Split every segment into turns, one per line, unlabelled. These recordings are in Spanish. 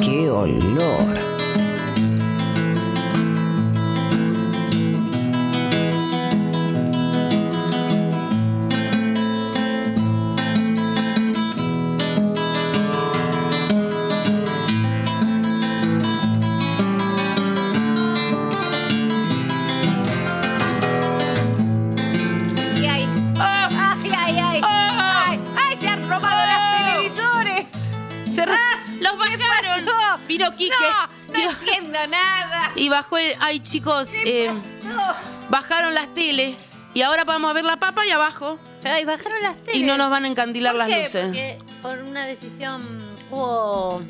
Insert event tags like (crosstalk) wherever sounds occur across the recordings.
¡Qué olor!
Y ahí. ¡Ay, ay, ay! ¡Ay! ¡Ay! ¡Se han robado los televisores! Ah,
Se re- ¡Los bajaron!
pasó?
Vino Quique.
¡No! ¡No
vino-
entiendo nada!
y bajó el. Ay, chicos,
¿Qué
eh,
pues.
pasó?
bajaron las teles. Y ahora vamos a ver la papa y abajo.
Ay, bajaron las teles.
Y no nos van a encandilar
¿Por
las
qué?
luces.
Porque por una decisión hubo...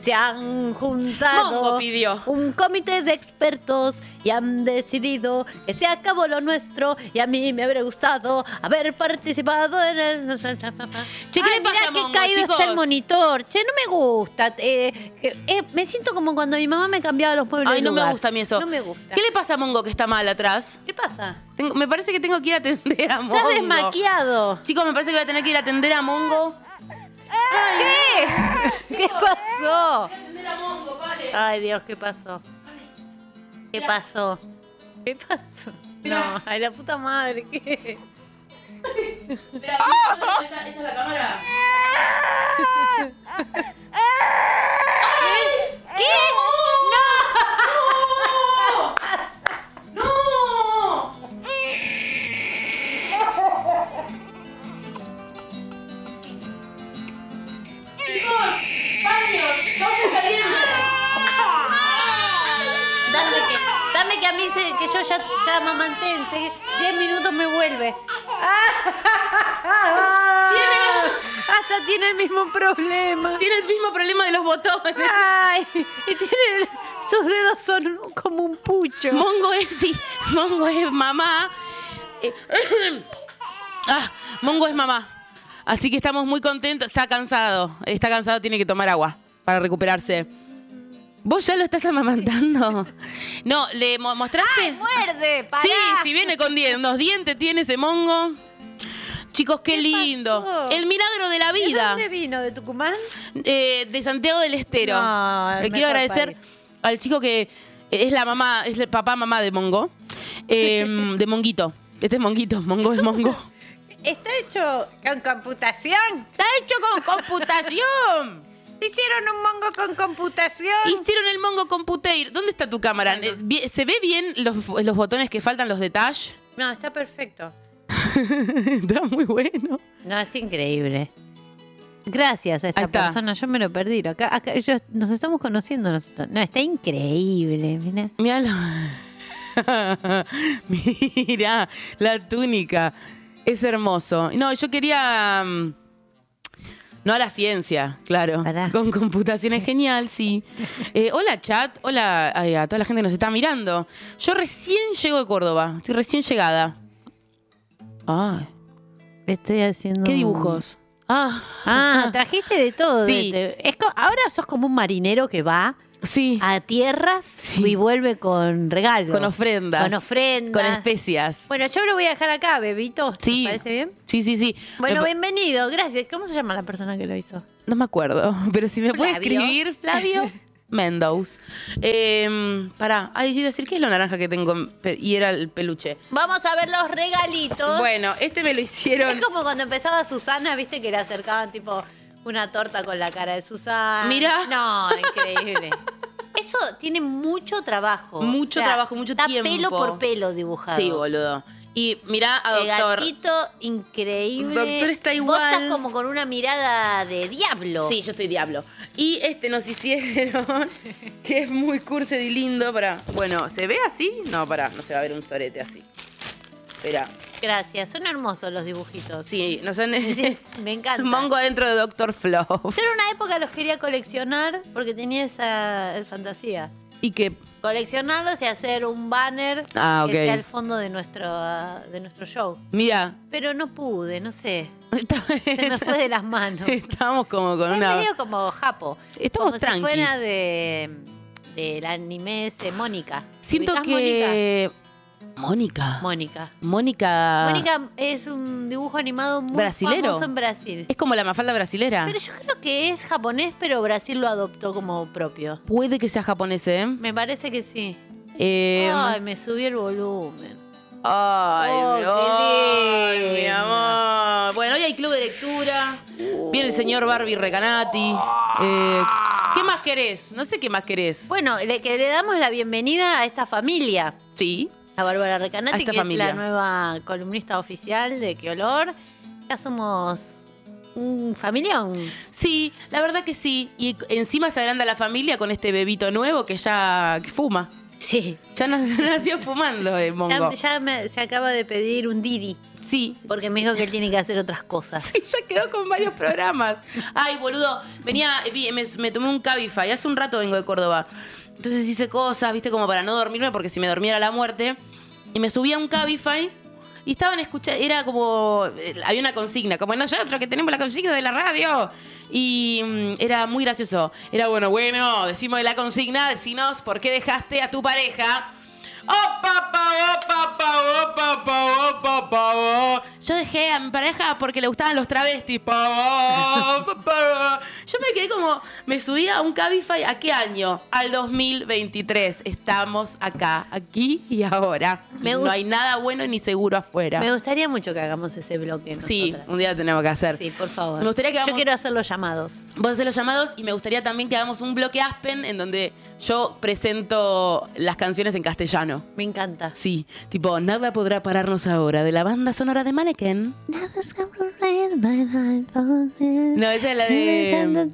Se han juntado
Mongo pidió.
un comité de expertos y han decidido que se acabó lo nuestro y a mí me habría gustado haber participado en el...
Che, ¿qué
Ay,
le pasa
mirá
a
qué
Mongo,
caído
chicos?
está el monitor. Che, no me gusta. Eh, eh, eh, me siento como cuando mi mamá me cambiaba los muebles
Ay,
del
no me
lugar.
gusta a mí eso.
No me gusta.
¿Qué le pasa a Mongo que está mal atrás?
¿Qué pasa?
Tengo- me parece que tengo que ir a atender a Mongo.
Estás desmaquiado.
Chicos, me parece que voy a tener que ir a atender a Mongo.
¿Qué pasó? Ay, Dios, ¿qué pasó? ¿Qué pasó? ¿Qué pasó? No, ay, la puta madre, ¿qué?
¿Esa es la cámara?
Ah. Dame que, dame que a mí, se- que yo ya, ya amamanté, en se- 10 minutos me vuelve. Hasta tiene el mismo problema.
Tiene el mismo problema de los botones.
Ay, y tiene, sus dedos son como un pucho.
Mongo es sí, Mongo es mamá. Eh, (coughs) ah, Mongo es mamá. Así que estamos muy contentos. Está cansado. Está cansado, tiene que tomar agua para recuperarse. ¿Vos ya lo estás
(laughs)
amamantando? No, ¿le mo- mostraste?
¡Muerde! ¡Pará!
sí, si viene con dien- unos dientes, tiene ese mongo. Chicos, qué, lindo.
pasó?
El milagro de la
¿De
vida.
dónde vino? ¿De Tucumán?
Eh, de Santiago del Estero.
No, el
Le quiero
mejor
agradecer
país.
al chico que es la mamá, es el papá mamá de Mongo,
(laughs)
em, de Monguito. Este es Monguito, Mongo es Mongo.
Está hecho con computación.
Está hecho
(laughs)
con computación.
Hicieron un mongo con computación.
Hicieron el Mongo Computer. ¿Dónde está tu cámara? Eh, vi- ¿Se ve bien los, los botones que faltan, los detalles?
No, está perfecto.
(laughs) está muy bueno.
No, es increíble. Gracias a
Ahí
esta
está.
persona, yo me lo perdí. Acá, acá yo- nos estamos conociendo nosotros. No, está increíble, mira.
Mira, (laughs) Mira la túnica. Es hermoso. No, yo quería. mm, No a la ciencia, claro.
Pará.
Con computación es genial,
(laughs)
sí. Eh, hola, chat. Hola ay, a toda la gente que nos está mirando. Yo recién llego de Córdoba. Estoy recién llegada. Ay,
Estoy haciendo.
qué
un-
dibujos. Ah,
Ah, trajiste de todo.
Sí.
este. Es co- ahora sos como un marinero que va
sí.
a tierras
Sí.
y vuelve con regalos.
Con ofrendas.
Con ofrendas.
Con especias.
Bueno, yo lo voy a dejar acá, bebito. ¿Te
Sí.
parece bien?
Sí, sí, sí. Me
Bueno,
pa-
bienvenido, gracias. ¿Cómo se llama la persona que lo hizo?
No me acuerdo, (laughs) pero si me puede
Flavio.
escribir,
(laughs)
Flavio. Mendoz. Eh, pará, ay, iba a decir, ¿qué es lo naranja que tengo? Pe- Y era el peluche.
Vamos a ver los regalitos.
Bueno, este me lo hicieron.
Es como cuando empezaba Susana, viste que le acercaban tipo una torta con la cara de Susana.
Mirá.
No, increíble. Eso tiene mucho trabajo.
Mucho trabajo, mucho
está
tiempo.
pelo por pelo dibujado.
Sí, boludo. Y mirá a
El
doctor.
gatito increíble.
Doctor está
Vos
igual.
estás como con una mirada de diablo.
Sí, yo estoy diablo. Y este nos hicieron, (laughs) que es muy curso y lindo. Para. Bueno, ¿se ve así? No, pará, no se va a ver un sorete así. Espera.
Gracias. Son hermosos los dibujitos.
Sí, nos han.
(laughs) Sí,
(laughs)
Me encanta.
Mongo adentro de Doctor Flow. (laughs)
Yo en una época los quería coleccionar porque tenía esa eh, fantasía.
Y que
coleccionarlos y hacer un banner
Ah, ok.
que sea el fondo de nuestro ah, de nuestro show.
Mira,
Pero no pude, no sé.
(laughs) está-
Se me fue de las manos. Es
(laughs) estamos como (laughs) con una.
medio como japo.
Estamos
como
tranquis.
si fuera de del anime ese Mónica.
Siento
¿Ubicás
que Mónica.
Mónica.
Mónica.
Mónica es un dibujo animado muy
Ah. ¿Brasilero?
famoso en Brasil.
Es como la mafalda brasilera.
Pero yo creo que es japonés, pero Brasil lo adoptó como propio.
Puede que sea japonés, ¿eh?
Me parece que sí.
Eh,
Ay, me subió el volumen.
Ay,
Oh,
mi-
qué
ay,
lindo.
mi amor. Bueno, hoy hay club de lectura. Viene el señor Barbie Recanati. Eh, ¿Qué más querés? No sé qué más querés.
Bueno, le, que le damos la bienvenida a esta familia.
Sí.
A Bárbara
A
Recanati,
esta
que
familia.
es la nueva columnista oficial de Qué Olor. Ya somos un familión.
Sí, la verdad que sí. Y encima se agranda la familia con este bebito nuevo que ya que fuma.
Sí.
Ya na- (laughs) nació fumando, eh, Mongo.
Ya, ya me- se acaba de pedir un Didi,
Sí.
porque me dijo que él tiene que hacer otras cosas.
(laughs) Sí, ya quedó con varios programas. Ay, boludo, venía, vi- me, me tomé un Cabify, hace un rato vengo de Córdoba. Entonces hice cosas, viste, como para no dormirme, porque si me dormiera la muerte. Y me subí a un Cabify y estaban escuchando, era como, eh, había una consigna, como nosotros que tenemos la consigna de la radio. Y mm, era muy gracioso. Era bueno, bueno, decimos la consigna, decinos por qué dejaste a tu pareja. Opa, pa, opa, pa, opa, pa, opa, pa, o. Yo dejé a mi pareja porque le gustaban los travestis. Pa, o, pa, pa, o. Yo me quedé como, me subí a un Cabify. ¿A qué año? Al 2023. Estamos acá, aquí y ahora.
Me
no
gust-
hay nada bueno ni seguro afuera.
Me gustaría mucho que hagamos ese bloque.
Sí,
nosotras.
un día lo tenemos que hacer.
Sí, por favor.
Me gustaría que
Yo
hagamos-
quiero hacer los llamados.
Vos hacés los llamados y me gustaría también que hagamos un bloque Aspen en donde yo presento las canciones en castellano.
Me encanta.
Sí, tipo, nada podrá pararnos ahora de la banda sonora de Mannequin. No, esa es la de.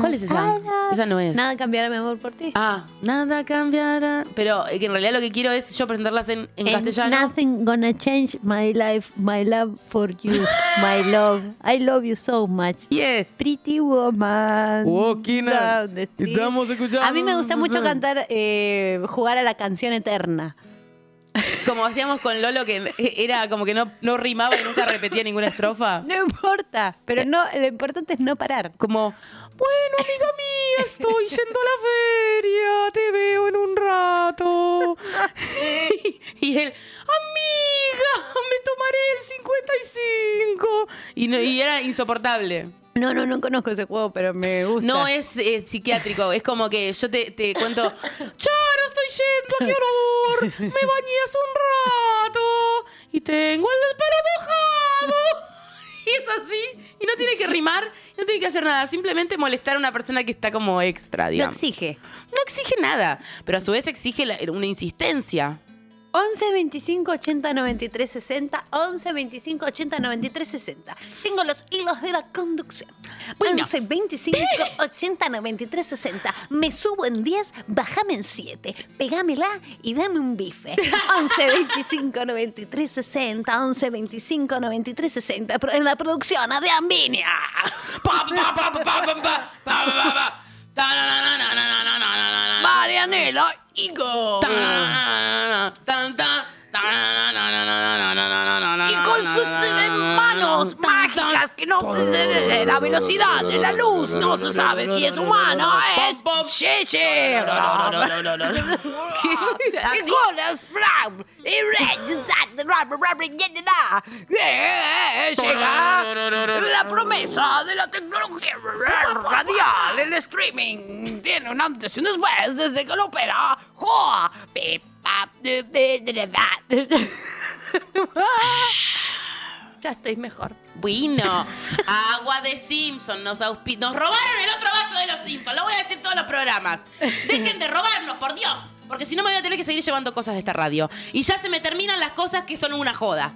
¿Cuál es esa? Esa no es.
Nada cambiará mi amor por ti.
Ah, nada cambiará. Pero eh, que en realidad lo que quiero es yo presentarlas en, en
And
castellano.
Nothing gonna change my life, my love for you, my love. I love you so much.
Yes.
Pretty woman.
Walking up.
down the street.
escuchando.
A mí me gusta mucho cantar, eh, jugar a la canción eterna.
Como hacíamos con Lolo, que era como que no, no rimaba y nunca repetía ninguna estrofa.
No importa, pero no, lo importante es no parar.
Como, bueno, amiga mía, estoy yendo a la feria, te veo en un rato. (laughs) y él, amiga, me tomaré el 55. Y, no- y era insoportable.
No, no, no conozco ese juego, pero me gusta.
No es eh, psiquiátrico, es como que yo te, te cuento, Charo, estoy yendo, (laughs) qué horror, me bañé hace un rato y tengo el pelo mojado. (laughs) Y es así, y no tiene que rimar, no tiene que hacer nada, simplemente molestar a una persona que está como extra,
Lo
digamos.
exige.
No exige nada, pero a su vez exige la- una insistencia.
11 25 80 93 60 11 25 80 93 60 Tengo los hilos de la conducción.
Bueno.
11 25 80 93 60 Me subo en 10, bájame en 7, pegámela y dame un
(laughs)
bife. 11 25 93 60 11 25 93 60 Pro- en la producción de Ambinia.
Pa, pa, pa, pa, pa, pa, pa, pa, pa, pa, pa. Ta, na, na, na, na, na, na, na, na, na, na.
Marianela Higo.
Y
y con sus eh, manos mágicas que no Eh, la velocidad de la luz no se sabe si es humana es Shesher (laughs) y con las ram y red zat, ram, ram, y yet, da. Eh, eh, llega la promesa de la tecnología radial el streaming tiene un antes y un después desde que lo opera Joa Pip, pap, de, de, de, de, de, de. (laughs)
Ya estoy mejor.
Bueno, agua de Simpson nos auspi- Nos robaron el otro vaso de los Simpsons. Lo voy a decir todos los programas. Dejen de robarnos, por Dios. Porque si no me voy a tener que seguir llevando cosas de esta radio. Y ya se me terminan las cosas que son una joda.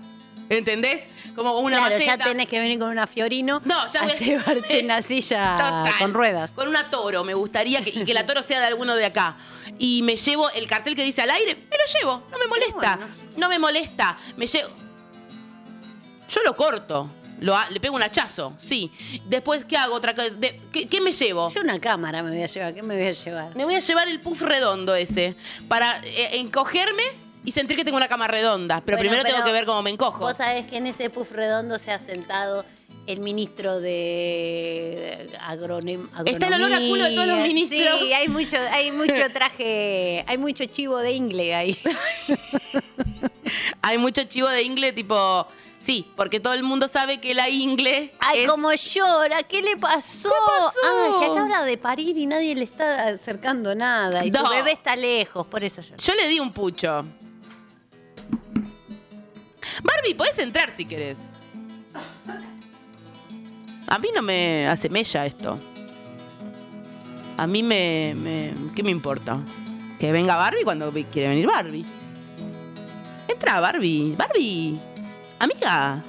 ¿Entendés? Como una
claro,
maceta.
ya tenés que venir con una Fiorino
No, ya
a
ves-
llevarte una silla
Total.
con ruedas.
Con una toro, me gustaría que, y que la toro sea de alguno de acá. Y me llevo el cartel que dice al aire, me lo llevo, no me molesta.
bueno.
No me molesta. Me llevo. Yo lo corto. Lo, ha- le pego un hachazo, sí. Después, ¿qué hago? Otra cosa. De- ¿qué, qué me llevo?
Yo una cámara me voy a llevar, ¿qué me voy a llevar?
Me voy a llevar el puff redondo ese. Para eh, encogerme y sentir que tengo una cama redonda. Pero
Bueno,
primero
pero
tengo que ver cómo me encojo.
Vos sabés que en ese puff redondo se ha sentado el ministro de agronem, agronomía.
Está el olor a culo de todos los ministros.
Sí, hay mucho, hay mucho traje, hay mucho chivo de ingle ahí.
(laughs) Hay mucho chivo de ingle, tipo. Sí, porque todo el mundo sabe que la ingle.
Ay,
es-
cómo llora, ¿qué le pasó?
¿Qué pasó?
Ay, que acaba de parir y nadie le está acercando nada. Y
No.
su bebé está lejos, por eso llora.
Yo le di un pucho. Barbie, podés entrar si querés. A mí no me asemella esto. A mí me, me- ¿Qué me importa? Que venga Barbie cuando vi- quiere venir Barbie. Entra, Barbie. Barbie. Amiga.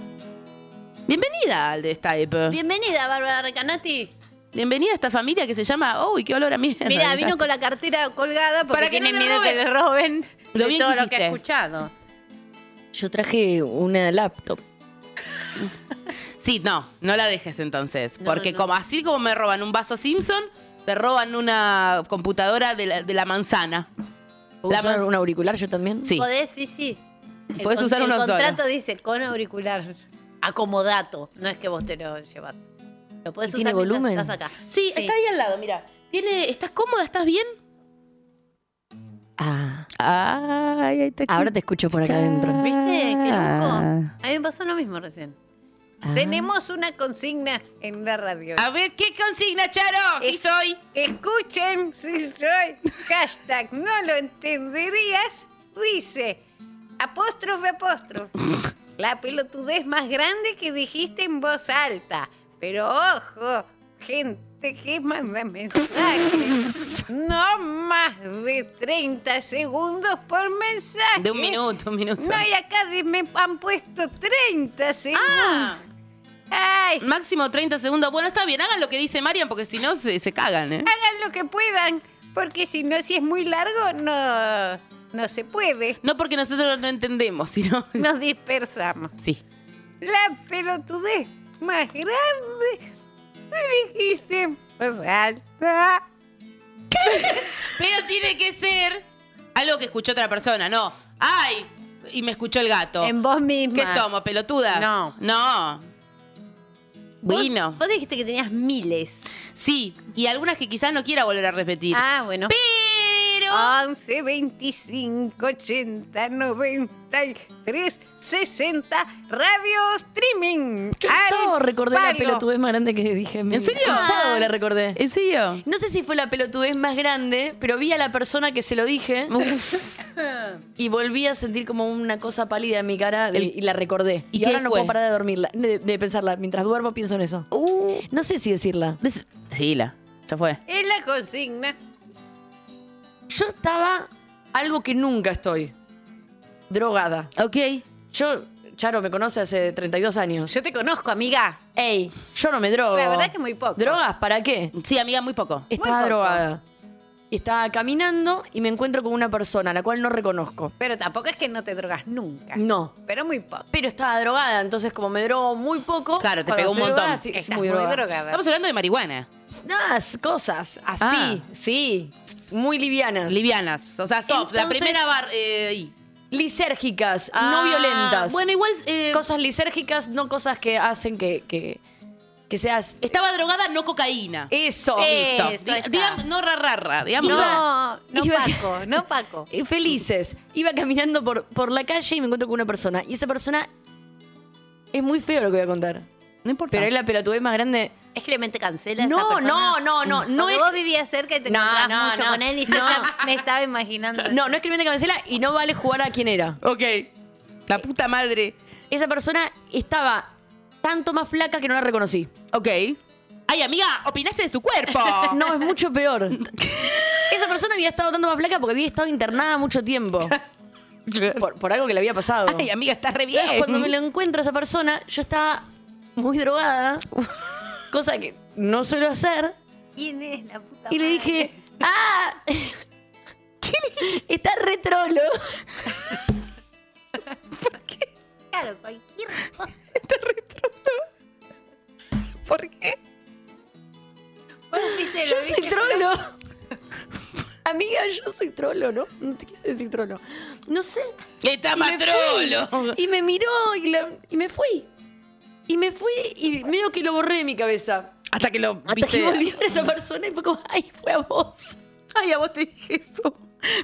Bienvenida al de Stipe.
Bienvenida,
(laughs)
Bárbara Recanati.
Bienvenida a esta familia que se llama... ¡Uy, qué olor a mierda!
Mira, vino con la cartera colgada porque
Para que no
tiene
le
miedo que
roben.
le roben
Lo
de
bien
todo
que
lo que ha
hiciste.
escuchado.
Yo traje una laptop.
Sí, no, no la dejes entonces.
No,
porque
no.
como así como me roban un vaso Simpson, te roban una computadora de la, de la manzana.
¿Puedo
La
usar
man-
un auricular yo también?
Sí.
Podés, sí, sí. El
Podés
con-
usar uno
El
solo.
contrato dice con auricular, acomodato. No es que vos te lo llevas. Lo podés
¿Y
usar
tiene
mientras
volumen?
estás acá.
Sí, está ahí al lado, mira. Tiene, ¿Estás cómoda? ¿Estás bien?
Ah,
Ay, ahí está.
ahora te escucho por acá adentro.
¿Viste? Qué lujo. A mí me pasó lo mismo recién.
Ah.
Tenemos una consigna en la radio.
A ver, ¿qué consigna, Charo? Sí
Eh.
soy.
Escuchen si soy hashtag, no lo entenderías, dice apóstrofe apóstrofe. La pelotudez más grande que dijiste en voz alta. Pero ojo, gente que manda mensajes. No más de 30 segundos por mensaje.
De un minuto, un minuto.
No, y acá de- me han puesto 30 segundos.
Ah.
Ay,
Máximo 30 segundos. Bueno, está bien, hagan lo que dice Marian, porque si no se, se cagan, ¿eh?
hagan lo que puedan, porque si no, si es muy largo, no, no se puede.
No porque nosotros no entendemos, sino.
Nos dispersamos.
Sí.
La pelotudez más grande me dijiste en voz alta.
Pero tiene que ser algo que escuchó otra persona, no. ¡Ay! Y me escuchó el gato.
En vos misma.
¿Qué somos, pelotudas?
No.
No.
Vos-
Bueno.
Vos, dijiste que tenías miles.
Sí, y algunas que quizás no quiera volver a repetir.
Ah, bueno.
Pero.
11, 25, 80, 93, 60, radio streaming.
Yo el
Al
sábado recordé la
palo.
pelotudez más grande que dije. en mi
¿En
vida.
serio?
El sábado la recordé.
¿En serio?
No sé si fue la pelotudez más grande, pero vi a la persona que se lo dije
Uf,
(laughs) y volví a sentir como una cosa pálida en mi cara de-
El-
y la recordé.
¿Y
Y,
qué
ahora no
fue?
puedo parar de dormirla, de, de pensarla. Mientras duermo pienso en eso.
uh,
No sé si decirla.
des- Decila, ya fue.
Es la consigna.
Yo estaba algo que nunca estoy. Drogada.
Ok.
Yo, Charo me conoce hace 32 años.
Yo te conozco, amiga.
Ey, yo no me drogo.
La verdad que muy poco.
¿Drogas para qué?
Sí, amiga, muy poco.
Estaba
poco.
drogada. Estaba caminando y me encuentro con una persona, a la cual no reconozco.
Pero tampoco es que no te drogas nunca.
No.
Pero muy poco.
Pero estaba drogada, entonces como me drogo muy poco.
Claro, te
cuando
pegó un
estoy
montón.
drogada, estoy-
Estás
es muy drogada.
Estamos hablando de marihuana.
Nada, es cosas así,
Ah.
sí. Muy livianas.
Livianas. O sea, soft. la
Entonces-
primera bar. eh, ahí.
lisérgicas,
Ah,
no violentas.
Bueno, igual. eh,
Cosas lisérgicas, no cosas que hacen que, que, que seas...
Estaba drogada, no cocaína.
Eso.
Eh,
Oh, Listo.
eso está.
Digamos, no rarra, digamos.
No, no
Iba-
Paco, no Paco.
(laughs) Eh, felices. Iba caminando por, por la calle y me encuentro con una persona. Y esa persona... Es muy feo lo que voy a contar.
No importa.
Pero es la pelotudez más grande.
¿Es Clemente Cancela esa
No,
persona?
no, no, no, no
Porque
es-
vos vivías cerca y te
No,
encontrabas
no,
mucho
no.
con él y yo ya me estaba imaginando.
No, no es Clemente Cancela y no vale jugar a quién era.
Ok. La puta madre.
Esa persona estaba tanto más flaca que no la reconocí.
Ok. Ay, amiga, opinaste de su cuerpo.
(laughs) No, es mucho peor. Esa persona había estado tanto más flaca porque había estado internada mucho tiempo. Por, por algo que le había pasado.
Ay, amiga, estás re bien.
Entonces, Cuando me lo encuentro a esa persona, yo estaba muy drogada, cosa que no suelo hacer.
¿Quién es la puta
Y le
madre?
dije, ¡ah! (laughs) Está retrolo.
Claro, cualquier cosa.
¿Por qué?
Vos viste, lo
Yo soy
viste,
trolo. (laughs) Amiga, yo soy trolo, ¿no? No te quise decir trolo. No sé.
¡Está
Y me
matrolo!
fui. Y me miró y, la- y me fui. Y me fui y medio que lo borré de mi cabeza.
Hasta que lo
Hasta
viste.
que volvió esa persona y fue como, ay, fue a vos.
Ay, a vos te dije eso.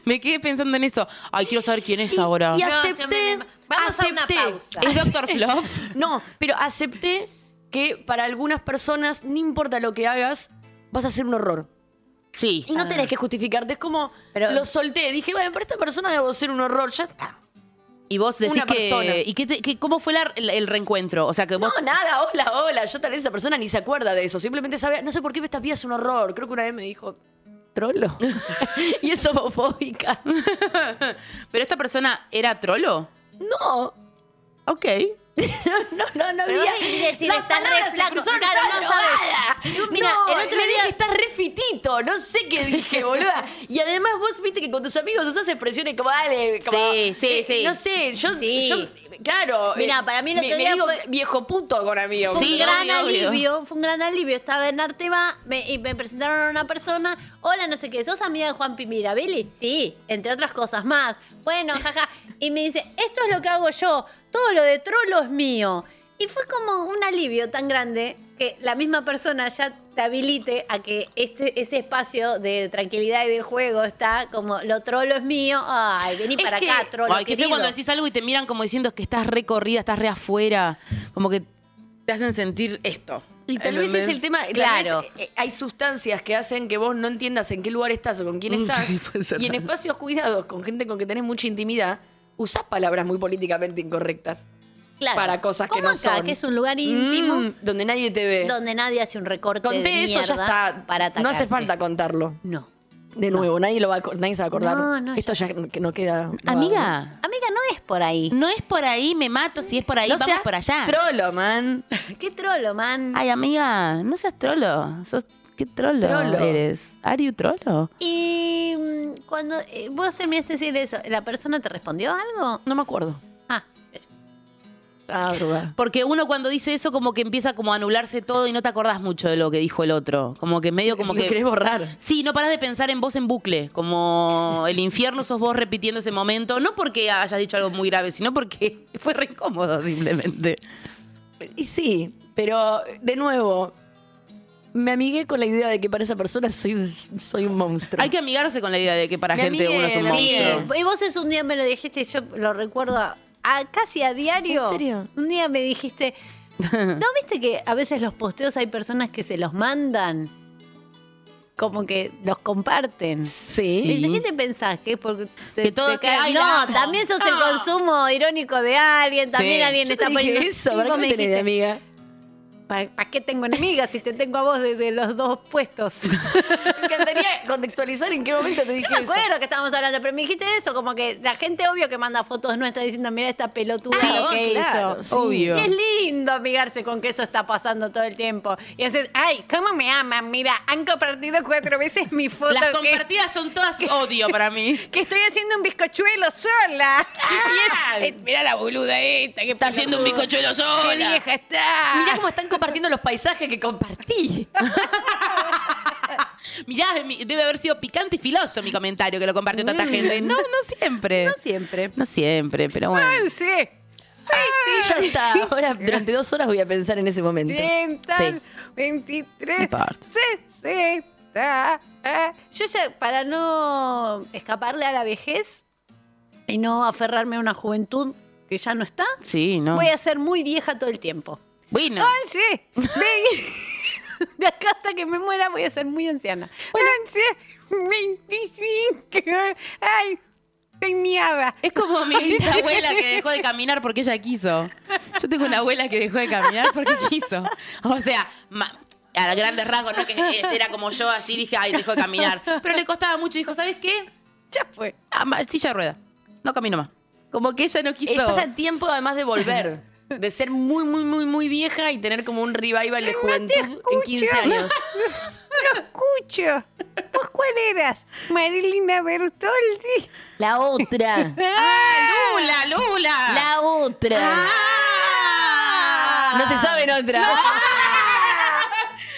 Me quedé pensando en eso. Ay, quiero saber quién es
Y-
ahora.
y
No, ya me
acepté.
anima- Vamos a una
acepté.
pausa.
¿Es
(laughs)
Doctor Fluff?
No, pero acepté que para algunas personas, no importa lo que hagas, vas a ser un horror.
Sí. Ah.
Y no tenés que justificarte. Es como
Pero-
lo solté. Dije, bueno, para esta persona debo ser un horror. Ya está.
Y vos decís
Una persona.
que, ¿y qué te- qué- cómo fue la- el, el reencuentro? O sea, Ah, que vos
No, nada, hola, hola. Yo tal vez esa persona ni se acuerda de eso. Simplemente sabe, no sé por qué esta vida es un horror. Creo que una vez me dijo, trolo.
(laughs)
(laughs) y es homofóbica.
Pero esta persona era trolo.
No,
Ok.
no, no, no
Pero
había.
vos querés decir,
Las
está re
palabras se
flaco.
cruzaron,
Claro,
estaba
no sabes.
drogada.
Mira,
No,
el otro
le
día-
dije, estás refitito. No sé
(laughs)
qué dije, boluda. Y además vos viste que con tus amigos usás expresiones como, dale, como.
Sí, sí,
eh,
sí.
No sé, yo.
Sí.
yo claro.
Mira, para mí el
no
otro
me, me
día
digo
fue-
viejo puto con amigos.
Fue
Sí,
un gran
obvio, obvio.
alivio, fue un gran alivio. Estaba en Arteba me- y me presentaron a una persona. Hola, no sé qué, ¿sos amiga de Juan Mirabelli? Sí, entre otras cosas más. Bueno, jaja. Y me dice, esto es lo que hago yo, todo lo de trolo es mío. Y fue como un alivio tan grande que la misma persona ya te habilite a que este, ese espacio de tranquilidad y de juego está como lo trolo es mío. Ay, vení
Es
para
que-
acá, trolo.
Ay, que fue
querido.
cuando decís algo y te miran como diciendo es que estás recorrida, estás re afuera. Como que te hacen sentir esto.
Y tal vez es
¿Entendés?
el tema. tal
Claro.
vez, eh, hay sustancias que hacen que vos no entiendas en qué lugar estás o con quién
Mm,
estás.
sí, puede ser
y en
también.
espacios cuidados, con gente con que tenés mucha intimidad, usás palabras muy políticamente incorrectas.
Claro.
para cosas que
Como
no
acá,
son.
que es un lugar íntimo.
Mm, donde nadie te ve.
donde nadie hace un recorte de
Conté eso,
mierda
ya está.
para atacar.
no hace falta contarlo.
No.
De nuevo, nadie, lo va a, acor- nadie se va a acordar.
No, no,
Esto ya que no queda. grabado.
Amiga,
Amiga, no es por ahí.
no es por ahí, me mato. Si es por ahí,
No
vamos
seas
por allá.
Trolo, man.
(laughs) Qué trolo, man.
Ay, amiga, no seas trolo. Sos, ¿Qué trolo,
Trolo.
eres? ¿Are you trolo?
Y mm, cuando eh, vos terminaste de decir eso, ¿la persona te respondió algo?
No me acuerdo.
Ah,
Ah, verdad.
Porque uno cuando dice eso como que empieza como a anularse todo y no te acordás mucho de lo que dijo el otro. Como que medio como
Lo
que...
querés borrar.
Sí, no paras de pensar en vos en bucle, como el infierno sos vos repitiendo ese momento, no porque hayas dicho algo muy grave, sino porque (laughs) fue re incómodo simplemente.
Y sí, pero de nuevo, me amigué con la idea de que para esa persona soy un, soy un monstruo.
Hay que amigarse con la idea de que para
Me
gente
amigué,
uno es un
me
sí.
amigué.
monstruo.
Monstruo.
Y vos es un día me lo dijiste y yo lo recuerdo a- a- casi a diario.
¿En serio?
Un día me
(laughs)
dijiste, ¿no viste que a veces los posteos hay personas que se los mandan? Como que los comparten. Me
Sí.
dice, ¿qué te pensás? ¿Que, porque te-
Que todo
te
que,
cae-
ay, la
No,
amo.
también sos el
Ah.
consumo irónico de alguien, también
Sí.
alguien
Yo
está
te dije
poniendo.
eso,
Y
¿verdad?
vos
que
me
me tenés de
dijiste,
amiga?
¿Para, qué tengo enemigas si te tengo a vos desde los dos puestos?
Me encantaría contextualizar en qué momento te dije
No me
eso.
acuerdo que estábamos hablando, pero me dijiste eso, como que la gente obvio que manda fotos nuestras diciendo, mira esta pelotuda
Ah,
lo que
claro,
hizo.
sí. Obvio.
Y Es lindo amigarse con que eso está pasando todo el tiempo. Y entonces, ay, ¿cómo me aman? Mira, han compartido cuatro veces mi foto.
Las
que-
compartidas son todas odio para mí.
(laughs) que estoy haciendo un bizcochuelo sola.
¡Ah!
Y es- eh, mirá la boluda esta que
Está haciendo un bizcochuelo
¡Qué
sola.
vieja está!
Mirá cómo están compartiendo los paisajes que compartí.
(laughs) Mirá, mi- debe haber sido picante y filoso mi comentario que lo compartió tanta gente. No, no siempre. Mm. No
siempre.
No siempre, pero bueno.
Ay, sí.
Ya está. Ahora, durante dos horas voy a pensar en ese momento.
Sientan 23.
No importa.
60. Ah, Yo ya, para no escaparle a la vejez y no aferrarme a una juventud que ya no está,
Sí, no.
voy a ser muy vieja todo el tiempo.
Bueno.
11. ve- (laughs) De acá hasta que me muera voy a ser muy anciana. 11, 25. Ay, estoy miada.
Es como (laughs) mi bisabuela que dejó de caminar porque ella quiso. Yo tengo una abuela que dejó de caminar porque quiso. O sea, ma- a grandes rasgos, ¿no? Que eh, era como yo, así dije, ay, dejó de caminar. Pero le costaba mucho y dijo, ¿sabes qué?
Ya fue.
Ah, ma- silla de rueda. No camino más. Como que ella no quiso.
Estás a tiempo además de volver. De ser muy, muy, muy, muy vieja y tener como un revival de juventud en 15
escucho.
años.
Lo escucho. ¿Vos cuál eras? Marilina Bertoldi.
La
(laughs)
otra.
Ah,
¡Lula, Lula!
La otra.
¡Ah!
No se saben otra.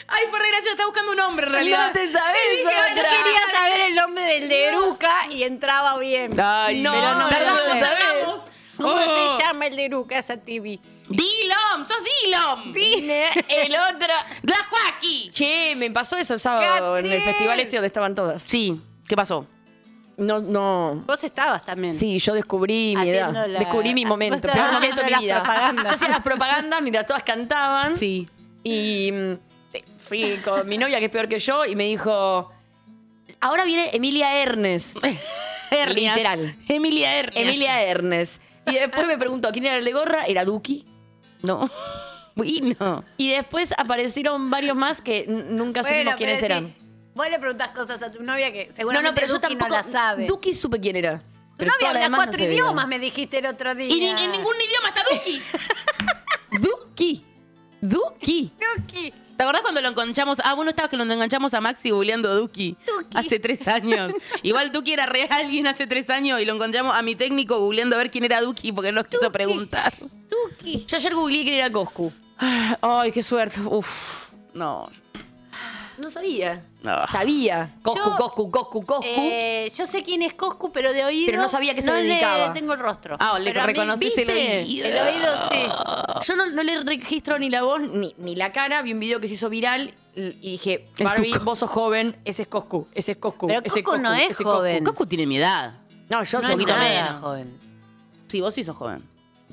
Ay, fue re gracioso. Estaba buscando un hombre, en realidad.
No te sabés
Yo
otra.
quería saber el nombre del de Eruca y entraba bien.
Ay,
No,
pero
no,
tardamos,
no, no.
tardamos.
¿Cómo
Oh.
se llama el de Eruca esa TV?
Dilom, sos Dilom.
El otro.
Glasquaki.
Che, me pasó eso el sábado en el
Catrín.
festival este donde estaban todas.
Sí, ¿qué pasó?
No, no.
Vos estabas también.
Sí, yo descubrí mi edad.
Haciendo la-
descubrí mi
vos (laughs)
momento.
estabas
Pero un
haciendo
momento de mi
las
vida.
propagandas.
Yo (laughs) hacía las propagandas mientras todas cantaban.
Sí.
Y mm, te- fui con mi novia, que es peor que yo, y me dijo. Ahora viene Emilia Ernest.
Hernias.
Literal.
Emilia Hernias.
Emilia Ernest. Y después me preguntó quién era el de gorra. Era Duki.
No. Bueno.
Y después aparecieron varios más que n- nunca supimos
Bueno,
quiénes
pero
eran.
sí, Vos le preguntás cosas a tu novia que
No,
seguramente
no, pero yo
Duki
tampoco.
no la sabe.
Duki supe quién era.
tu
pero
novia
todas las
habla
demás no
cuatro
sabía.
idiomas, me dijiste el otro día.
Y ni- en ningún idioma está Duki.
Duki. Duki.
Duki.
¿Te acordás cuando lo enganchamos? Ah, vos no estabas que lo enganchamos a Maxi googleando Duki. Hace tres años. Igual Duki era re alguien hace tres años y lo encontramos a mi técnico googleando a ver quién era Duki porque nos quiso preguntar.
Yo ayer googleé quién era Coscu. (sighs)
Ay, qué suerte. Uf. No.
No sabía.
Ah.
Sabía. Coscu,
Yo-
Coscu, Coscu, Coscu.
Eh, yo sé quién es Coscu, pero de oído.
Pero no sabía que se
no le
dedicaba.
tengo el rostro.
Ah, le
Pero a mí,
reconoces el
¿viste?
oído.
El oído, sí.
Yo no, no le registro ni la voz ni, ni la cara. Vi un video que se hizo viral l- y dije,
El
Barbie,
Tuco.
vos sos joven, ese es Coscu, ese es Coscu.
Pero
ese
Coscu no
Coscu,
es
ese Coscu".
joven.
Coscu tiene mi edad.
No, yo
No
soy
es
poquito
nada
menos.
joven.
Sí, vos sí sos joven.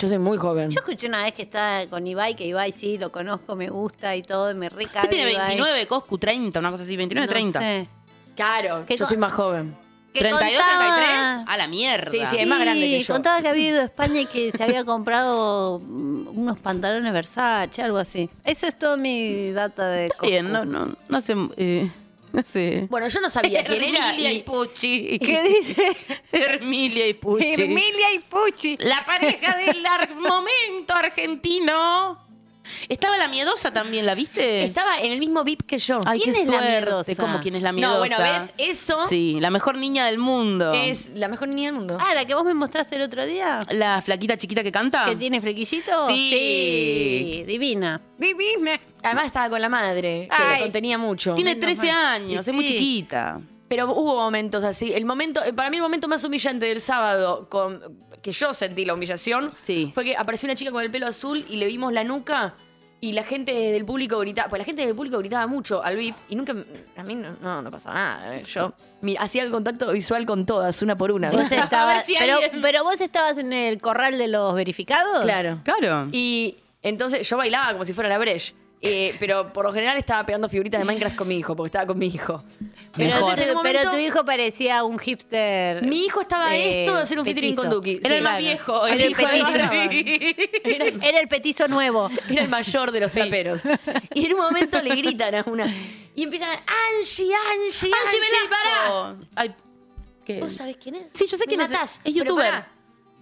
Yo soy muy joven.
Yo escuché una vez que está con Ibai, que Ibai sí, lo conozco, me gusta y todo, y me recabe.
Él tiene
Ibai.
29, Coscu 30, una cosa así, 29,
eh. No
30.
sé.
Claro,
¿Qué
yo
co-
soy más joven.
Que
32,
contaba-
33, a la mierda.
Sí, sí,
Sí,
es más grande que yo.
contaba que había ido a España y que se había comprado mm, unos pantalones Versace, algo así. Eso es todo mi data de
Está Bien, no,
Coscu.
no, no sé, eh, no sé.
Bueno, yo
(laughs)
no sabía quién era
Hermilia y
y (laughs)
Pucci.
¿Qué dice?
Hermilia y Pucci.
Emilia y Pucci.
La pareja del ar- momento argentino. Estaba la miedosa también, ¿la viste?
estaba en el mismo VIP que yo.
Ay,
¿Quién
qué
es la
suerte.
miedosa?
¿Cómo quién es la miedosa?
no, bueno, ¿ves? Eso (laughs)
Sí, la mejor niña del mundo.
es la mejor niña del mundo.
Ah, la que vos me mostraste el otro día.
La flaquita chiquita que canta.
¿Que tiene flequillito?
Sí.
Sí, Divina. Divina.
Además estaba con la madre, que
Ay.
lo contenía mucho.
Tiene 13 años,
Y
es muy
sí.
chiquita.
Pero hubo momentos así. El momento, eh, para mí el momento más humillante del sábado, con, que yo sentí la humillación,
Sí.
fue que apareció una chica con el pelo azul y le vimos la nuca y la gente del público gritaba, pues la gente del público gritaba mucho al VIP y nunca, a mí no, no, no pasa nada. eh. Yo mi- hacía el contacto visual con todas, una por
(laughs)
una.
Vos
A
estabas,
ver si
pero,
alguien-
pero vos estabas en el corral de los verificados.
Claro.
Claro.
Y entonces yo bailaba como si fuera la Breche. Eh, pero por lo general estaba pegando figuritas de Minecraft con mi hijo, porque estaba con mi hijo.
Pero,
entonces
tu-
en un
pero
momento,
tu hijo parecía un hipster.
Mi hijo estaba a
Eh,
esto de hacer un featuring
petizo.
con Duki.
Era
Sí,
el más
claro.
viejo, el
Era el
hijo de
petiso.
Barbie.
(laughs) Era,
Era el petizo nuevo.
(laughs) era el mayor de los traperos. Y en un momento le gritan a una. Y empiezan, Angie, Angie, Angie,
Angie
pará".
Velasco. Ay, ¿qué?
Eh,
¿Vos sabés quién es?
Sí, yo sé
Me
quién es.
matás.
Es
Pero
youtuber.
pará,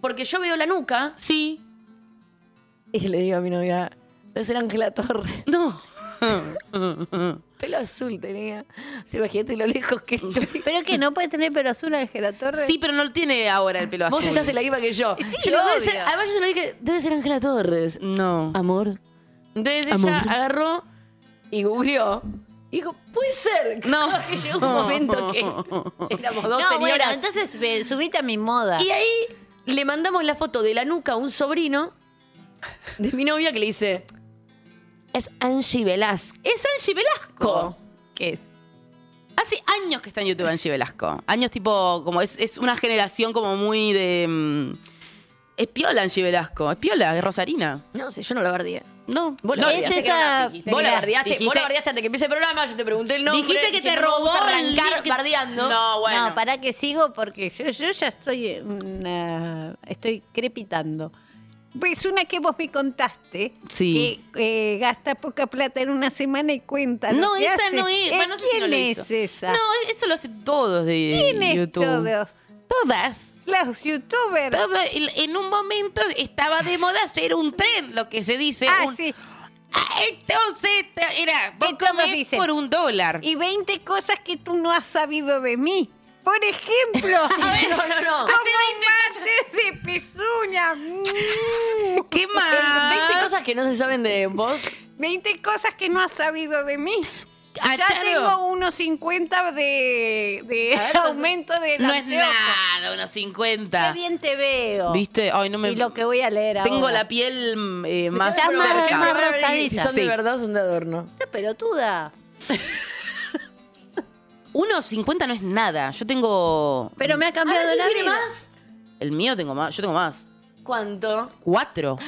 Porque yo veo la nuca
Sí.
y le digo a mi novia, debe ser Ángela Torres.
No.
(laughs) Pelo azul tenía. Se imagínate lo
(laughs)
lejos que estoy.
Pero que no puede tener pelo azul Ángela Torres. Eh,
Sí, pero no lo tiene ahora el pelo azul.
Vos estás en la misma que yo.
Sí,
Yo le digo, "Debe
obvio.
ser-". además yo se lo dije, debe ser Ángela Torres.
No.
Amor. Entonces
Amor.
ella agarró y googleó. Y dijo, puede ser.
No.
(laughs) Capaz Que llegó un momento (laughs) que éramos dos
No, bueno,
señoras.
entonces eh, subite a mi moda.
y ahí le mandamos la foto de la nuca a un sobrino de mi novia que le dice, es Angie Velasco.
Es Angie Velasco.
¿Qué es?
Hace años que está en YouTube Angie Velasco. Años tipo, como es, es una generación como muy de... mm, es piola Angie Velasco. Es piola, es rosarina.
No sé, yo no la bardeé.
No.
Vos la
no,
Es
bardeaste.
esa-
que era una-
dijiste
Vos
que
la
era-
bardeaste. Vos
dijiste-
la bardeaste hasta que empiece el programa. Yo te pregunté el nombre.
Dijiste que te
dije, no me
robó
gusta
el
arrancar
link que-
bardeando.
No, bueno.
No, para que sigo porque yo, yo ya estoy eh, una- estoy crepitando. Pues una que vos me contaste
Sí.
que eh, gasta poca plata en una semana y cuenta. lo
No,
que
esa
hace.
no es.
Eh,
Bueno, no sé si
¿Quién
no lo
es
hizo.
esa?
No, eso lo hacen todos de
¿Quién es
YouTube.
todos?
Todas.
Los youtubers.
Todo- en en un momento estaba de moda hacer un tren, lo que se dice.
Ah,
un-
sí.
Ah, Entonces, te- era, vos
Entonces
comés
dicen-
por un dólar.
Y 20 cosas que tú no has sabido de mí. Por
(laughs)
ejemplo, (laughs)
No, no, no.
Hace 20
antes de pezuña. Mm. (laughs)
cosas. (laughs) ¿Qué más?
20 cosas que no se saben de vos.
20 cosas que no has sabido de mí.
Ah,
ya
Charo,
tengo unos 50 de, de
A ver,
aumento de
No es
anteojo.
nada, unos 50.
Qué bien te veo.
¿Viste? Ay, no me.
Y lo que voy a leer
tengo
ahora.
la piel mm, eh, más
Estás más-
cerca.
más
Ahora veré
rosadita.
Si son de
Sí.
verdad o son de adorno.
Qué pelotuda.
1,50 no es nada. Yo tengo.
Pero me ha cambiado
¿Ahora
la
quién tiene
vida.
más?
El mío tengo más. Yo tengo más.
¿Cuánto?
Cuatro.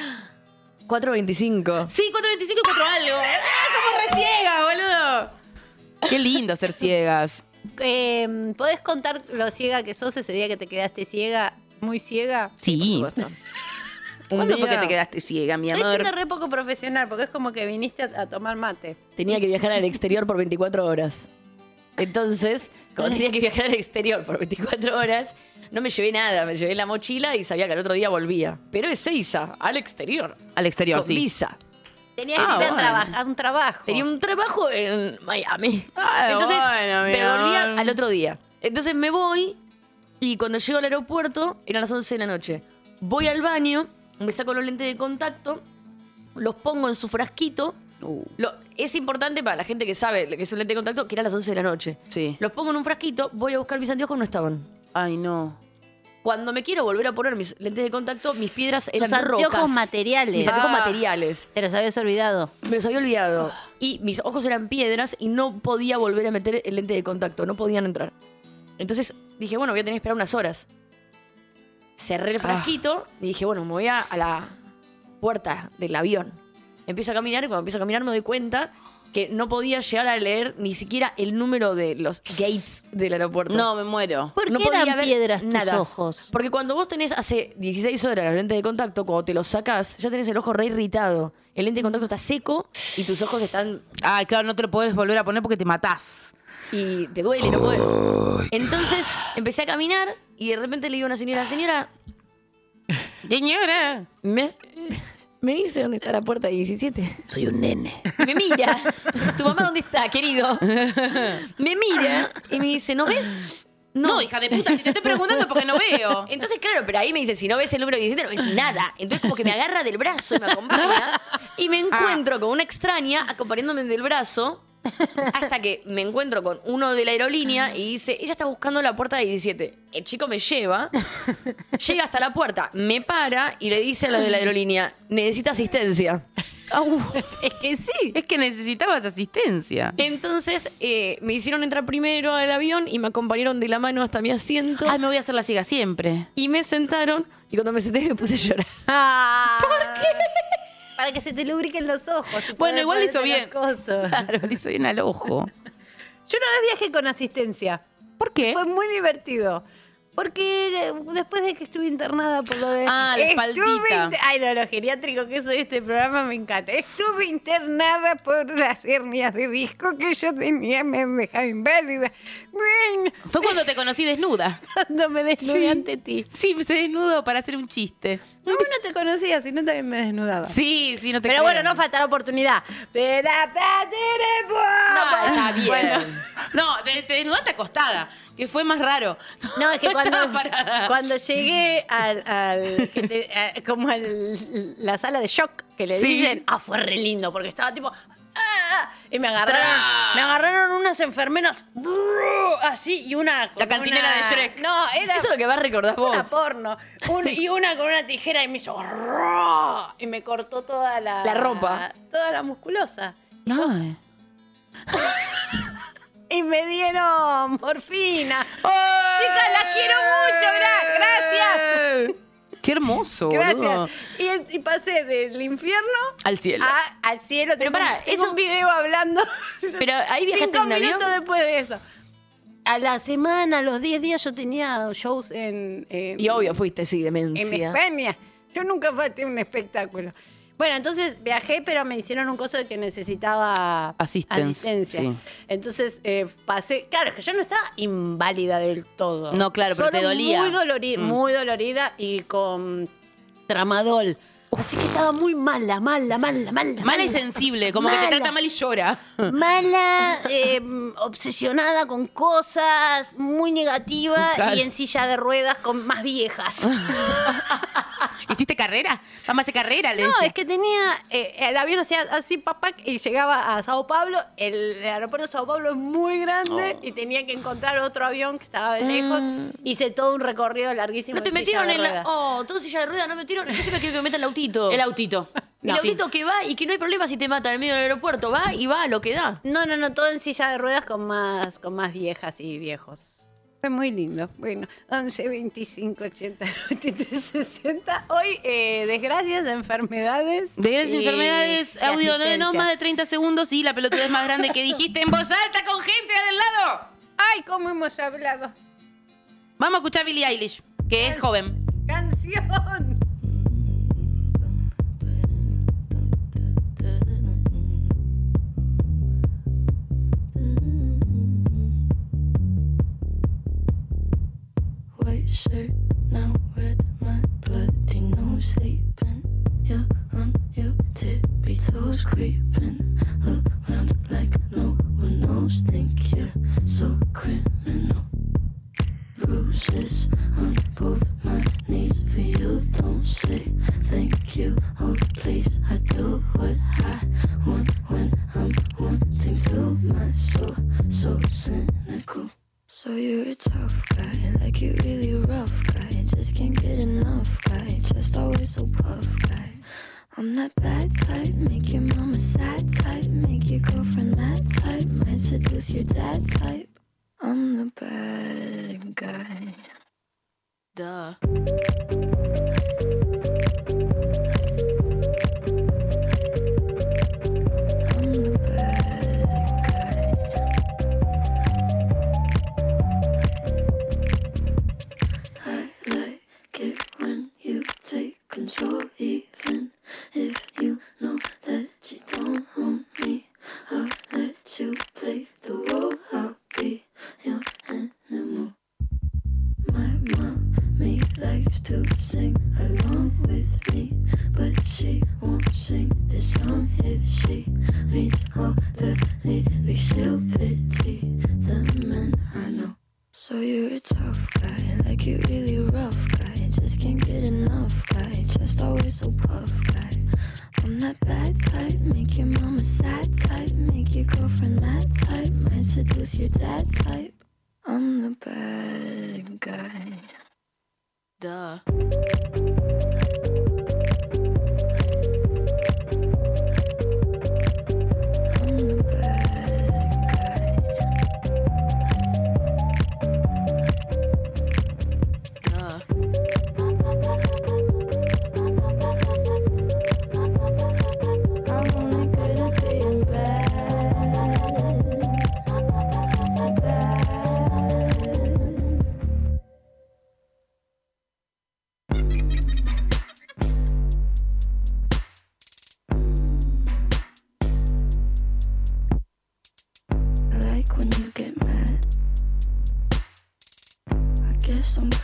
4.25.
Sí, 4.25 y 4
(laughs)
algo. ¡Ah, somos re ciegas, boludo! Qué lindo ser ciegas.
Eh, ¿Podés contar lo ciega que sos ese día que te quedaste ciega? Muy ciega.
Sí.
Un
¿Cuándo fue que
día
te quedaste ciega, mi
Estoy siendo
amor?
re poco profesional porque es como que viniste a, a tomar mate.
Tenía que viajar al exterior por 24 horas. Entonces,
Mm.
como tenía que viajar al exterior por 24 horas, no me llevé nada. Me llevé la mochila y sabía que al otro día volvía. Pero es Seiza, al exterior.
Al exterior,
Con
sí.
visa.
Tenías
Ah,
que ir a,
bueno.
traba- a un trabajo.
Tenía un trabajo en Miami.
Ah,
Entonces
bueno, mi
me volvía
amor.
al otro día. Entonces me voy y cuando llego al aeropuerto eran las 11 de la noche. Voy al baño, me saco los lentes de contacto, los pongo en su frasquito.
Uh,
Lo- es importante para la gente que sabe que es un lente de contacto que eran las 11 de la noche.
sí.
Los pongo en un frasquito, voy a buscar mis anteojos, no estaban.
Ay, no.
Cuando me quiero volver a poner mis lentes de contacto, mis piedras eran
Tus anteojos
rocas.
materiales.
Mis anteojos
Ah.
materiales.
Te los habías olvidado.
Me los había olvidado. Y mis ojos eran piedras y no podía volver a meter el lente de contacto. No podían entrar. Entonces dije, bueno, voy a tener que esperar unas horas. Cerré
Ah.
el frasquito y dije, bueno, me voy a, a la puerta del avión. Empiezo a caminar y cuando empiezo a caminar me doy cuenta que no podía llegar a leer ni siquiera el número de los gates del aeropuerto.
No, me muero.
¿Por
No
qué
podía
eran
ver
piedras
nada.
tus ojos?
Porque cuando vos tenés hace 16 horas los lentes de contacto, cuando te los sacás, ya tenés el ojo re irritado. El lente de contacto está seco y tus ojos están
Ah, claro, no te lo podés volver a poner porque te matás.
y te duele, no podés. Entonces empecé a caminar y de repente le digo a una señora, señora,
Señora.
¿me, me dice dónde está la puerta 17? Soy un nene. Me mira. ¿Tu mamá dónde está, querido? Me mira y me dice, ¿no ves?
No. hija de puta, si te estoy preguntando porque no veo.
Entonces, claro, pero ahí me dice, si no ves el número 17, no ves nada. Entonces, como que me agarra del brazo y me acompaña. Y
Ah.
me encuentro con una extraña acompañándome del brazo hasta que me encuentro con uno de la aerolínea y dice, ella está buscando la puerta de 17. El chico me lleva, llega hasta la puerta, me para y le dice a los de la aerolínea, necesita asistencia.
Au.
Es que sí.
Es que necesitabas asistencia.
Entonces, eh, me hicieron entrar primero al avión y me acompañaron de la mano hasta mi asiento.
Ay, me voy a hacer la ciega siempre.
Y me sentaron y cuando me senté (laughs) me puse a llorar.
Ah.
¿Por qué? Para que se te lubriquen los ojos. y
Bueno,
poder
igual hizo
ponerte
bien.
las cosas.
Claro, le hizo bien al ojo.
Yo una vez viajé con asistencia.
¿Por qué?
Fue muy divertido. Porque eh, después de que estuve internada por lo de...
Ah, la
Estuve
espaldita.
inter- Ay, no, lo geriátrico que soy este programa me encanta. Estuve internada por las hernias de disco que yo tenía, me dejaba inválida. Bueno,
Fue cuando te conocí desnuda.
cuando me desnudé ante ti.
Sí, se desnudó para hacer un chiste.
No, vos no te conocías, sino también me desnudaba.
Sí, sí, no te creo.
Pero bueno, no falta la oportunidad. Pero
No, está bien.
No, te, te desnudaste acostada, que fue más raro.
No,
(laughs)
es que cuando,
estaba parada.
cuando llegué al, al- que te- a- como a la sala de shock que le
Sí.
dicen, ah, fue re lindo, porque estaba tipo. "Ah", Y me agarraron,
Tra.
me agarraron unas enfermeras brrr, así y una. con
La cantinera
una-
de Shrek.
No, era
Eso es lo que vas a recordar
una
vos.
porno. Un- y una con una tijera y me hizo. "Rrr", Y me cortó toda la.
La ropa.
Toda la musculosa.
(laughs)
No.
Y me dieron morfina. Chicas, las quiero mucho, gra- gracias.
(laughs) Qué hermoso, boludo.
Gracias. Y, y pasé del infierno
Al cielo.
a- al cielo.
Pero
Tengo un-
pará,
tengo
eso-
un video hablando. (laughs)
Pero ahí viajaste
Cinco
en avión.
minutos después de eso. A la semana, a los 10 días, yo tenía shows en, en-
Y obvio fuiste, sí,
en
demencia.
España. Yo nunca falté a un espectáculo. Bueno, entonces viajé, pero me hicieron un coso de que necesitaba
Asistencia,
asistencia.
sí.
Entonces eh, pasé. Claro, es que yo no estaba inválida del todo.
No, claro, pero
Solo
te dolía.
Muy dolorida,
Mm.
muy dolorida y con tramadol. Así que estaba muy mala, mala, mala, mala.
Mala y sensible, como que te
Mala. em,
trata mal y llora.
Mala, eh, obsesionada con cosas, muy negativa
Claro.
y en silla de ruedas con más viejas.
¿Hiciste carrera? Vamos a hacer carrera, le
No,
decía.
es que tenía. eh, el avión hacía así, papá, y llegaba a Sao Paulo. El aeropuerto de Sao Paulo es muy grande y tenía que encontrar otro avión que estaba de lejos. Hice todo un recorrido larguísimo.
No te
en silla
metieron
de
en la.
ruedas.
Oh, todo silla de rueda, no metieron. Yo siempre quiero que me metan el autito.
El autito.
El autito que va y que no hay problema si te mata en el medio del aeropuerto. Va y va a lo que da.
No, no, no, todo en silla de ruedas con más, con más viejas y viejos. Fue muy lindo. Bueno, 11, 25, 80, 93, 60. Hoy, eh, desgracias, enfermedades.
De las
y-
enfermedades,
y
audio no, no
asistencia.
más de 30 segundos y la pelotudez más grande que dijiste en voz alta con gente del lado.
Ay, cómo hemos hablado.
Vamos a escuchar a Billie Eilish, que es joven.
Canción.
White shirt now red, my bloody nose sleeping. You're on your tippy toes creeping around like no one knows. Think you're so criminal. Bruises on both my knees for you. Don't say thank you. Oh please, I do what I want when I'm wanting to. My soul so cynical. So you're a tough guy, like you really rough guy. Just can't get enough guy, just always so puff guy. I'm that bad type, make your mama sad type, make your girlfriend mad type, might seduce your dad type. I'm the bad guy. Duh. I'm the bad guy. I like it when you take control, even if you know that you don't own me. I'll let you play the role, I'll be your animal. My mommy likes to sing along with me, but she won't sing this song if she reads all the lyrics. She'll pity the men I know. So you're a tough guy, like you really rough guy. Just can't get enough guy, just always so puff guy. I'm that bad type, make your mama sad type, make your girlfriend mad type, might seduce your dad type. I'm the bad guy. Duh. I'm the bad guy. When you get mad, I guess I'm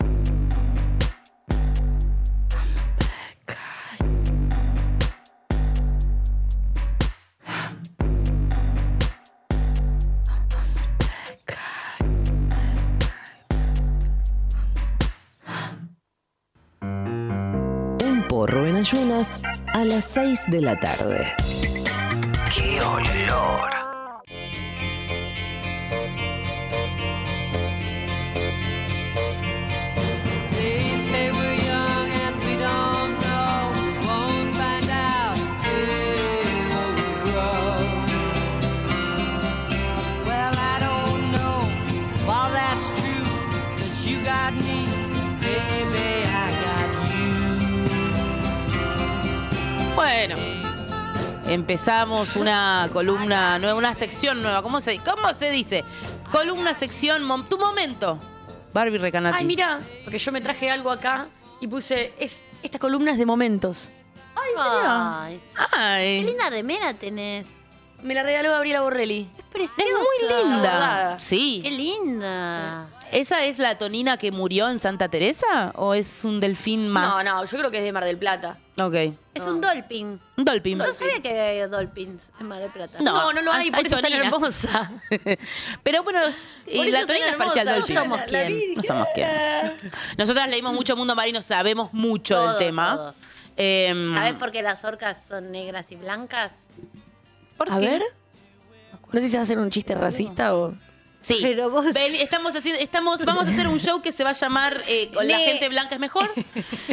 I'm a bad guy. I'm a bad guy.
Un porro en ayunas a las 6 de la tarde. ¡Qué olor!
Well, I don't know why that's true. Cause you got me, baby, I got you.
Bueno, empezamos una columna nueva, una sección nueva. ¿Cómo se, cómo se dice? Columna, sección, mom- tu momento. Barbie Recanati.
Ay, mira, porque yo me traje algo acá y puse. Es, esta columna es de momentos.
Ay, ay,
Ah,
qué
Ay,
linda remera tenés.
Me la regaló Gabriela Borrelli.
Es preciosa.
es muy linda.
Abordada.
Qué
Sí.
linda.
¿Esa es la tonina que murió en Santa Teresa o es un delfín más? Ah.
No, no, yo creo que es de Mar del Plata.
no. Ok.
Es un dolphin.
Un dolphin.
No sabía que había dolphins en Mar del Plata.
No,
No, no, lo hay,
hay
por eso es tan
toninas.
hermosa.
Pero bueno, eh,
Por eso
la
tan
tonina es
hermosa,
parcial
no
dolphin.
somos
no
quién.
somos quién. Nosotras leímos mucho Mundo Marino, sabemos mucho del
Todo,
tema.
todo.
Em,
¿Sabes por qué las orcas son negras y blancas?
¿por
A
qué?
ver. No sé si hacer un chiste racista (laughs) o.
Sí.
Pero vos-
Ven, estamos haciendo, estamos, vamos a hacer un show que se va a llamar eh, con La
Le-
gente blanca es mejor.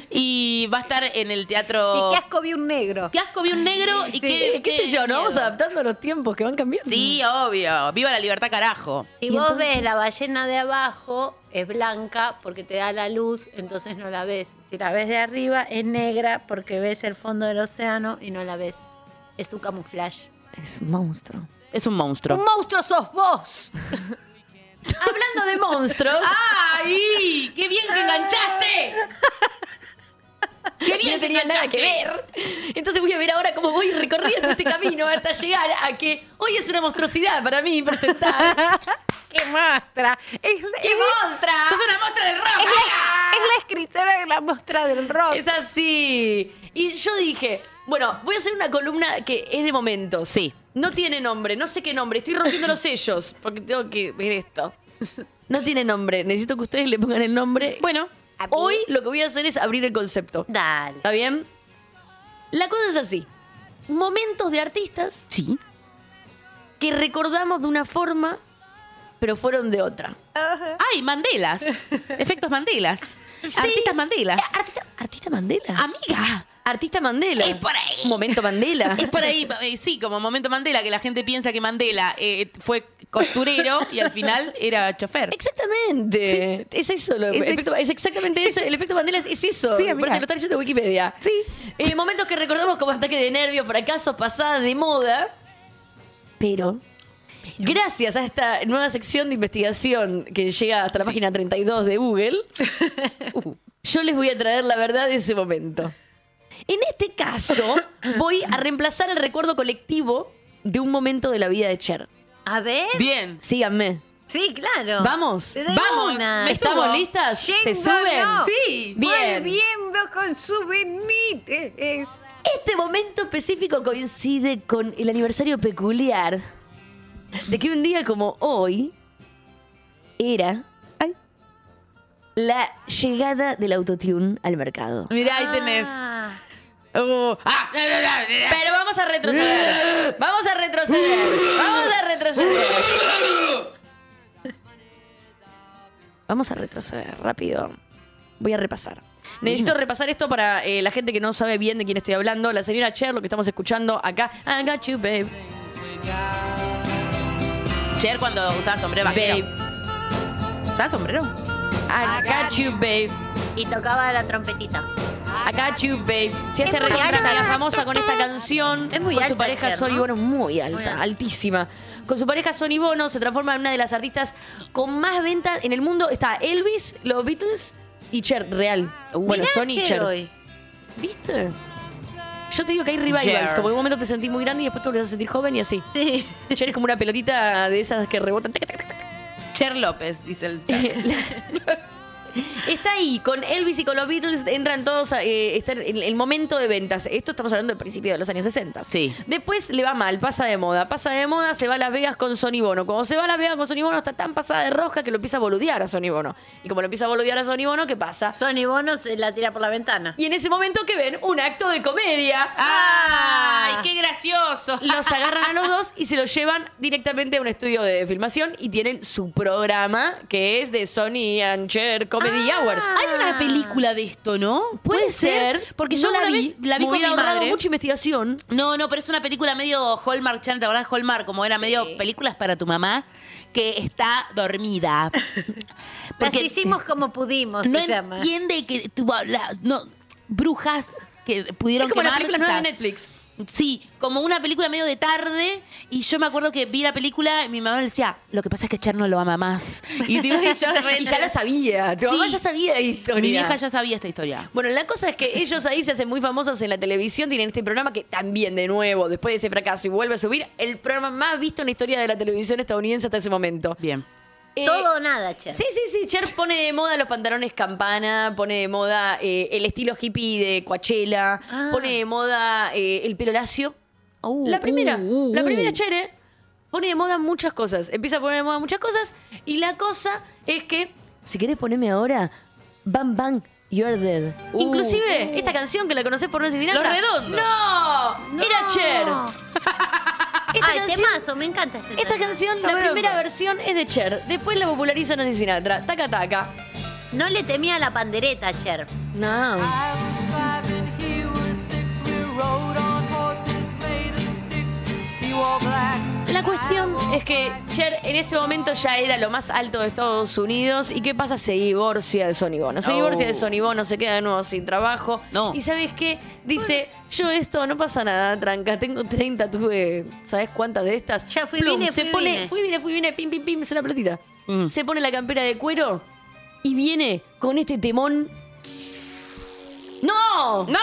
Y va a estar en el teatro.
Y qué asco vi un negro.
Qué asco, vi un negro y
Sí,
qué.
Eh, ¿Qué sé yo? Nos vamos
miedo.
adaptando a los tiempos que van cambiando.
Sí, obvio. Viva la libertad, carajo.
Si
¿Y
vos
entonces?
ves la ballena de abajo, es blanca porque te da la luz, entonces no la ves. Si la ves de arriba, es negra porque ves el fondo del océano y no la ves. Es un camuflaje.
Es un monstruo.
Es un monstruo.
¡Un monstruo sos vos!
(laughs) Hablando de monstruos.
¡Ay! ¡Qué bien que enganchaste! ¡Qué bien
no
que
tenía nada
enganchaste!
que ver. Entonces voy a ver ahora cómo voy recorriendo este camino hasta llegar a que hoy es una monstruosidad para mí presentar. (laughs)
¡Qué muestra! Es, la-
¡Qué monstruo!
¡Sos una monstrua del rock!
es la escritora de la muestra del rock.
Es así. Y yo dije, bueno, voy a hacer una columna que es de momentos.
Sí.
No tiene nombre, no sé qué nombre. Estoy rompiendo los sellos porque tengo que ver esto. No tiene nombre. Necesito que ustedes le pongan el nombre.
Bueno,
Hoy lo que voy a hacer es abrir el concepto.
Dale.
¿Está bien? La cosa es así. Momentos de artistas
sí.
que recordamos de una forma, pero fueron de otra.
¡Ay, Mandelas! Efectos Mandelas. Artistas Mandelas.
Eh, Artista, artista Mandela.
Amiga.
artista Mandela.
Es por ahí.
Momento Mandela.
Es por ahí, eh, sí, como momento Mandela, que la gente piensa que Mandela eh, fue costurero y al final era chofer.
Exactamente. Es eso. Lo,
Es ex-
efecto- es exactamente eso. El efecto Mandela es, es eso.
Sí,
Me
amiga.
parece que lo está diciendo Wikipedia.
Sí.
Eh, momentos que recordamos como ataque de nervios, fracasos, pasadas de moda. Pero, gracias a esta nueva sección de investigación que llega hasta la página 32 de Google, yo les voy a traer la verdad de ese momento. En
(laughs)
este caso, voy a reemplazar el recuerdo colectivo de un momento de la vida de Cher.
A ver.
Bien.
Síganme.
Sí, claro.
Vamos.
De
Vamos.
una.
Me
¿Estamos
subo.
listas? ¿Se
Yendo
suben?
yo.
Sí.
Bien.
Volviendo con souvenirs.
Este momento específico coincide con el aniversario peculiar de que un día como hoy era la llegada del autotune al mercado.
Mirá, ahí tenés.
Ah.
Uh, ah, bla, bla, bla, bla.
Pero vamos a retroceder. Vamos a retroceder. Vamos a retroceder. Vamos a retroceder rápido. Voy a repasar. Necesito repasar esto para eh, la gente que no sabe bien de quién estoy hablando. La señora Cher, lo que estamos escuchando acá. I got you, babe.
Cher cuando usaba sombrero vaquero.
Babe.
¿Usaba sombrero?
I got you, babe.
Y tocaba la trompetita.
I got you, babe. Se hace
Es muy
recontra
alta.
mega famosa con esta canción.
Es muy
con su
alta,
pareja
Cher,
Sonny
¿no?
Bono, muy alta,
Muy alta.
altísima. Con su pareja Sonny Bono se transforma en una de las artistas con más ventas en el mundo. Está Elvis, los Beatles y Cher, real. bueno,
Mirá,
Sonny y
Cher
Cher.
hoy.
¿Viste? Yo te digo que hay revivals,
Cher.
como en un momento te sentís muy grande y después te volvés a sentir joven y así.
Sí.
Cher es como una pelotita de esas que rebotan. Tac, tac, tac, tac.
Cher López, dice el Cher.
Está ahí, con Elvis y con los Beatles entran todos, eh, está en el momento de ventas. Esto estamos hablando del principio de los años 60.
Sí.
Después le va mal, pasa de moda, pasa de moda, se va a Las Vegas con Sonny Bono. Cuando se va a Las Vegas con Sonny Bono está tan pasada de rosca que lo empieza a boludear a Sonny Bono. Y como lo empieza a boludear a Sonny Bono, ¿qué pasa?
Sonny Bono se la tira por la ventana.
Y en ese momento que ven un acto de comedia. Ah.
¡Ay, qué gracioso!
Los agarran a los dos y se los llevan directamente a un estudio de filmación y tienen su programa que es de Sonny and Cher Comedy
Ah.
Hour.
Ah. Hay una película de esto, ¿no?
Puede ser.
Porque
no
yo una vez la vi con
me hubiera
mi
ahorrado
madre.
mucha investigación.
No, no, pero es una película medio Hallmark Channel, ¿te acordás de Hallmark? Como era medio películas para tu mamá que está
(laughs)
dormida.
Las
Porque
hicimos como pudimos,
no
se llama.
entiende que tu- la- no, brujas que
Es
pudieron
como la
quemar
película nueva de
quizás.
Netflix.
Sí, como una película medio de tarde. Y yo me acuerdo que vi la película y mi mamá me decía, lo que pasa es que Cher no lo ama más. Y, digo, y
(laughs)
yo re-
Y ya lo sabía. Tu
Sí.
mamá ya sabía la historia.
Mi vieja ya sabía esta historia.
Bueno, la cosa es que ellos ahí se hacen muy famosos en la televisión, tienen este programa que también, de nuevo, después de ese fracaso y vuelve a subir, el programa más visto en la historia de la televisión estadounidense hasta ese momento.
Bien.
Eh,
Todo o nada, Cher.
Sí, sí, sí. Cher pone de moda los pantalones campana, pone de moda eh, el estilo hippie de Coachella,
Ah.
pone de moda eh, el pelo lacio. la primera,
uh, uh,
la
uh.
primera Cher eh, pone de moda muchas cosas. Empieza a poner de moda muchas cosas y la cosa es que, si querés ponerme ahora, Bam Bam, You're Dead.
Uh,
Inclusive, esta canción que la conocés por No sé si nada.
Los Redondos.
¡No! Era Cher. Esta Esta
Ay,
canción-
temazo, me encanta este
Esta
tema.
canción, la primera versión es de Cher. Después la popularizan en Sinatra. Taca, taca.
No le temía a la pandereta, Cher.
No. La cuestión es que Cher en este momento ya era lo más alto de Estados Unidos. ¿Y qué pasa? Se divorcia de Sonny Bono. Se
Oh.
divorcia de Sonny Bono, se queda de nuevo sin trabajo.
No.
Y ¿sabes qué? Dice, yo esto, no pasa nada, tranca. Tengo 30, tuve, ¿sabes cuántas de estas?
Ya fui,
Plum,
vine,
se
fui,
pone,
vine.
fui, vine, fui, vine, pim, pim, pim, se la platita.
Mm.
Se pone la campera de cuero y viene con este temón. ¡No!
¡No!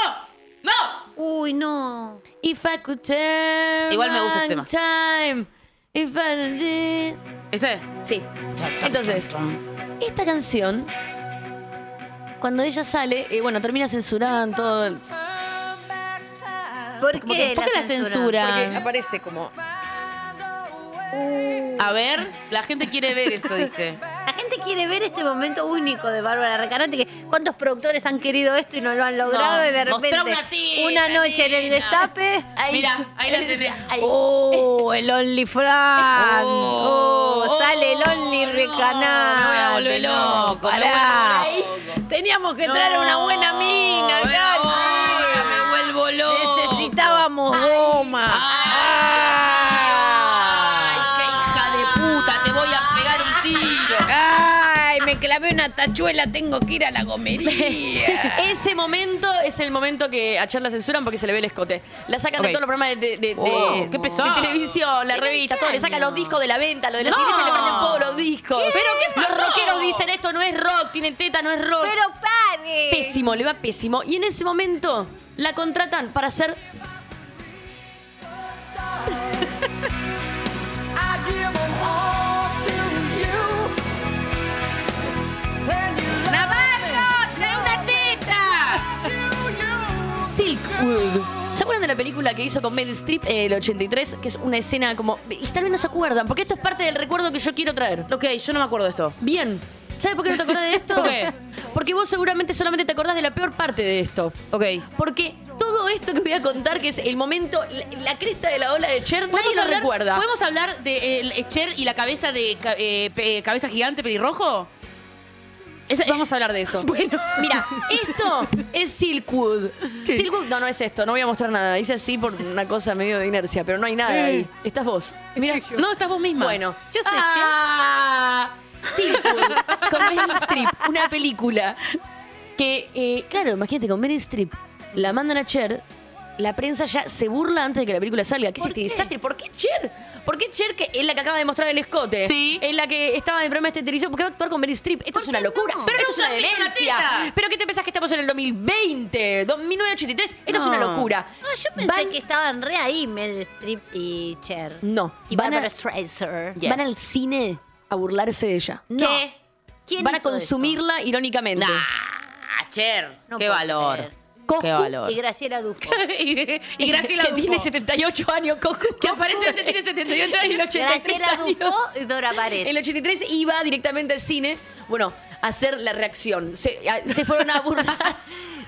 ¡No!
Uy, no.
If I could turn
Igual me gusta este
back Time, if I could-
¿Ese?
Sí. Entonces, esta canción, cuando ella sale, eh, bueno, termina censurando todo. el-
¿Por
¿Por qué,
qué,
la censuran?
aparece como.
A ver, la gente quiere ver eso, dice.
La gente quiere ver este momento único de Bárbara Recanati, que cuántos productores han querido esto y no lo han logrado
No,
y de
mostrá
repente
una tita,
una noche en el
nena.
destape.
Mirá, ahí la
(laughs)
tenés.
Ahí.
¡Oh, el Only Frank!
Oh,
¡Oh, sale el
oh,
Only
no,
Recanati!
me voy a volver loco, me
Pará.
vuelvo
Teníamos que traer una buena mina.
No,
ya,
ahora me vuelvo loco.
Necesitábamos goma.
¡Ay, qué hija de puta! ¡Te voy a pegar un tiro!
Ay, me clavé una tachuela, tengo que ir a la gomería.
(laughs)
Ese momento es el momento que a Cher la censuran porque se le ve el escote. La sacan
Ok.
de todos los programas de, de- de-
Oh,
de-
qué pesado.
de televisión, la revista, todo. Le sacan los discos de la venta, lo de las
No.
iglesias le prenden fuego los discos.
¿Pero qué pasó?
Los rockeros dicen esto no es rock, tiene teta, no es rock.
Pero pare.
pésimo, le va pésimo. Y en ese momento la contratan para hacer. Silkwood. ¿Se acuerdan de la película que hizo con Meryl Streep eh, el 83? Que es una escena como. Y tal vez no se acuerdan, porque esto es parte del recuerdo que yo quiero traer.
Ok, yo no me acuerdo de esto.
Bien. ¿Sabes por qué no te acordás
(laughs)
de esto?
¿Por qué?
Porque vos seguramente solamente te acordás de la peor parte de esto.
Ok.
Porque todo esto que voy a contar, que es el momento, la, la cresta de la ola de Cher, nadie
¿Podemos
lo
hablar-
recuerda.
¿Podemos hablar de el Cher y la cabeza de ca- eh, pe- eh, cabeza gigante pelirrojo? eh, Esa-
Vamos a hablar de eso.
Bueno.
Mira, esto es Silkwood. Silkwood, no, no es esto, no voy a mostrar nada. Hice así por una cosa medio de inercia, pero no hay nada ahí. Estás vos. Mira.
Mm. No, estás vos misma.
Bueno,
Yo sé
ah, Silkwood, con Meryl Streep, una película que, eh, claro, imagínate, con Meryl Streep la mandan a Cher, la prensa ya se burla antes de que la película salga. ¿Qué es este desastre? ¿Por qué Cher? ¿Por qué Cher, que es la que acaba de mostrar el escote?
Sí.
Es la que estaba en el programa este de televisión. ¿Por qué va a actuar con Meryl Streep? Esto es una locura.
Pero
Esto
no
es una
usaste una
demencia.
teta.
¿Pero qué te pensás que estamos en el 2020? 1983. Esto es una
No.
locura.
No, yo pensé
Van-
que estaban re ahí Mel Strip y Cher.
No.
Y
Van a-
Barbara Streisand.
Van al cine a burlarse de ella.
No.
¿Qué?
¿Quién
Van a
hizo
consumirla irónicamente.
Nah, Cher.
No
qué
puedo
valor.
creer.
Coscu
Qué
eso?
valor.
Y Graciela Duco.
(laughs) y Graciela
(laughs) que
Duco.
tiene 78 años, Coco.
Que aparentemente tiene
(laughs)
78
El
años.
83
Graciela
años.
Duco y Dora Pared.
El 83 iba directamente al cine, bueno, a hacer la reacción. Se, a- se fueron
(laughs)
a burlar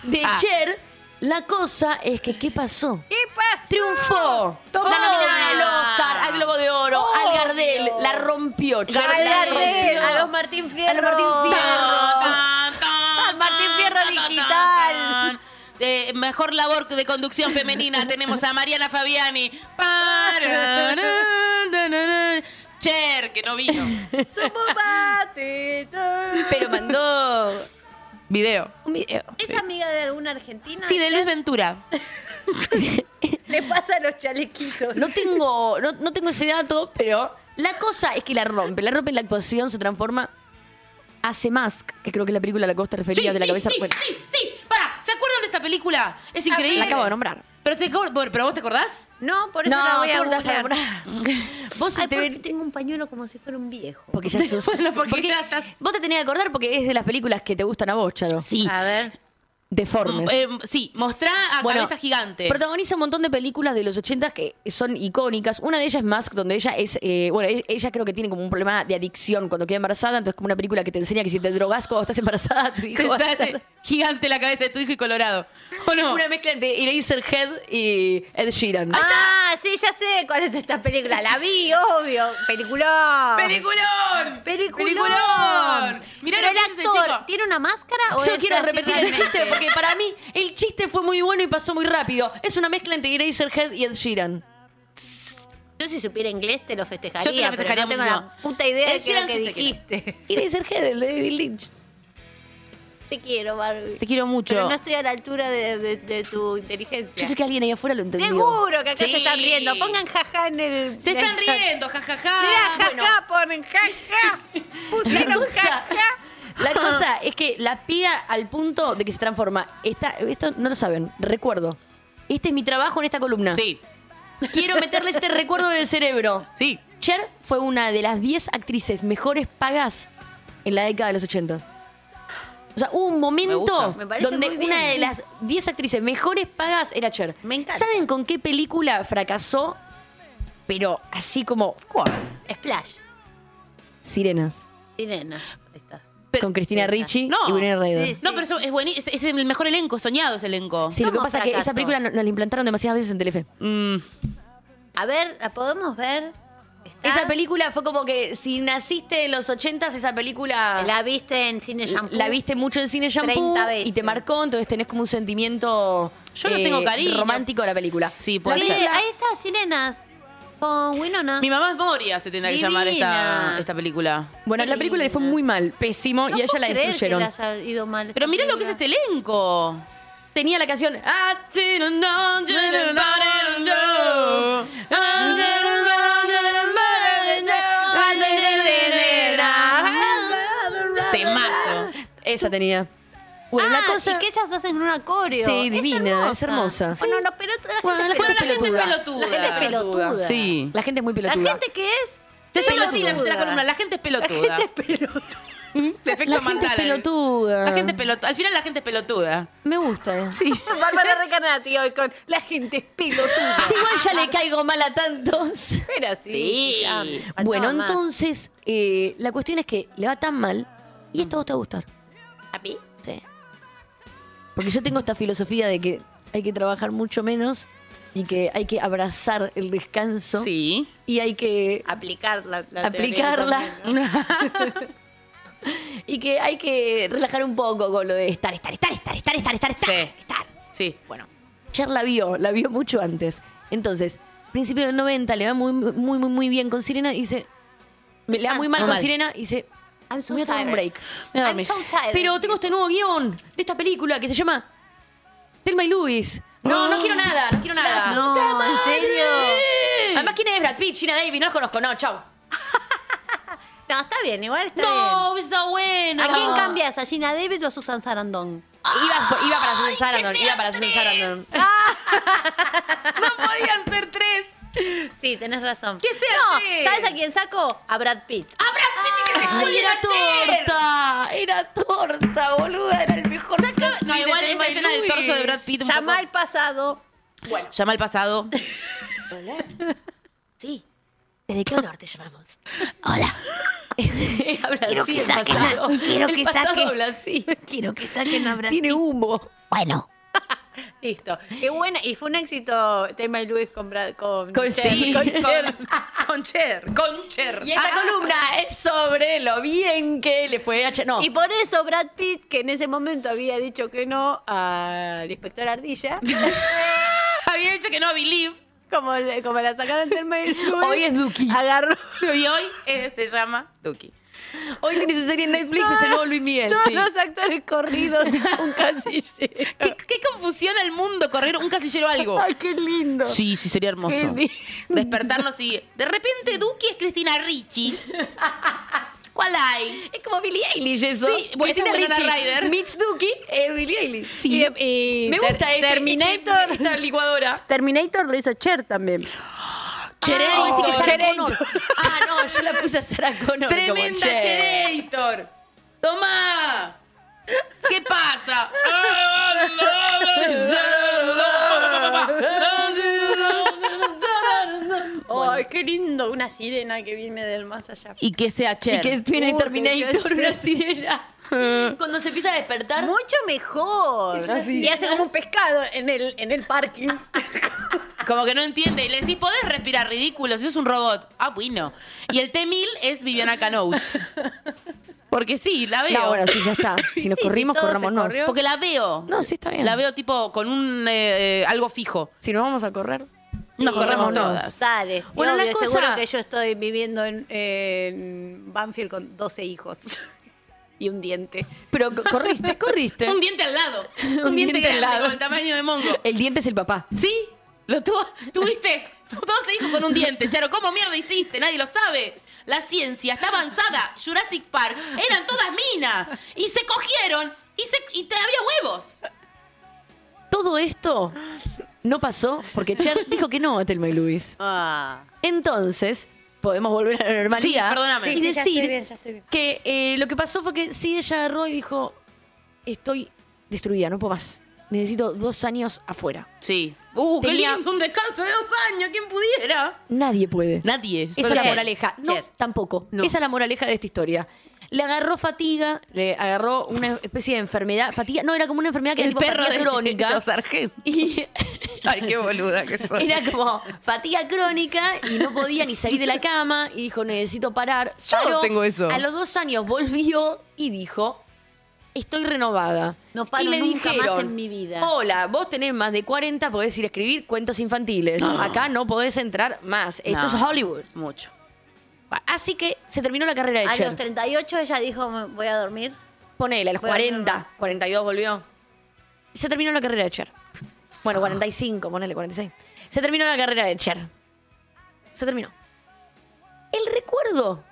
de
Ah.
Cher. La cosa es que, ¿qué pasó?
¿Qué pasa?
Triunfó. La nominaron al Oscar, al Globo de Oro, al Gardel. La rompió. Cher,
Al
la
Gardel,
rompió.
a los Martín Fierro.
A los Martín Fierro.
Tan, tan,
Al Martín
tan,
Fierro
tan, tan,
Digital.
tan, tan. Eh, mejor labor de conducción femenina tenemos a Mariana Fabiani. Parararararara. Cher, que no vino.
Pero mandó
Video.
un video.
¿Es amiga de alguna argentina?
Sí, de Luis Ventura.
Le pasa los chalequitos.
No tengo, no, no tengo ese dato, pero la cosa es que la rompe. La rompe en la actuación, se transforma. Hace Mask, que creo que es la película a la que vos te referías,
Sí,
de la
sí,
cabeza.
Sí,
bueno,
sí, sí. Pará, ¿se acuerdan de esta película? Es increíble.
la acabo de nombrar.
Pero, te- bueno, ¿Pero vos te acordás?
No, por eso la voy a
tú la vas
googlear.
nombrar. Vos
Ay,
te
porque
ven-
tengo un pañuelo como si fuera un viejo.
Porque ya
(laughs)
sos.
Bueno, porque ya estás-
Vos te tenés que acordar porque es de las películas que te gustan a vos, Charo.
Sí.
A ver.
deformes.
Eh, sí, mostrá (laughs) a
Bueno,
cabeza gigante.
Protagoniza un montón de películas de los 80 que son icónicas. Una de ellas es Mask, donde ella es. eh, bueno, e- ella creo que tiene como un problema de adicción cuando queda embarazada. Entonces, como una película que te enseña que si te drogas cuando estás embarazada, tu hijo
Te
va a
sale
ser-
gigante la cabeza de tu hijo y colorado. ¿O no?
Una mezcla entre Eraserhead y Ed Sheeran.
Ah, sí, ya sé cuál es esta película. La vi, obvio. Peliculón.
¡Peliculón!
Peliculón.
¡Peliculón! Mirá lo
Pero
que
el
dice ese
actor,
chico.
¿Tiene una máscara o
Yo
él
quiero
está
repetir el
firmemente?
chiste porque para mí el chiste fue muy bueno y pasó muy rápido. Es una mezcla entre Eraserhead y Ed Sheeran.
Yo si supiera inglés te lo festejaría,
Yo te lo festejaría
pero no tengo la
muchísimo.
puta idea
Ed
de qué es
Sheeran
lo que
sí sé quién es.
dijiste.
Eraserhead, el de David Lynch.
Te quiero, Barbie.
Te quiero mucho.
Pero no estoy a la altura de, de- de tu inteligencia.
Yo sé que alguien ahí afuera lo entendió.
Seguro que acá
Sí.
se están riendo. Pongan jaja en el.
Se
en
están
el chat.
riendo, jajaja.
Mirá, jaja, ponen jaja.
La
Pusieron
cosa,
jaja.
la cosa es que la pida al punto de que se transforma. Esta, esto no lo saben, recuerdo. Este es mi trabajo en esta columna.
Sí,
Quiero meterles este recuerdo del cerebro.
sí.
Cher fue una de las 10 actrices mejores pagas en la década de los 80. O sea, hubo un momento
gusta.
Me parece
donde
muy bien.
una de las 10 actrices mejores pagas era Cher.
Me encanta.
¿Saben con qué película fracasó? Pero así como
Splash.
Sirenas.
Sirena. Ahí está.
Pero-
con Cristina
esa.
Ricci
No.
y Winona Ryder.
Sí, sí.
No, pero eso es buenísimo. Es, es el mejor elenco, soñado ese elenco.
Sí, lo que
¿Cómo
pasa es que
fracaso?
esa película no- nos la implantaron demasiadas veces en Telefe.
Mm,
A ver, ¿la podemos ver? Está.
Esa película fue como que si naciste en los 80s, esa película la,
La viste en Cine Shampoo.
viste mucho en cine shampoo
30 veces.
y te marcó, entonces tenés como un sentimiento
Yo no tengo cariño.
romántico a la película.
sí,
La
puede
vi-
ser.
ahí está, Sirenas. Con Winona.
Mi mamá es Moria, se tendrá que llamar esta,
Divina.
esta película.
Bueno, la película le fue muy mal, pésimo,
No
y a ella
puedo
la
creer que
destruyeron.
les ha ido mal esta
Pero mirá lo que es este
película.
elenco.
Tenía la canción I didn't know, didn't know, didn't know. I didn't know, didn't know, didn't know. I didn't know.
Temazo.
Esa tenía. Bueno,
ah,
la cosa
y que ellas hacen un acordeo.
Sí, divina, es hermosa.
Bueno, no, pero la gente,
Bueno, la
pero-
gente es pelotuda.
pelotuda.
La gente es pelotuda.
Sí.
La gente es muy
La
pelotuda.
gente que es.
Te
pelotuda.
llamo así la, la columna. La gente es pelotuda. La gente es pelotuda.
La gente es pelotuda.
La gente es pelotuda. Al final la gente es pelotuda.
Me gusta.
Sí.
(laughs) Bárbara Recanati hoy con la gente es pelotuda.
Sí, igual ya le caigo mal a tantos.
Pero sí.
Sí.
ya, faltaba
Bueno,
más.
entonces, eh, la cuestión es que le va tan mal y esto a vos te va a gustar.
¿A mí?
Sí. Porque yo tengo esta filosofía de que hay que trabajar mucho menos y que hay que abrazar el descanso
Sí.
y hay que
Aplicar la, la
Aplicarla.
teoría también,
y que hay que relajar un poco con lo de Eh, estar, estar, estar, estar, estar, estar, estar, estar.
Sí.
estar.
Sí.
Bueno, Cher la vio, la vio mucho antes. Entonces, principio del 90 le va muy, muy, muy, muy bien con Sirena y dice. Me le va muy mal
Ah,
con
mal.
Sirena y dice.
I'm so
voy a tomar
tired.
un break.
Me voy
¿no?
a dormir.
I'm so tired.
Pero tengo este nuevo guión de esta película que se llama Telma y Luis. No, no quiero nada, Ah. no quiero nada.
No, en serio.
Además, ¿quién es Brad Pitt, Gina Davis? No los conozco, no, chao.
No, está bien, igual está bien.
No, está bueno.
¿A quién cambias? ¿A Gina Davis o a Susan Sarandon?
Iba, iba para Susan Sarandon, iba para Susan Sarandon.
No podían ser
(laughs)
tres.
Sí, tenés razón.
Que sea
No,
tres.
¿sabes a quién saco? A Brad Pitt.
¡Habrá Pitt que se
Ay,
culien
era
a Cher.
torta, era torta, boluda, era el mejor.
Saca- No, igual esa escena del torso de Brad Pitt un
Llama
poco-
al (laughs) pasado.
Llama al
(laughs)
pasado.
Sí. ¿Desde qué honor te llamamos?
(laughs)
Pitt. habla
Quiero
así
que
el
saque la-
pasado.
quiero
El
que
pasado
saque-
habla así.
(laughs) Quiero que saquen a Brad
Tiene humo.
Bueno.
Listo. Qué buena. Y fue un éxito tema y Luis con Brad, con,
Con
Cher,
sí.
con Cher.
Con Cher. Con Cher.
Y
(laughs)
esta
(laughs)
columna es sobre lo bien que le fue a Ch- No,
Y por eso Brad Pitt, que en ese momento había dicho que no al inspector (laughs) Ardilla,
Había dicho que no, Believe.
como, le- como la sacaron Telma y Luis,
(laughs) hoy es Duki.
agarró.
Y hoy eh, se llama Duki.
Hoy tiene su serie en Netflix, es el nuevo Luis Miguel.
Todos
sí.
los actores corridos un casillero.
¿Qué, qué confusión al mundo correr un casillero algo.
Ay, qué lindo.
Sí, sí, sería hermoso.
Qué
Despertarnos y. De repente Duki es Cristina Ricci. ¿Cuál hay?
Es como Billie Eilish eso.
Sí, bueno, esa es
Cristina
Winona
Ricci,
Ryder.
Mitch Duki, eh, Billie Eilish.
Y de- y
Me
ter-
gusta este-
Terminator.
este- esta licuadora.
Terminator lo hizo Cher también.
Ah, vos decís que Sarah
Cherator.
Connor. Ah, no, yo la puse a Sarah Connor. como
Tremenda
Cher.
Cherator. Tomá. ¿Qué pasa? Ah,
Ay, qué lindo, una sirena que viene del más allá.
Y que sea
Y
Cher.
que viene
Uh,
Terminator,
qué
una sirena. Cuando se empieza a despertar,
Mucho mejor. Y hace como un pescado en el, en el parking.
(laughs) Como que no entiende. Y le decís, podés respirar ridículo, si es un robot. Ah, bueno. Y el T-1000 es Viviana Canouts. Porque sí, la veo.
no, bueno, sí,
(laughs)
ya está. Si nos
Sí,
corrimos,
sí, todo se
corrámonos.
corrió.
Porque la veo.
No, sí, está bien.
La veo tipo con un eh, eh, algo fijo.
Si nos vamos a correr.
Nos
Sí,
corremos
vámonos.
todas.
Dale.
Bueno,
Bueno,
la cosa-
seguro que yo estoy viviendo en, en Banfield con 12 hijos (laughs) y un diente.
Pero co-
(laughs)
corriste, corriste.
Un diente al
(laughs)
lado. Un,
Un
diente,
diente al
grande
lado.
con el tamaño de mongo.
El diente es el papá.
¿Sí? ¿Lo tuvo- tuviste? Todos se dijo con un diente. Charo, ¿cómo mierda hiciste? Nadie lo sabe. La ciencia está avanzada. Jurassic Park. Eran todas minas. Y se cogieron. Y, se, y te había huevos.
Todo esto no pasó porque Cher dijo que no a Telma y Luis.
Ah.
Entonces, podemos volver a la normalidad.
Sí, perdóname.
Y
Sí, sí, ya
decir
estoy bien, ya estoy bien.
que eh, lo que pasó fue que sí, ella agarró y dijo, estoy destruida, no puedo más. Necesito dos años afuera.
Sí. Uh,
Tenía-
qué lindo. Un descanso de dos años. ¿Quién pudiera?
Nadie puede.
Nadie.
Esa es
Solo
la
Cher.
moraleja. No,
Cher.
tampoco.
No.
Esa es la moraleja de esta historia. Le agarró fatiga, le agarró una especie de enfermedad. Fatiga, no, era como una enfermedad que
El
era tipo
perro
fatiga
de
crónica.
los sargentos.
Y
Ay, qué boluda que soy.
era como fatiga crónica y no podía ni salir de la cama y dijo, necesito parar.
Yo
Paró.
tengo eso.
A los dos años volvió y dijo, estoy renovada.
No paro
y le
nunca más
dijeron,
en mi vida.
Hola, vos tenés más de 40, podés ir a escribir cuentos infantiles. Acá no podés entrar más. Esto
No.
es Hollywood.
Mucho.
Así que se terminó la carrera de
A los
Cher.
38 ella dijo, "Me voy a dormir.
Ponele, a los
Voy a
40,
dormir.
42 volvió. Se terminó la carrera de Cher. Bueno, 45, ponele, 46. Se terminó la carrera de Cher. Se terminó. El recuerdo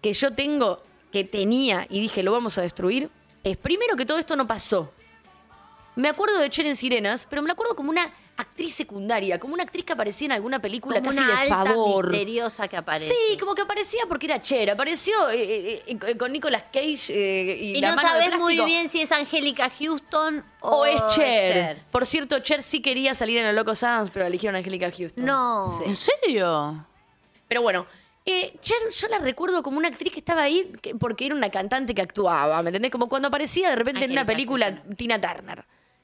que yo tengo, que tenía y dije lo vamos a destruir, es primero que todo esto no pasó. Me acuerdo de Cher en Sirenas, pero me la acuerdo como una actriz secundaria, como una actriz que aparecía en alguna película
Como
casi
una
de
alta
favor.
misteriosa que aparece.
Sí, como que aparecía porque era Cher. Apareció eh, eh, eh, con Nicolas Cage eh, y,
y
la
no
mano de
sabes muy
plástico.
bien si es Angélica Houston o,
O es Cher. Por cierto, Cher sí quería salir en el Loco Sans, pero la eligieron a Angélica Houston.
No.
Sí.
¿En serio?
Pero bueno, eh, Cher yo la recuerdo como una actriz que estaba ahí que- porque era una cantante que actuaba, ¿me entendés? Como cuando aparecía de repente en una
Angélica
película Tina Turner.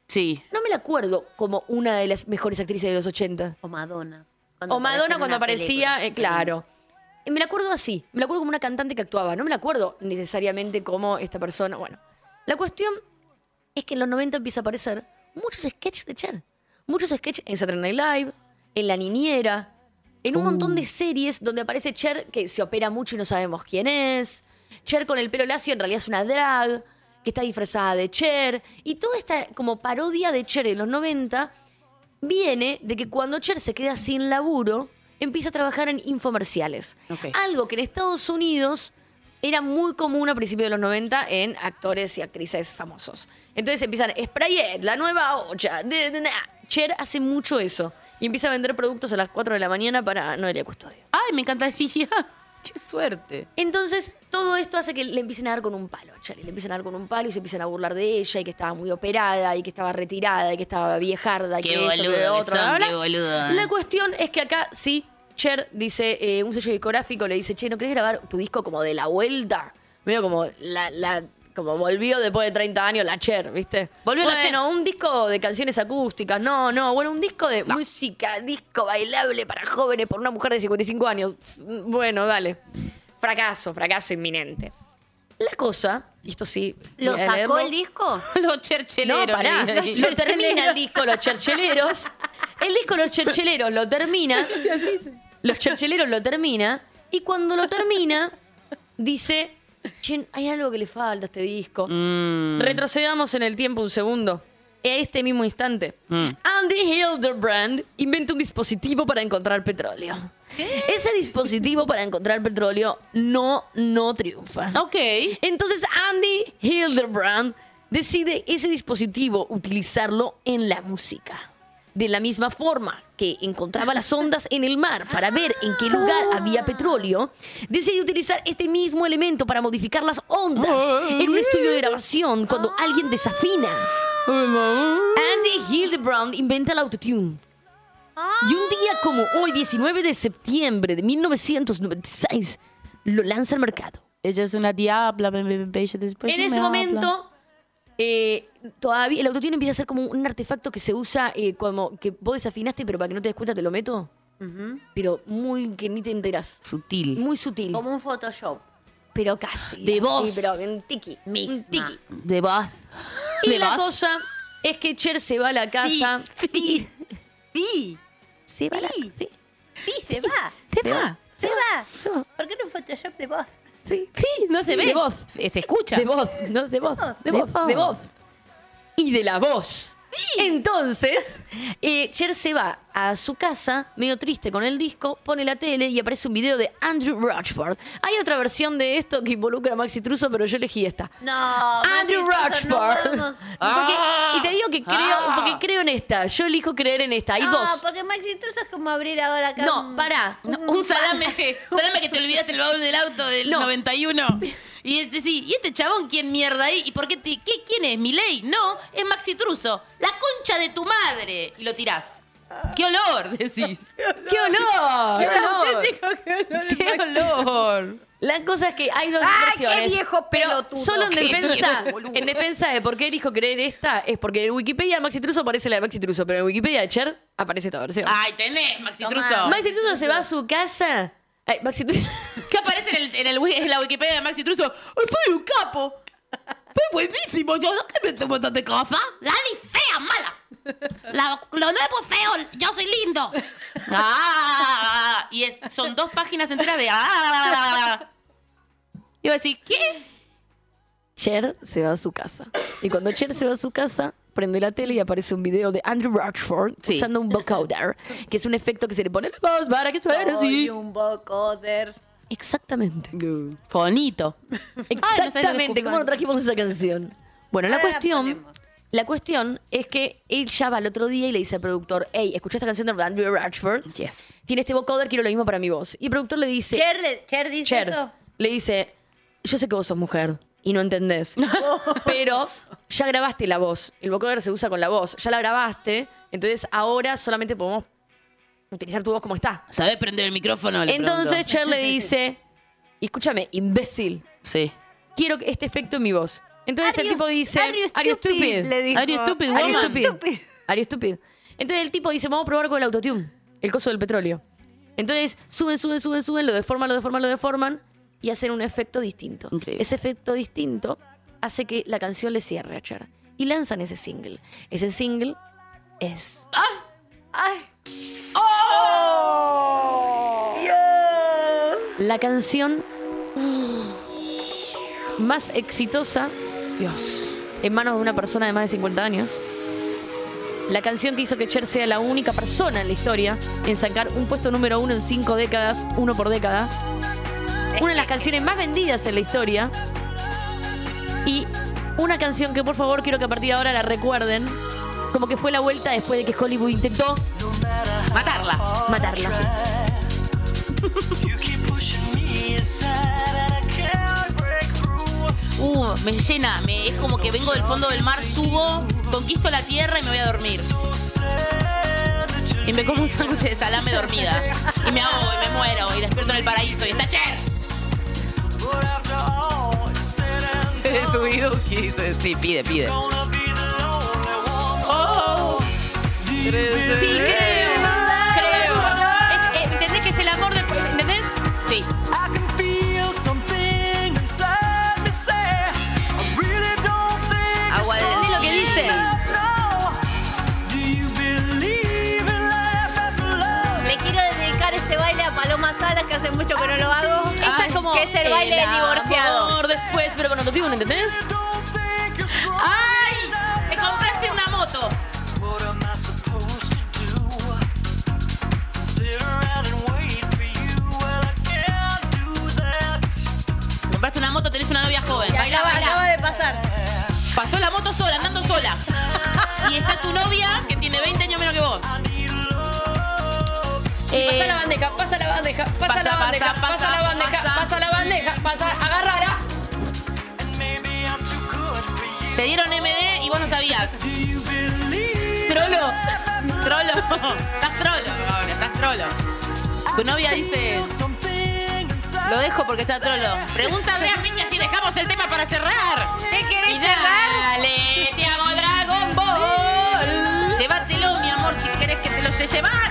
Sí.
No me la acuerdo como una de las mejores actrices de los 80.
O Madonna.
O Madonna cuando aparecía, eh,
claro.
claro. Eh, Me la acuerdo así, me la acuerdo como una cantante que actuaba, no me la acuerdo necesariamente como esta persona. Bueno, la cuestión es que en los 90 empieza a aparecer muchos sketches de Cher, muchos sketches en Saturday Night Live, en La Niñera, en un montón de series donde aparece Cher que se opera mucho y no sabemos quién es, Cher con el pelo lacio en realidad es una drag, que está disfrazada de Cher, y toda esta como parodia de Cher en los 90 viene de que cuando Cher se queda sin laburo, empieza a trabajar en infomerciales.
Ok.
Algo que en Estados Unidos era muy común a principios de los 90 en actores y actrices famosos. Entonces empiezan, Sprayet, la nueva olla. de- de- na". Cher hace mucho eso. Y empieza a vender productos a las 4 de la mañana para Noelia Custodio.
Ay, me encanta (laughs) Qué suerte.
Entonces, todo esto hace que le empiecen a dar con un palo, a Cher, y le empiecen a dar con un palo y se empiezan a burlar de ella y que estaba muy operada y que estaba retirada y que estaba viejarda y
Qué
que esto, que
boludo que
lo otro,
son,
bla, bla.
qué boludo.
La cuestión es que acá sí, Cher dice, eh, un sello discográfico le dice, che, ¿no querés grabar tu disco como de la vuelta? Medio como la... la- como volvió después de 30 años la Cher, ¿viste?
Volvió la
bueno,
Cher.
un disco de canciones acústicas, no, no, bueno, un disco de música, disco bailable para jóvenes por una mujer de 55 años. Bueno, dale. Fracaso, fracaso inminente. La cosa, y esto sí.
¿Lo
voy a
sacó
leerlo.
el
(laughs)
disco?
Los chercheleros.
No, pará.
le digo.
(laughs) Lo termina el disco Los Chercheleros. El disco Los Chercheleros lo termina. (laughs) Los Chercheleros lo termina. Y cuando lo termina, dice: "Che, hay algo que le falta a este disco. Retrocedamos en el tiempo un segundo. A este mismo instante,
Mm.
Andy Hildebrand inventa un dispositivo para encontrar petróleo. Ese dispositivo para encontrar petróleo no, no triunfa.
Ok.
Entonces Andy Hildebrand decide ese dispositivo utilizarlo en la música. De la misma forma que encontraba las ondas en el mar para ver en qué lugar había petróleo, decide utilizar este mismo elemento para modificar las ondas en un estudio de grabación cuando alguien desafina. Andy Hildebrand inventa el autotune. Y un día como hoy, 19 de septiembre de 1996, lo lanza al mercado.
Ella es una diabla, me- me- me- ella después Pues
en
no
ese
me habla.
momento, eh, todavía el autotune empieza a ser como un artefacto que se usa eh, como que vos desafinaste, pero para que no te des cuenta te lo meto. Pero muy que ni te enterás.
Sutil.
Muy sutil.
Como un Photoshop.
Pero casi.
De
así,
voz.
pero un tiki. Un tiki.
De voz.
Y
¿De
la
voz?
cosa es que Cher se va a la casa. (laughs) Se va a la sí,
Sí, se va,
Se va.
se va.
Se va.
¿Por qué no un Photoshop de voz?
Sí.
Sí, no se
Sí,
ve.
de voz.
Eh, Se escucha.
De voz, no, de voz, de voz, de voz. Y de la voz. Entonces, eh, Cher se va a su casa, medio triste con el disco, pone la tele y aparece un video de Andrew Rochford. Hay otra versión de esto que involucra a Maxi Truso, pero yo elegí esta.
No,
Andrew
Maxi, no Ah.
Rochford.
podemos.
Porque- (laughs) y te digo que creo, porque creo en esta. Yo elijo creer en esta. Hay
No,
dos.
porque Maxi Intruso es como abrir ahora acá.
No,
un-
pará.
No, un salame,
(laughs)
(laughs) salame que te olvidaste el baúl del auto del
No.
91. Y este, sí, ¿y este chabón quién mierda ahí? ¿Y por qué, te- qué quién es? ¿Miley? No, es Maxi Truso. La concha de tu madre. Y lo tirás. ¡Qué olor! (laughs) Decís.
¡Qué olor!
¡Qué olor!
(laughs)
¡Qué olor!
La cosa es que hay dos
¡Ah, qué
versiones.
viejo
pero
pelotudo!
solo en
¡Qué
defensa,
viejo boludo!
en defensa de por qué elijo creer esta, es porque en Wikipedia de Maxi Truso aparece la de Maxi Truso, pero en Wikipedia de Cher aparece esta versión.
¡Ay, tenés, Maxi
Tomá.
Truso!
Maxi Truso se va a su casa. Ay, Maxi Truso. (laughs)
¿Qué aparece en, el- en el wi- en la Wikipedia de Maxi Truso? ¡Ay, ¡Soy un capo! ¡Fue buenísimo! ¿Yo no que me hice un montón de cosas? ¡Lali fea, mala! La- lo nuevo feo, yo soy lindo. ¡Ah! Y es- son dos páginas enteras de. ¡Ah! Iba a decir, ¿qué?
Cher se va a su casa. Y cuando Cher se va a su casa, prende la tele y aparece un video de Andrew Rochford
Sí.
usando un vocoder, que es un efecto que se le pone a la voz para que suene así.
Soy un vocoder.
Exactamente.
Bonito. Ay, no sabes lo
Exactamente,
descubrí.
¿cómo no trajimos esa canción? Bueno, la
Ahora la
cuestión,
ponemos.
la cuestión es que él ya va al otro día y le dice al productor, hey, escuché esta canción de Andrew Ratchford,
Yes.
tiene este vocoder, quiero lo mismo para mi voz. Y el productor le dice,
Cher, le- Cher dice
Cher,
eso.
le dice, yo sé que vos sos mujer y no
(laughs)
entendés, pero ya grabaste la voz, el vocoder se usa con la voz, ya la grabaste, entonces ahora solamente podemos utilizar tu voz como está.
¿Sabés prender el micrófono? Le
Entonces
preguntó.
Cher le dice, escúchame, imbécil,
Sí.
quiero que este efecto en mi voz. Entonces
Are
el
you-
tipo dice,
are you
"Are you stupid?
Le dijo.
Are you stupid,
Are
woman?
you stupid? Are you stupid? Entonces el tipo dice, vamos a probar con el autotune, el coso del petróleo. Entonces suben, suben, suben, suben, lo deforman, lo deforman, lo deforman y hacen un efecto distinto.
Increíble.
Ese efecto distinto hace que la canción le cierre a Cher. Y lanzan ese single. Ese single es... La canción más exitosa en manos de una persona de más de 50 años. La canción que hizo que Cher sea la única persona en la historia en sacar un puesto número uno en cinco décadas, uno por década. Una de las canciones más vendidas en la historia. Y una canción que por favor quiero que a partir de ahora la recuerden. Como que fue la vuelta después de que Hollywood intentó
Matarla.
matarla.
Uh, me llena. me- es como que vengo del fondo del mar, subo, conquisto la tierra y me voy a dormir. Y me como un sándwich de salame dormida. Y me ahogo y me muero y despierto en el paraíso y (laughs) está Cher. Subido, sí, pide, pide. Oh,
Sí, creo. Creo. Es- eh, ¿Entendés que es el amor de... ¿Entendés?
sí. Agua de.
¿Entendés lo que dice?
Le quiero dedicar este baile a Paloma Salas, que hace mucho que no lo hago.
Esta es como
que es el baile de divorciados.
amor después, pero con autotune, ¿entendés?
¡Ay! Te compraste una moto. Compraste una moto, tenés una novia joven. Baila,
Acaba, acaba
baila.
de pasar.
Pasó la moto sola, andando sola. (laughs) Y está tu novia que tiene 20 años menos que vos.
Pasa
Eh,
la bandeja, pasa la bandeja, pasa,
pasa,
la bandeja,
pasa,
pasa, la
pasa,
bandeja,
pasa.
pasa la bandeja, pasa, agárrala.
Maybe I'm too good for you.
Te dieron MD y vos no sabías.
Trolo.
Trolo. (laughs) Estás trolo ahora, estás trolo. Tu novia dice. Lo dejo porque está trolo. Pregunta a Andrea Piña si dejamos el tema para cerrar.
¿Qué querés cerrar? Dale, te hago Dragon Ball.
Llévatelo, mi amor, si querés que te lo se llevate.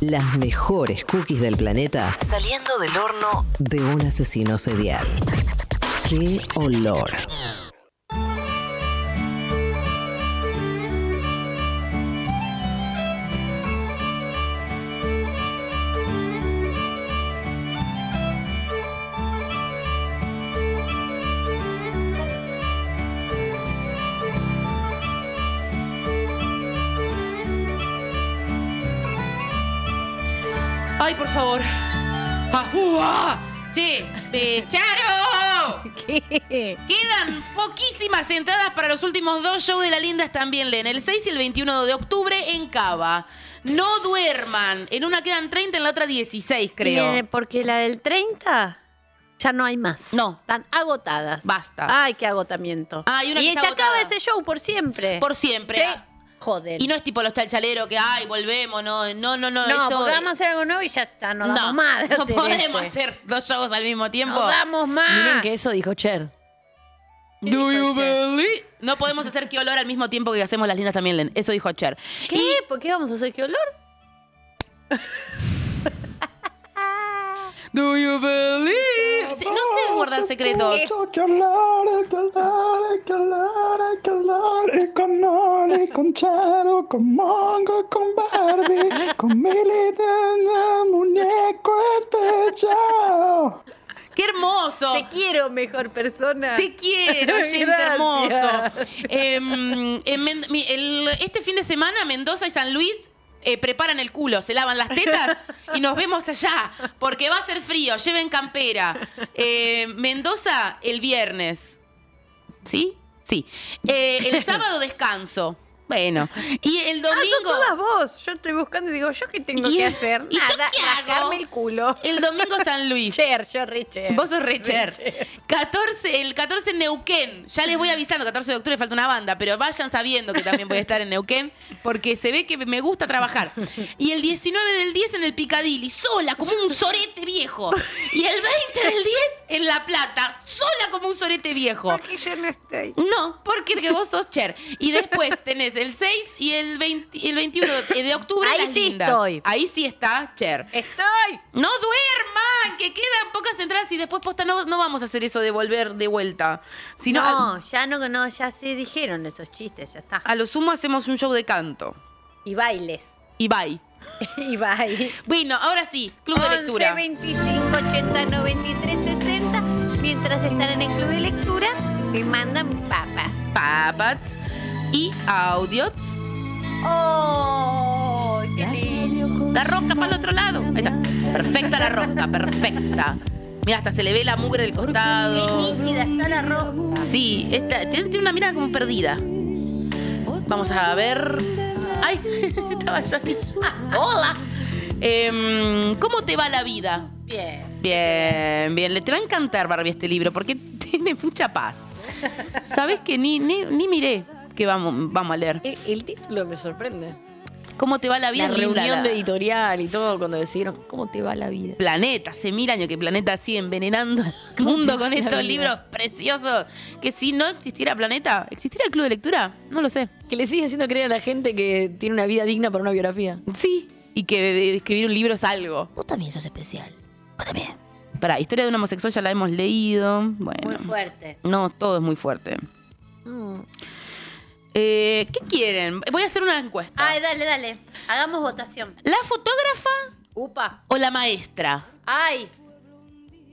Las mejores cookies del planeta saliendo del horno de un asesino serial. ¡Qué olor!
Ay, por favor. ¡Ajúa! Che, eh, Charo.
¿Qué?
Quedan poquísimas entradas para los últimos dos shows de La Linda están bien, Len. El 6 y el 21 de octubre en Cava. No duerman. En una quedan 30, en la otra 16, creo.
Eh, porque la del 30 ya no hay más.
No.
Están agotadas.
Basta.
Ay, qué agotamiento.
Ah, y una que
se
está
acaba
agotada.
ese show por siempre.
Por siempre.
Sí. Joder.
Y no es tipo los chalchaleros que, ay, volvemos, no, no, no, no.
No,
esto-
porque vamos a hacer algo nuevo y ya está, no damos
no,
más. de
no
hacer
podemos
este.
hacer dos shows al mismo tiempo.
No damos más.
Miren que eso dijo Cher.
Do you believe? No podemos hacer que olor al mismo tiempo que hacemos las lindas también, Len. Eso dijo Cher.
¿Qué? ¿Por qué vamos a hacer qué olor?
Do you believe?
(laughs)
Sí, no sé guardar secretos.
este.
¡Qué hermoso!
Te quiero, mejor persona.
Te
(laughs)
quiero, gente
Gracias.
hermoso. Em, en Men- mi- el- este fin de semana, Mendoza y San Luis eh, preparan el culo, se lavan las tetas y nos vemos allá, porque va a ser frío, lleven campera. Eh, Mendoza el viernes. ¿Sí? Sí. Eh, el sábado descanso. Bueno. Y el
Ah, sos
domingo.
todas vos. Yo estoy buscando y digo, ¿yo qué tengo
¿Y-
que hacer?
y yo
Nada,
qué hago?
rascarme el culo.
El domingo San Luis.
Cher, yo re Cher.
Vos sos Recher. 14, el 14 en Neuquén. Ya les voy avisando, 14 de octubre falta una banda, pero vayan sabiendo que también voy a estar en Neuquén porque se ve que me gusta trabajar. Y el 19 del 10 en el Picadilly, sola, como un sorete viejo. Y el 20 del 10 en La Plata, sola como un sorete viejo.
Porque yo no estoy.
No, porque que vos sos Cher. Y después (laughs) tenés el 6 y el, 20 el 21 de octubre.
Ahí
Las
sí
Lindas.
estoy.
Ahí sí está Cher.
¡Estoy!
No duerman, que quedan pocas entradas y después posta no, no vamos a hacer eso de volver de vuelta. Sino
no,
a,
ya no, no, ya se dijeron esos chistes, ya está.
a lo sumo hacemos un show de canto.
Y bailes.
Y bye.
(laughs) Y baile.
Bueno, ahora sí, club de
11,
lectura.
25, 80, 93, 60. Mientras están en el club de lectura, me mandan papas.
Papats y audios.
¡Oh! ¡Qué lindo!
La roca para el otro lado. Ahí está. Perfecta la roca, perfecta. Mira, hasta se le ve la mugre del costado.
Nítida está la roja.
Sí, esta- tiene, tiene una mirada como perdida. Vamos a ver. Ay, (laughs) yo estaba yo ahí. (laughs) Hola. Em, ¿Cómo te va la vida? (laughs)
Bien.
Bien, bien. Le- Te va a encantar, Barbie, este libro porque (laughs) tiene mucha paz. Sabes que ni, ni, ni miré que vamos, vamos a leer.
El, el título me sorprende.
¿Cómo te va la vida?
La
linda,
reunión
la-
de editorial y todo, cuando decidieron, ¿cómo te va la vida?
planeta, hace mil años que planeta sigue envenenando
(laughs)
al mundo con
la
estos
vida?
libros preciosos. Que si no existiera planeta, ¿existiera el club de lectura? No lo sé.
Que le sigue haciendo creer a la gente que tiene una vida digna para una biografía.
Sí. Y que eh, escribir un libro es algo.
Vos también sos especial. Vos también.
Pará, historia de un homosexual ya la hemos leído.
Muy
Bueno.
fuerte.
No, todo es muy fuerte.
Mm.
Eh, ¿Qué quieren? Voy a hacer una encuesta.
Ay, dale, dale. Hagamos votación.
¿La fotógrafa
Upa.
o la maestra?
Ay,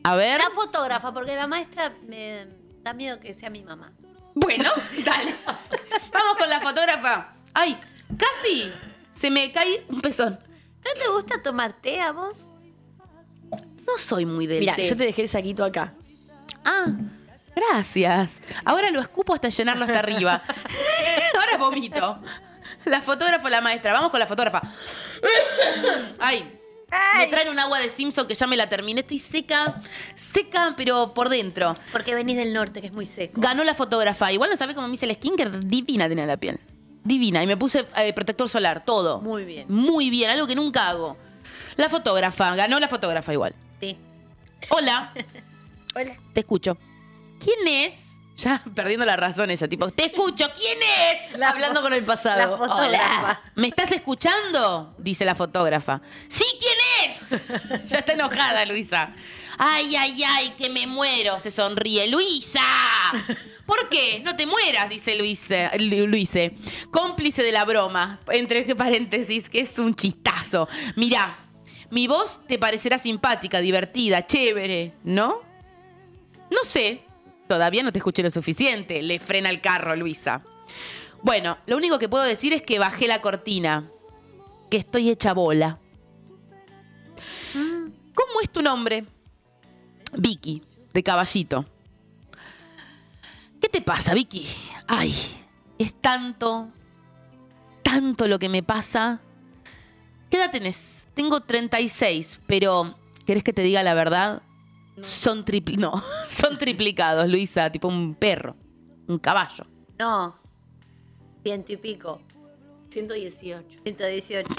A ver.
la fotógrafa, porque la maestra me da miedo que sea mi mamá.
Bueno, dale. Vamos con la fotógrafa. Ay, casi se me cae un pezón.
¿No te gusta tomar té a vos?
No soy muy del
Mira,
té.
yo te dejé el saquito acá.
Ah, gracias. Ahora lo escupo hasta llenarlo hasta
(laughs)
arriba. Ahora vomito. La fotógrafa o la maestra. Vamos con la fotógrafa. Ay. Me traen un agua de Simpson que ya me la terminé. Estoy seca, seca, pero por dentro.
Porque venís del norte, que es muy seco.
Ganó la fotógrafa. Igual no sabés cómo me hice el skinker. Divina tenía la piel. Divina. Y me puse eh, protector solar, todo.
Muy bien.
Muy bien, algo que nunca hago. La fotógrafa. Ganó la fotógrafa igual.
Sí.
Hola.
(laughs) Hola.
Te escucho. ¿Quién es? Ya (laughs) perdiendo la razón ella, tipo, te escucho, ¿quién es?
Hablando con el
La
pasado.
fotógrafa.
¿Me estás escuchando? Dice la fotógrafa. Sí, ¿quién es? (laughs) Ya está enojada, Luisa. Ay, ay, ay, que me muero, se sonríe. Luisa. ¿Por qué? No te mueras, dice Luise. Lu- Luise. Cómplice de la broma, entre paréntesis, que es un chistazo. Mirá, mi voz te parecerá simpática, divertida, chévere, ¿no? No sé. Todavía no te escuché lo suficiente. Le frena el carro, Luisa. Bueno, lo único que puedo decir es que bajé la cortina. Que estoy hecha bola. ¿Cómo es tu nombre? Vicky, de caballito. ¿Qué te pasa, Vicky? Ay, es tanto, tanto lo que me pasa. ¿Qué edad tenés? Tengo 36, pero ¿querés que te diga la verdad? Son tripli no, (laughs) son triplicados, Luisa, tipo un perro, un caballo.
No. Ciento y pico.
118.
118.
(laughs)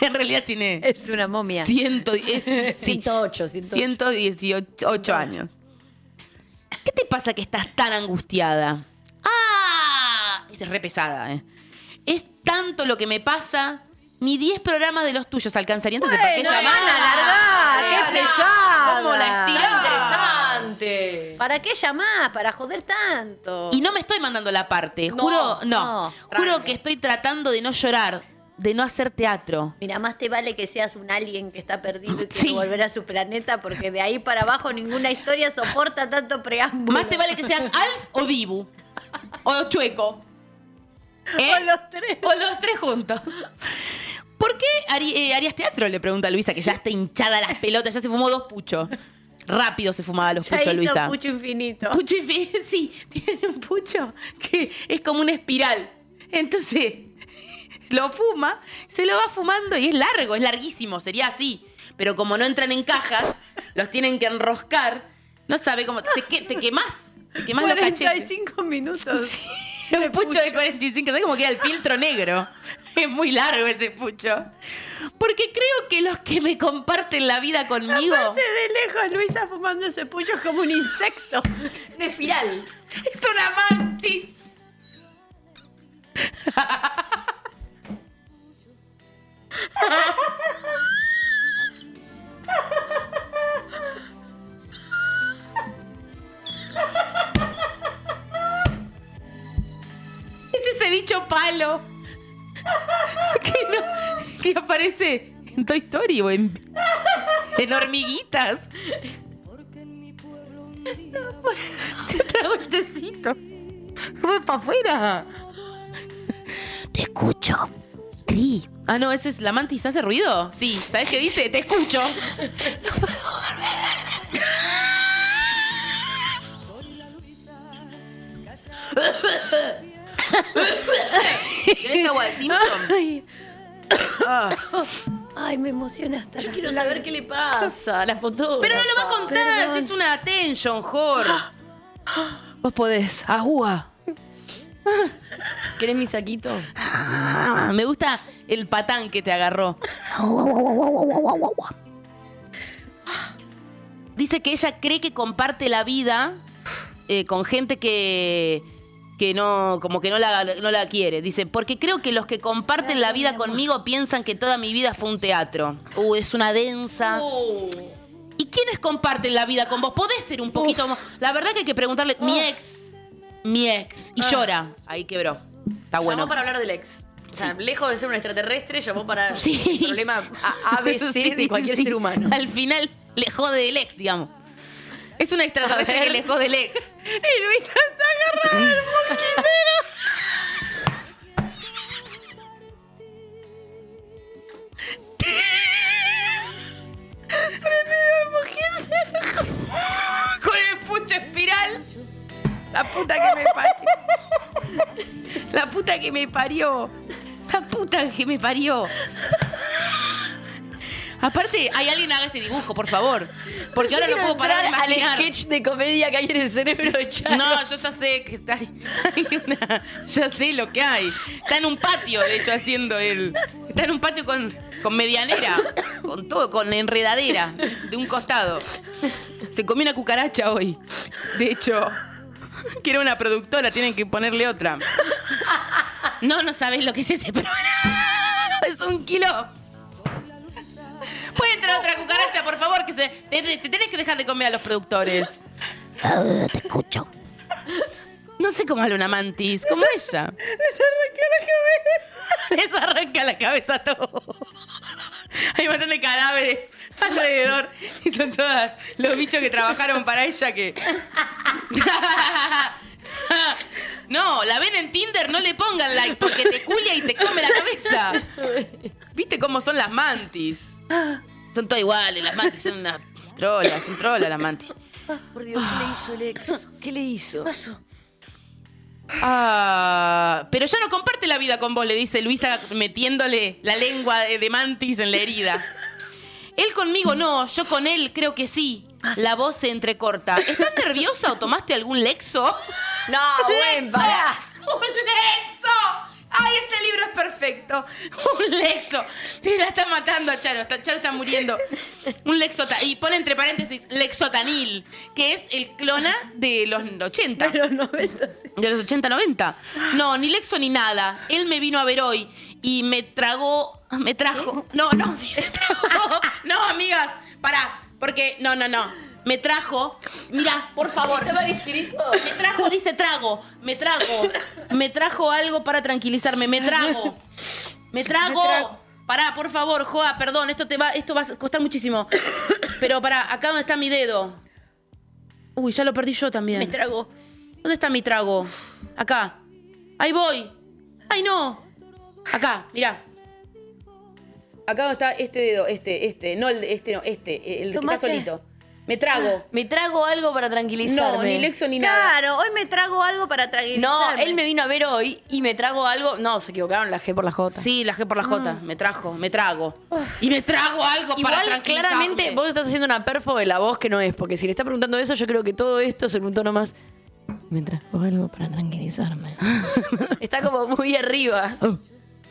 En realidad tiene
Es una momia.
ciento
(laughs)
die- sí,
108, 108.
118 ocho años. ¿Qué te pasa que estás tan angustiada? ¡Ah! Es re pesada, ¿eh? Es tanto lo que me pasa, ni 10 programas de los tuyos alcanzarían. Entonces, ¿para qué llamar?
larga, ¡Qué pesada!
¿Cómo la estirás?
Interesante.
¿Para qué llamás? (laughs) Para joder tanto.
Y no me estoy mandando la parte, juro, no,
no,
juro que estoy tratando de no llorar, de no hacer teatro.
Mira, más te vale que seas un alien que está perdido y
Sí.
quiere volver a su planeta, porque de ahí para abajo ninguna historia soporta tanto preámbulo.
Más te vale que
(laughs)
seas Alf o Dibu. O Chueco. ¿Eh?
O los tres.
O los tres juntos. ¿Por qué harí- eh, harías teatro? Le pregunta Luisa, que ya está hinchada las pelotas, ya se fumó dos puchos. Rápido se fumaba los
Ya
puchos,
hizo
Luisa.
pucho
(laughs)
infinito.
Pucho y fi- sí, tiene un pucho que es como una espiral. Entonces, (laughs) lo fuma, se lo va fumando y es largo, es larguísimo, sería así. Pero como no entran en cajas, los tienen que enroscar, no sabe cómo. Te, que- te quemás, te quemás los cachetes.
45 minutos.
(laughs) Un pucho de 45, ¿sabes cómo queda el filtro negro? (laughs) Es muy largo ese pucho. Porque creo que los que me comparten la vida conmigo
Aparte de lejos, Luisa fumando ese pucho es como un insecto.
Una espiral.
es una mantis. Es ese bicho palo que, no- que aparece en Toy Story o en, en hormiguitas. Te trago el tecito. Voy para afuera. Te escucho. Tri. Ah, no, ese es la mantis. ¿Hace ruido? Sí. ¿Sabes qué dice? Te escucho.
(laughs)
¿Querés agua de Simpson?
Ay. Ay, me emociona hasta
Ah. Yo quiero saber qué le pasa. La foto.
Pero no lo va a contar, si es una attention, Jor.
Ah,
Vos podés. Agua.
¿Querés mi saquito?
Ah, me gusta el patán que te agarró. Dice que ella cree que comparte la vida eh, con gente que, que no, como que no la, no la quiere. Dice, porque creo que los que comparten la vida conmigo piensan que toda mi vida fue un teatro. Uh, es una densa.
Uh,
¿Y quiénes comparten la vida con vos? Podés ser un poquito más. La verdad que hay que preguntarle. Mi ex. Mi ex.
Ah.
Y llora. Ahí quebró. Está bueno.
Llamó para hablar del ex. O sea, lejos de ser un extraterrestre, llamó
(laughs)
para el problema a- ABC de
Sí,
cualquier
sí.
ser humano.
Al final le jode el ex, digamos. Es un extraterrestre que le jode el
(laughs)
ex.
Y Luisa está agarrada del mosquitero. Prendido el mosquitero.
Con el pucho espiral. La puta que me parió. La puta que me parió. La puta que me parió. Aparte, hay alguien que haga este dibujo, por favor. Porque ahora
Yo
no
quiero
puedo parar de
entrar
imaginar.
al sketch de comedia que hay en el cerebro de Charo.
No, yo ya sé que está. hay una- ya sé lo que hay. Está en un patio, de hecho, haciendo el. Está en un patio con, con medianera, con todo, con enredadera, de un costado. Se comió una cucaracha hoy. De hecho, que era una productora, tienen que ponerle otra. No, no sabes lo que es ese programa. Es un kilo. Puede entrar otra cucaracha, por favor, que se. Te, te tenés que dejar de comer a los productores.
Ah, Te escucho.
No sé cómo habla una mantis, como ella. (laughs) Les arranca la cabeza a todo. Hay un montón de cadáveres alrededor. Y son todas los bichos que trabajaron para ella que. (laughs) No, la ven en Tinder, no le pongan like porque te culia y te come la cabeza. ¿Viste cómo son las mantis?
Ah.
Son todas iguales, las mantis son unas trolas, son trolas las mantis.
Por Dios, ¿qué le hizo el ex? ¿Qué le hizo?
Ah, pero ya no comparte la vida con vos, le dice Luisa metiéndole la lengua de, de mantis en la herida. Él conmigo no, yo con él creo que sí. La voz se entrecorta. ¿Estás nerviosa o tomaste algún lexo?
No, buen,
¡Lexo!
pará.
(laughs) ¡Un lexo! ¡Ay, este libro es perfecto! (laughs) ¡Un lexo! Te la está matando a Charo. está- Charo está muriendo. Un lexota. Y pone entre paréntesis lexotanil, que es el clona de los 80.
Pero no, entonces.
De los 80, 90. No, ni Lexo ni nada. Él me vino a ver hoy y me tragó. Me trajo. No, no, dice tragó. (laughs) No, amigas, pará. Porque, no, no, no. Me trajo. Mira, por favor.
¿Estaba escrito?
Me trajo, dice trago. Me trago. Me trajo algo para tranquilizarme. Me trago. Me trago. Pará, por favor, Joa, perdón, esto te va, esto va a costar muchísimo. Pero pará, acá donde está mi dedo. Uy, ya lo perdí yo también.
Me trago.
¿Dónde está mi trago? Acá. Ahí voy. Ay, no. Acá, mirá. Acá donde está este dedo, este, este, no el de- este, no, este, el que está
Tomate.
solito. Me (laughs) trago.
Me trago algo para tranquilizarme.
No, ni Lexo ni nada.
Claro, hoy me trago algo para tranquilizarme.
No, él me vino a ver hoy y me trago algo. No, se equivocaron la G por la J. Mm.
Sí, la G por la J. Me trajo, me trago. Y me trago algo para
Igual,
tranquilizarme.
claramente, vos estás haciendo una perfo de la voz que no es, porque si le está preguntando eso, yo creo que todo esto es en un tono más. Me trago algo para tranquilizarme. está como muy arriba.
Ah.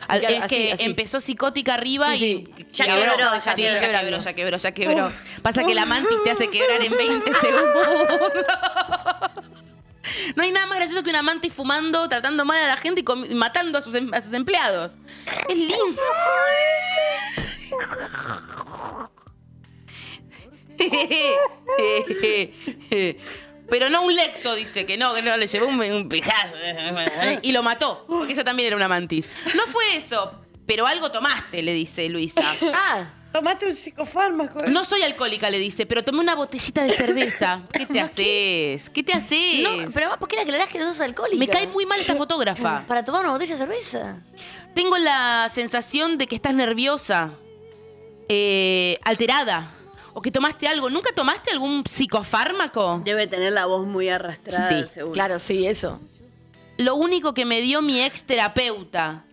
Al-
Claro,
es
así,
que
así.
empezó psicótica arriba
Sí, sí.
y
Ya
quebró,
quebró,
ya,
ya
sí, ya
quebró.
quebró, ya quebró, ya quebró. Pasa que la mantis te hace quebrar en (laughs) 20 segundos. No hay nada más gracioso que una mantis fumando, tratando mal a la gente y comi- matando a sus, em- a sus empleados. Es lindo. (laughs) Pero no un lexo, dice que no, que no, le llevó un, un pijazo ¿eh? y lo mató, porque ella también era una mantis. No fue eso, pero algo tomaste, le dice Luisa.
(laughs) Ah,
Tomaste un psicofármaco. ¿eh?
No soy alcohólica, le dice, pero tomé una botellita de cerveza.
(laughs)
¿Qué te haces? ¿Qué te haces?
no, pero además, ¿por qué le aclarás que no sos alcohólica?
Me cae muy mal esta fotógrafa.
Para tomar una botella de cerveza.
Tengo la sensación de que estás nerviosa, eh, alterada, o que tomaste algo. ¿Nunca tomaste algún psicofármaco?
Debe tener la voz muy arrastrada,
Sí,
seguro.
Claro, sí, eso.
lo único que me dio mi ex terapeuta.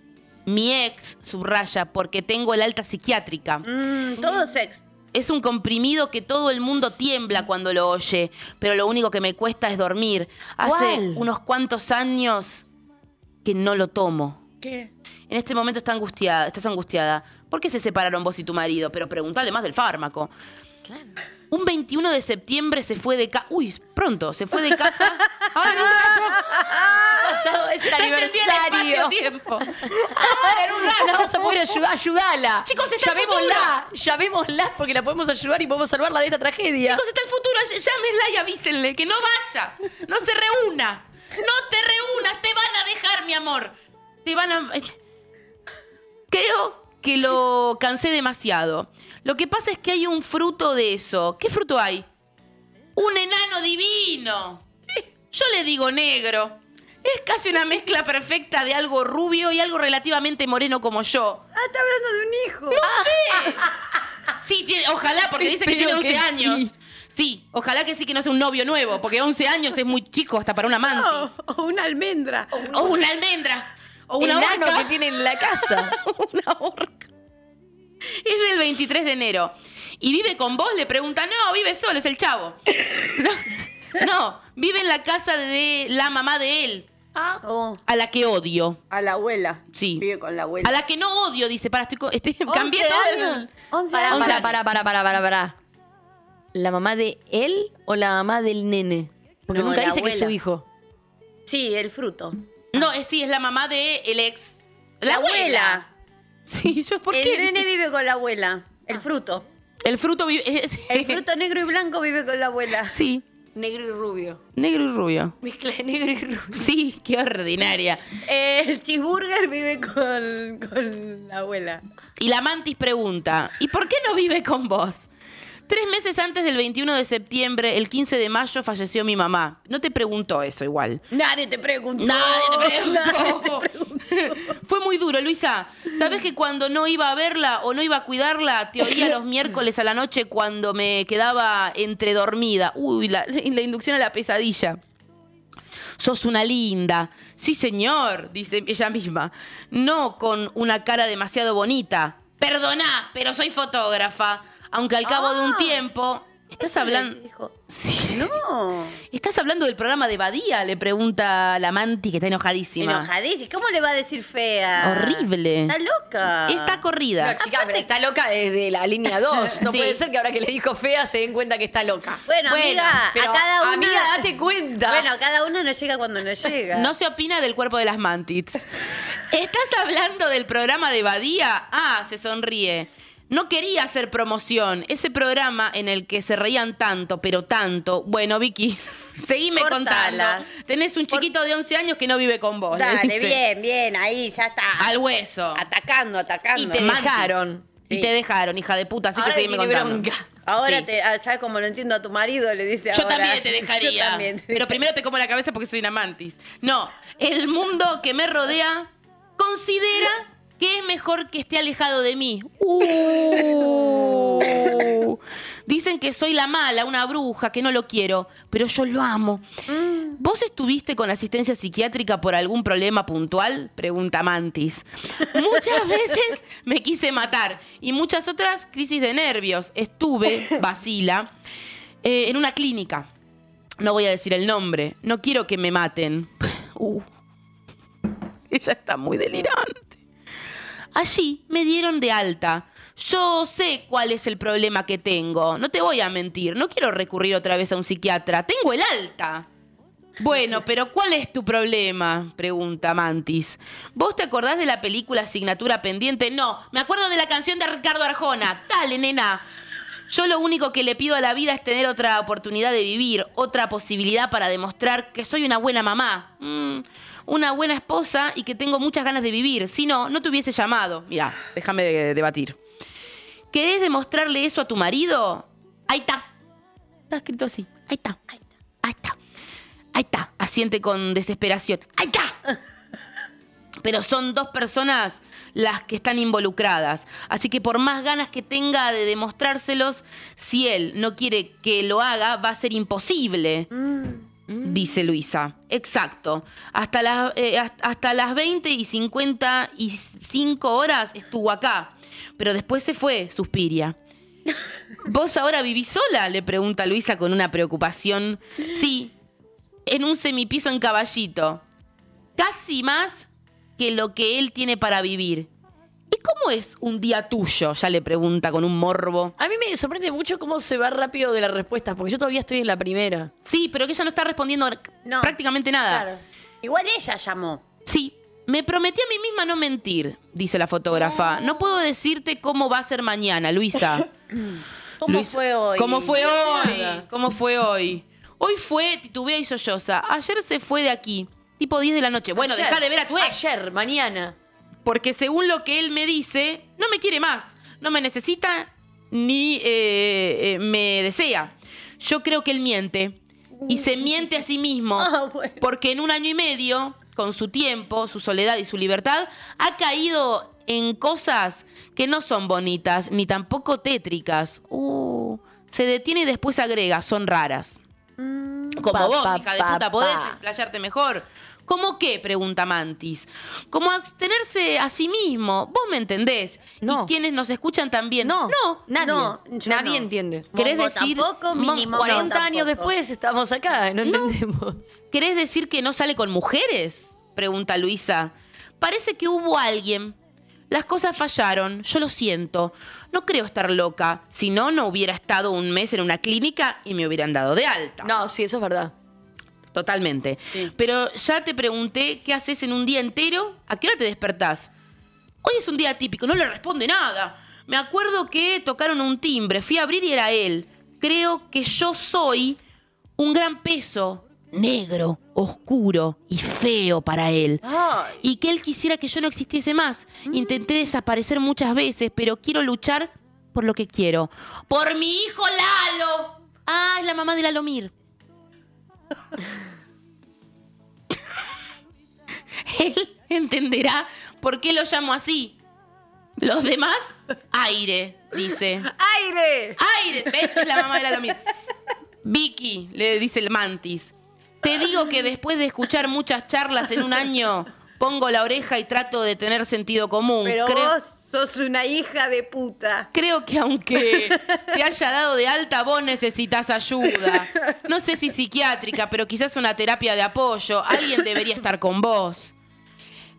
Mi ex, subraya, porque tengo el alta psiquiátrica.
Mm, todo sex.
Es un comprimido que todo el mundo tiembla cuando lo oye, pero lo único que me cuesta es dormir. Hace
¿Cuál?
unos cuantos años que no lo tomo.
¿Qué?
En este momento está angustiada, estás angustiada. ¿Por qué se separaron vos y tu marido? Pero preguntale más del fármaco. Un 21 de septiembre se fue de casa. Uy, pronto, se fue de casa. Ahora en un rato.
Pasado, es el
Ah, No entendí el
aniversario. (laughs)
espacio-tiempo. Ahora en un rato.
La vamos a poder ayudar, ayudarla.
Chicos, está el
llamémosla, llamémosla porque la podemos ayudar y podemos salvarla de esta tragedia.
Chicos, está el futuro. ll- Llámenla y avísenle que no vaya. No se reúna. No te reúnas. Te van a dejar, mi amor. Te van a. eh, Creo que lo cansé demasiado. Lo que pasa es que hay un fruto de eso. ¿Qué fruto hay? Un enano divino. Yo le digo negro. Es casi una mezcla perfecta de algo rubio y algo relativamente moreno como yo.
Ah, está hablando de un hijo.
Sí, tiene- ojalá, porque dice que tiene
Espero
11
que
años.
sí.
Sí. ojalá que sí que no sea un novio nuevo, porque 11 años es muy chico hasta para una
(laughs)
mantis.
O una almendra.
O una almendra. O
el
una
nano
orca.
que tiene en la casa.
(laughs) una orca. Es del 23 de enero. ¿Y vive con vos? Le pregunta, no, vive solo, es el
(laughs)
chavo. No, no, vive en la casa de la mamá de él,
Ah,
Oh,
a la que odio.
a la abuela.
Sí.
Vive con la abuela.
A la que no odio, dice, para, estoy, co- estoy- cambié
11
todo.
años. 11
Pará,
años.
pará, pará, pará, pará, pará, pará. ¿La mamá de él o la mamá del nene? Porque
No,
nunca
la
dice que es su
abuela.
hijo.
Sí, el fruto.
No, es, sí, es la mamá de el ex. La, abuela. Sí, yo, ¿por
el
qué?
nene
dice? Ah.
vive con la abuela. El fruto.
El fruto vive. (laughs) es-
El fruto negro y blanco vive con la abuela.
Sí,
Negro y rubio.
negro y rubio.
Mezcla de negro y rubio.
(laughs) Sí, qué ordinaria.
Eh, El cheeseburger vive con, con la abuela.
Y la mantis pregunta: ¿Y por qué no vive con vos? Tres meses antes del 21 de septiembre, el 15 de mayo, falleció mi mamá. No te preguntó eso igual.
Nadie te preguntó.
Nadie te
Nadie
preguntó. (laughs) Fue muy duro, Luisa. ¿Sabes que cuando no iba a verla o no iba a cuidarla, te oía los miércoles a la noche cuando me quedaba entredormida? Uy, la, la inducción a la pesadilla. Sos una linda. Sí, señor, dice ella misma. No con una cara demasiado bonita. Perdoná, pero soy fotógrafa. Aunque al cabo de un tiempo. Estás
Ah. Eso le
hablando.
dijo.
Sí.
No.
¿Estás hablando del programa de Badía? Le pregunta la Manti, que está enojadísima.
Enojadísima. ¿Cómo le va a decir fea?
Horrible.
Está loca.
Está corrida.
No, chica, pero está loca desde la línea
(laughs)
2. No
Sí.
puede ser que ahora que le dijo fea se den cuenta que está loca.
Bueno,
Bueno,
amiga,
Pero,
a cada una.
Amiga, date cuenta.
Bueno, a cada una no llega cuando no llega.
No se opina del cuerpo de las mantis. ¿Estás hablando del programa de Badía? Ah, se sonríe. No quería hacer promoción. Ese programa en el que se reían tanto, pero tanto. Bueno, Vicky, (laughs) seguime
Cortala.
contando. Tenés un chiquito de 11 años que no vive con vos. le
Dale,
dice.
bien, bien, ahí ya está.
Al hueso.
Atacando, atacando.
y te
Mantis.
dejaron.
Y
Sí.
te dejaron, hija de puta, así
Ahora
que
le
seguime
tiene
contando.
bronca.
Ahora,
Sí.
te, ah, ¿sabes cómo lo entiendo a tu marido? Le dice
Yo
ahora.
también te dejaría.
(laughs) Yo también.
Pero primero te como la cabeza porque soy una mantis. No, el mundo que me rodea considera que es mejor que esté alejado de mí. Uh. (laughs) Dicen que soy la mala, una bruja, que no lo quiero, pero yo lo amo. ¿Vos estuviste con asistencia psiquiátrica por algún problema puntual? Pregunta Mantis. Muchas veces me quise matar y muchas otras crisis de nervios. Estuve, vacila, eh, en una clínica. No voy a decir el nombre. No quiero que me maten. Uh. Ella está muy delirante. Allí me dieron de alta. Yo sé cuál es el problema que tengo. No te voy a mentir. No quiero recurrir otra vez a un psiquiatra. Tengo el alta. Bueno, pero ¿cuál es tu problema? Pregunta Mantis. ¿Vos te acordás de la película Asignatura Pendiente? No, me acuerdo de la canción de Ricardo Arjona. Dale, nena. Yo lo único que le pido a la vida es tener otra oportunidad de vivir, otra posibilidad para demostrar que soy una buena mamá, mm, una buena esposa y que tengo muchas ganas de vivir. Si no, no te hubiese llamado. Mira, déjame de- debatir. ¿Querés demostrarle eso a tu marido? Ahí está. Está escrito así. Ahí está. Ahí está. Ahí está. Ahí está. Asiente con desesperación. Ahí está. Pero son dos personas las que están involucradas. Así que por más ganas que tenga de demostrárselos, si él no quiere que lo haga, va a ser imposible. dice Luisa. Exacto. Hasta las, eh, hast- hasta las 20 y 55 horas estuvo acá. Pero después se fue, suspiria. ¿Vos ahora vivís sola? Le pregunta Luisa con una preocupación. Sí, en un semipiso en caballito. Casi más que lo que él tiene para vivir. ¿Y cómo es un día tuyo? Ya le pregunta con un morbo.
(laughs) A mí me sorprende mucho cómo se va rápido de las respuestas, porque yo todavía estoy en la primera.
Sí, pero que ella no está respondiendo
No.
prácticamente nada.
Igual ella llamó.
Sí, me prometí a mí misma no mentir, dice la fotógrafa. No puedo decirte cómo va a ser mañana, Luisa.
¿Cómo
Luis,
fue hoy?
¿Cómo fue hoy? ¿Cómo fue hoy? Hoy fue titubea y solloza. Ayer se fue de aquí, tipo 10 de la noche. Bueno,
Ayer.
deja de ver a tu ex.
Ayer, mañana.
Porque según lo que él me dice, no me quiere más, no me necesita ni eh, eh, me desea. Yo creo que él miente y se miente a sí mismo porque en un año y medio, con su tiempo, su soledad y su libertad, ha caído en cosas que no son bonitas ni tampoco tétricas. Uh, se detiene y después agrega, son raras. Como
Pa,
vos,
pa,
hija de
pa,
puta, podés
pa.
explayarte mejor. ¿Cómo qué? pregunta Mantis. Como abstenerse a sí mismo. Vos me entendés.
No.
Y quienes nos escuchan también.
No,
No.
nadie.
No, yo
nadie
no.
entiende.
¿Querés
Mongo
decir?
tampoco,
Mon-
mini mongo
40
tampoco.
años después estamos acá, no entendemos.
¿Querés decir que no sale con mujeres? Pregunta Luisa. Parece que hubo alguien. Las cosas fallaron, yo lo siento. No creo estar loca. Si no, no hubiera estado un mes en una clínica y me hubieran dado de alta.
No, sí, eso es verdad.
Totalmente. Pero ya te pregunté qué haces en un día entero, a qué hora te despertás. Hoy es un día típico, no le responde nada. Me acuerdo que tocaron un timbre, fui a abrir y era él. Creo que yo soy un gran peso, negro, oscuro y feo para él. Y que él quisiera que yo no existiese más. Intenté desaparecer muchas veces, pero quiero luchar por lo que quiero. Por mi hijo Lalo. Ah, es la mamá de Lalomir. (laughs) Él entenderá por qué lo llamo así. Los demás, aire, dice.
¡Aire!
¡Aire! ¿Ves? Es la mamá de la Lomir. Vicky, le dice el mantis. Te digo que después de escuchar muchas charlas en un año, pongo la oreja y trato de tener sentido común.
(laughs) Pero
Creo-
vos sos una hija de puta.
Creo que aunque te haya dado de alta, vos necesitas ayuda. No sé si psiquiátrica, pero quizás una terapia de apoyo. Alguien debería estar con vos.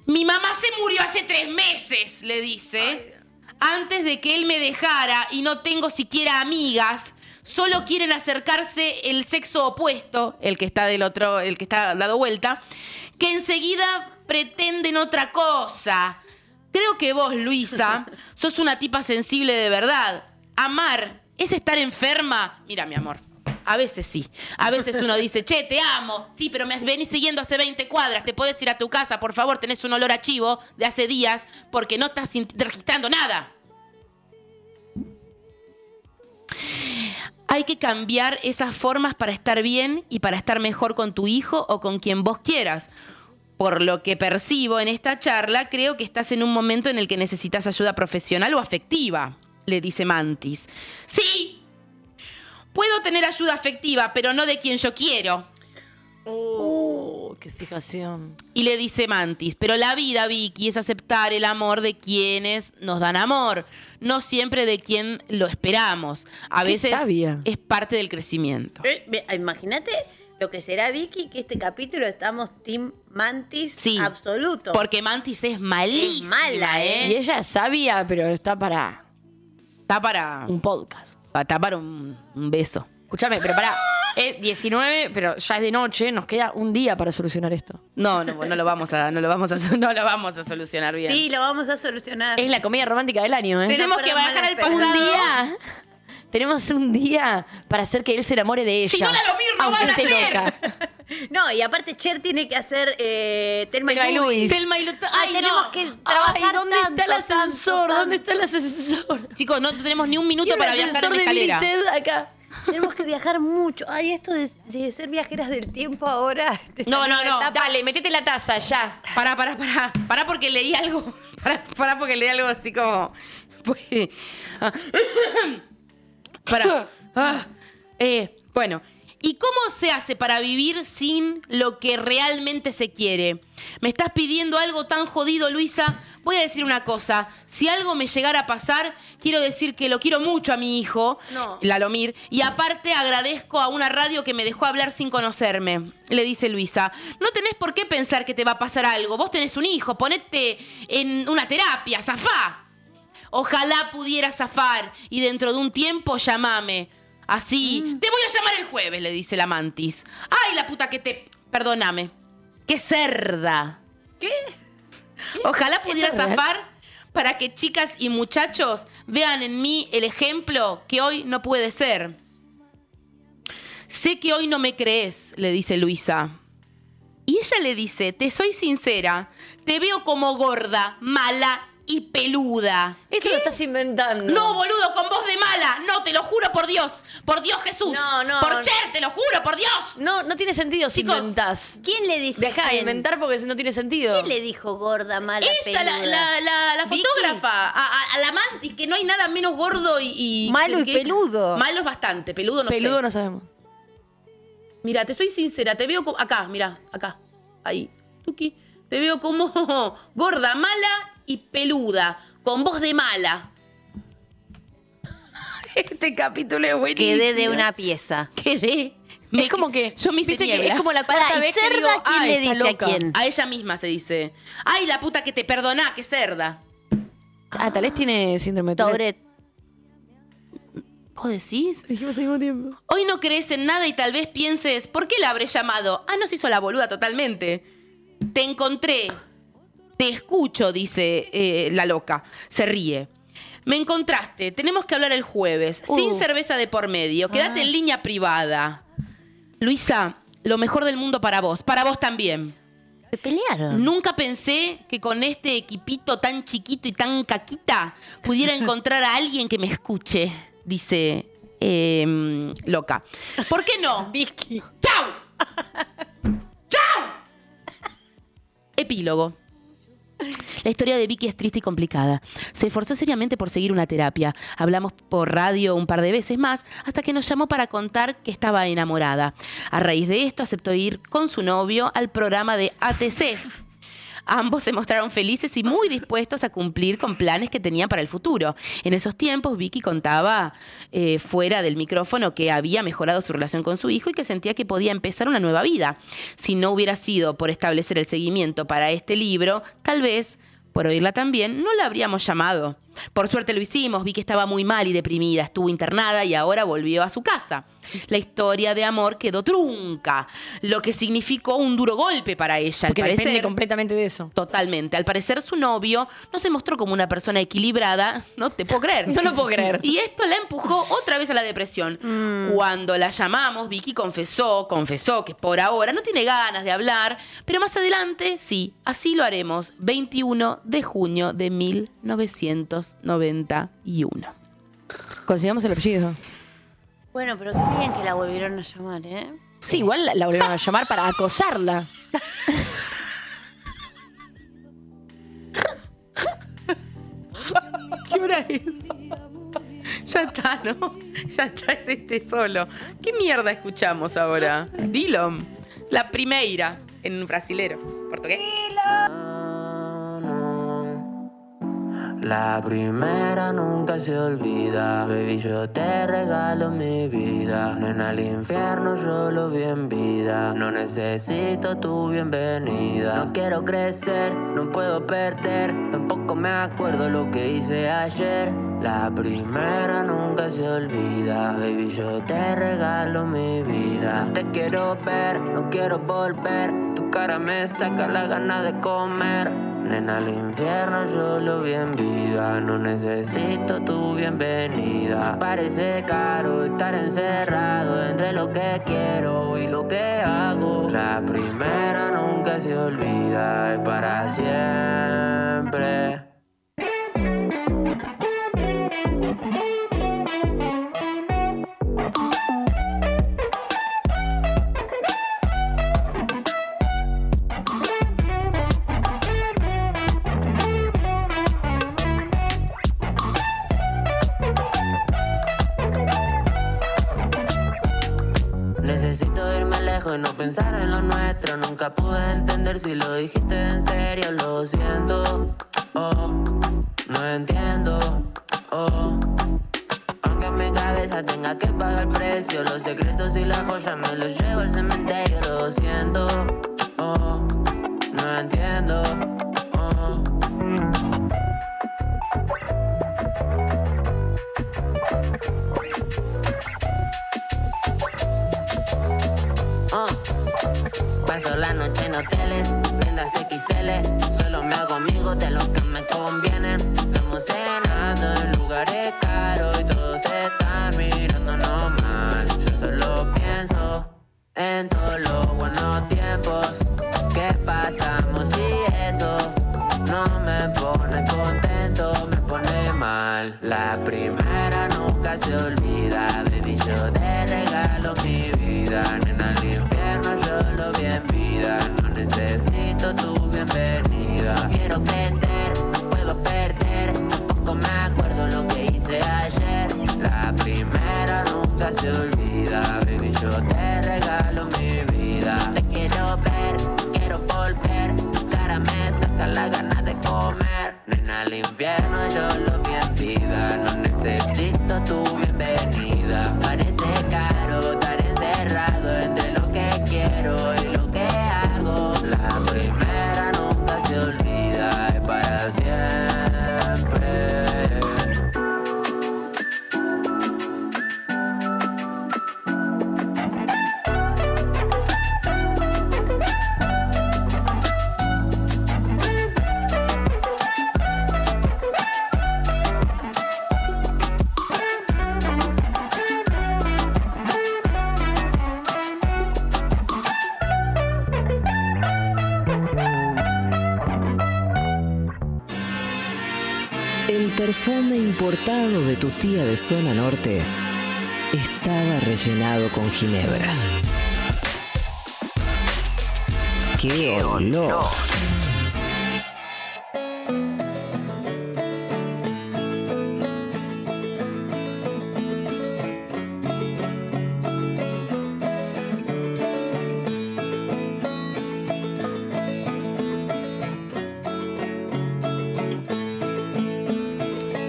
Mi mamá se murió hace tres meses, le dice. Antes de que él me dejara y no tengo siquiera amigas. Solo quieren acercarse el sexo opuesto, el que está del otro, el que está dado vuelta, que enseguida pretenden otra cosa. Creo que vos, Luisa, sos una tipa sensible de verdad. Amar es estar enferma. Mira, mi amor, a veces sí. A veces uno dice, che, te amo. Sí, pero me venís siguiendo hace 20 cuadras. Te podés ir a tu casa, por favor. Tenés un olor a chivo de hace días porque no estás sin- registrando nada. Hay que cambiar esas formas para estar bien y para estar mejor con tu hijo o con quien vos quieras. Por lo que percibo en esta charla, creo que estás en un momento en el que necesitas ayuda profesional o afectiva, le dice Mantis. Sí, puedo tener ayuda afectiva, pero no de quien yo quiero.
Oh, qué fijación.
Y le dice Mantis, pero la vida, Vicky, es aceptar el amor de quienes nos dan amor, no siempre de quien lo esperamos. A
Qué
veces
sabia.
es parte del crecimiento.
Eh, ve- Imagínate lo que será Vicky, que este capítulo estamos Team Mantis
Sí.
absoluto.
Porque Mantis es malísima,
mala,
Y
¿eh?
ella es sabia, pero está para
Está para,
un podcast.
para tapar un, un beso.
Escúchame, pero pará. Es 19, pero ya es de noche, nos queda un día para solucionar esto.
No, no, no lo vamos a, no lo vamos a, (laughs) no lo vamos a solucionar bien.
sí, lo vamos a solucionar.
(laughs) Es la comedia romántica del año, ¿eh?
Tenemos
No,
que
pero
bajar
mala
al
espera.
pasado.
Un día. Tenemos un día para hacer que él se enamore de ella.
Si no, la Lomir no
aunque
van a
esté
hacer.
loca.
No, y aparte Cher tiene que hacer eh, Telma
Telma y
y Luis.
Luis.
Telma y Lu-
Ah,
Ay,
tenemos
no.
que trabajar
Ay, ¿dónde
tanto,
está el
tanto,
ascensor?
tanto.
¿Dónde está el ascensor?
Chicos, no tenemos ni un minuto
Quiero
para
el
viajar en
ascensor de
escalera.
Lilith Ted acá.
Tenemos que viajar mucho. Ay, esto de, de ser viajeras del tiempo ahora. (laughs)
No, no, no.
Dale, metete la taza ya.
Pará, pará, pará. Pará porque leí algo. (laughs) Pará, pará porque leí algo así como. Pues, ah, pará. Ah, eh, bueno. ¿Y cómo se hace para vivir sin lo que realmente se quiere? Me estás pidiendo algo tan jodido, Luisa. Voy a decir una cosa. Si algo me llegara a pasar, quiero decir que lo quiero mucho a mi hijo,
No.
Lalomir. Y aparte agradezco a una radio que me dejó hablar sin conocerme. Le dice Luisa. No tenés por qué pensar que te va a pasar algo. Vos tenés un hijo. Ponete en una terapia. Zafá. Ojalá pudiera zafar y dentro de un tiempo llamame. Así, te voy a llamar el jueves, le dice la mantis. Ay, la puta que te... Perdóname. Qué cerda. ¿Qué? Ojalá pudiera zafar para que chicas y muchachos vean en mí el ejemplo que hoy no puede ser. Sé que hoy no me crees, le dice Luisa. Y ella le dice, te soy sincera, te veo como gorda, mala y peluda.
Esto lo estás inventando.
No, boludo, con voz de mala. No, te lo juro por Dios. Por Dios Jesús.
No, no,
por
no.
Cher, te lo juro, por Dios.
No, no tiene sentido si
Chicos,
inventás.
¿Quién le dice?
Deja de
quién?
inventar porque no tiene sentido.
¿Quién le dijo gorda, mala,
Ella, la,
peluda?
la- la- la
Vicky.
fotógrafa, a, a- a la mantis, que no hay nada menos gordo y... y-
Malo y
que-
peludo.
Malo es bastante, peludo no
Peludo
sé.
no sabemos.
Mira, te soy sincera, te veo como... Acá, mira, acá. Ahí. Tuki. Te veo como (laughs) gorda, mala y peluda. Con voz de mala. (laughs) Este capítulo es buenísimo.
Quedé de una pieza.
Quedé. Me-
Es como que.
Yo me hice
viste que
niebla.
Es como la
Pará,
cuarta
¿y
vez que
cerda
digo,
quién
"Ah,
le
está
dice a
loca".
quién?
A ella misma se dice. Ay, la puta que te perdoná, qué cerda.
Ah, tal vez tiene síndrome de Tourette.
Tourette.
¿Vos decís?
Dijimos al mismo tiempo.
Hoy no crees en nada y tal vez pienses, ¿por qué la habré llamado? Ah, nos hizo la boluda totalmente. Te encontré. Te escucho, dice eh, la loca. Se ríe. Me encontraste. Tenemos que hablar el jueves.
Uh.
Sin cerveza de por medio.
Ah.
Quédate en línea privada. Luisa, lo mejor del mundo para vos. Para vos también.
Se pelearon.
Nunca pensé que con este equipito tan chiquito y tan caquita
(laughs)
pudiera encontrar a alguien que me escuche, dice em, loca. ¿Por qué no?
(laughs) Vicky.
¡Chau! ¡Chau! Epílogo. La historia de Vicky es triste y complicada. Se esforzó seriamente por seguir una terapia. Hablamos por radio un par de veces más hasta que nos llamó para contar que estaba enamorada. A raíz de esto aceptó ir con su novio al programa de ATC. Ambos se mostraron felices y muy dispuestos a cumplir con planes que tenían para el futuro. En esos tiempos, Vicky contaba eh, fuera del micrófono que había mejorado su relación con su hijo y que sentía que podía empezar una nueva vida. Si no hubiera sido por establecer el seguimiento para este libro, tal vez por oírla también, no la habríamos llamado. Por suerte lo hicimos, vi que estaba muy mal y deprimida, estuvo internada y ahora volvió a su casa. La historia de amor quedó trunca, lo que significó un duro golpe para ella, al
Porque depende
parecer.
completamente de eso.
Totalmente. Al parecer su novio no se mostró como una persona equilibrada. No te puedo creer.
(laughs) No lo puedo creer. Mm.
Y esto la empujó otra vez a la depresión. Cuando la llamamos, Vicky confesó, confesó que por ahora no tiene ganas de hablar, pero más adelante sí, así lo haremos. 21 de junio de 1991.
Consigamos el apellido.
Bueno, pero qué bien que la volvieron a llamar, ¿eh?
Sí, igual la, la volvieron a llamar para acosarla.
¿Qué hora es? Ya está, ¿no? Ya está, es este solo. ¿Qué mierda escuchamos ahora? Dillom. La primera en brasilero. ¿Portugués?
La primera nunca se olvida. Baby, yo te regalo mi vida. No en el infierno, yo lo vi en vida. No necesito tu bienvenida. No quiero crecer, no puedo perder. Tampoco me acuerdo lo que hice ayer. La primera nunca se olvida. Baby, yo te regalo mi vida. No Te quiero ver, no quiero volver. Tu cara me saca la gana de comer. Nena, al infierno yo lo vi en vida, no necesito tu bienvenida. Parece caro estar encerrado entre lo que quiero y lo que hago. La primera nunca se olvida, es para siempre. Necesito irme lejos y no pensar en lo nuestro. Nunca pude entender si lo dijiste en serio. Lo siento, oh, no entiendo, oh. Aunque en mi cabeza tenga que pagar precio, los secretos y las joyas me los llevo al cementerio. Lo siento, oh, no entiendo, oh. Ah. Paso la noche en hoteles, tiendas XL. Solo me hago amigo de los que me convienen. Estamos cenando en lugares caros y todos están mirándonos mal. Yo solo pienso en todos los buenos tiempos que pasamos y eso no me pone contento, me pone mal. La primera nunca se olvida, baby, yo te regalo mi vida. Nena, al infierno yo lo vi en vida, no necesito tu bienvenida. No quiero crecer, no puedo perder, tampoco me acuerdo lo que hice ayer. La primera nunca se olvida, baby, yo te regalo mi vida. Te quiero ver, quiero volver, tu cara me saca la gana de comer. Nena, al infierno yo lo vi en vida, no necesito tu bienvenida. Parece caro estar encerrado entre lo que quiero y lo que hago. La primera nunca se olvida, es para siempre.
El perfume importado de tu tía de zona norte estaba rellenado con ginebra. ¡Qué olor!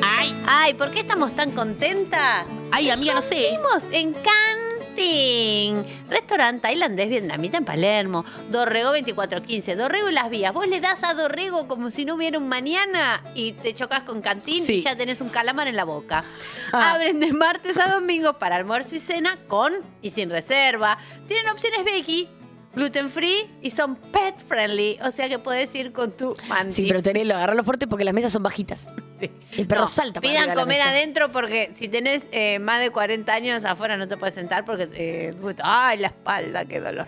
Ay, ay, ¿por qué estamos tan contentas?
Ay, amiga, no sé.
Comimos en Canting, restaurante tailandés vietnamita en Palermo, Dorrego 2415, Dorrego y las vías. Vos le das a Dorrego como si no hubiera un mañana y te chocas con Cantín
Sí.
y ya tenés un calamar en la boca.
Ah.
Abren de martes a domingo para almuerzo y cena con y sin reserva. Tienen opciones veggie, gluten free y son pet friendly, o sea que podés ir con tu mantis.
Sí, pero tenés que agarrarlo fuerte porque las mesas son bajitas. El perro
No,
salta para
Pidan
arriba de la
comer
mesa.
adentro porque si tenés eh, más de 40 años afuera no te puedes sentar porque. eh, puta, ¡Ay, la espalda, qué
(laughs)
dolor!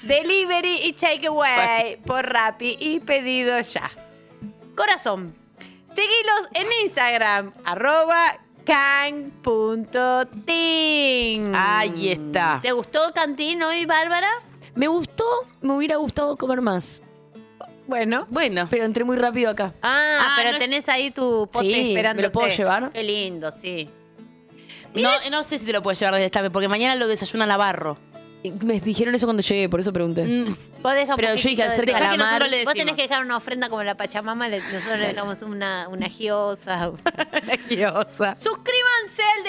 Delivery y takeaway por Rappi y pedido ya. Corazón, seguilos en Instagram, arroba can.ting.
Ahí está.
¿Te gustó Cantín hoy, Bárbara?
Me gustó, me hubiera gustado comer más.
Bueno.
Bueno.
Pero entré muy rápido acá.
Ah,
Ah,
pero
no-
tenés ahí tu pote
Sí, ¿me lo
esperándote.
puedo llevar?
Qué lindo, sí.
No, no sé si te lo puedes llevar desde esta porque mañana lo desayuna Navarro.
Y Me dijeron eso cuando llegué, por eso pregunté.
Mm,
Vos deja un
Pero yo dije
poquitito de
acerca
todo.
Dejá que calamar.
nosotros le
Vos
decimos.
tenés que dejar una ofrenda como la Pachamama, le- nosotros le dejamos una, una giosa. (laughs)
Diosa.
Suscríbanse al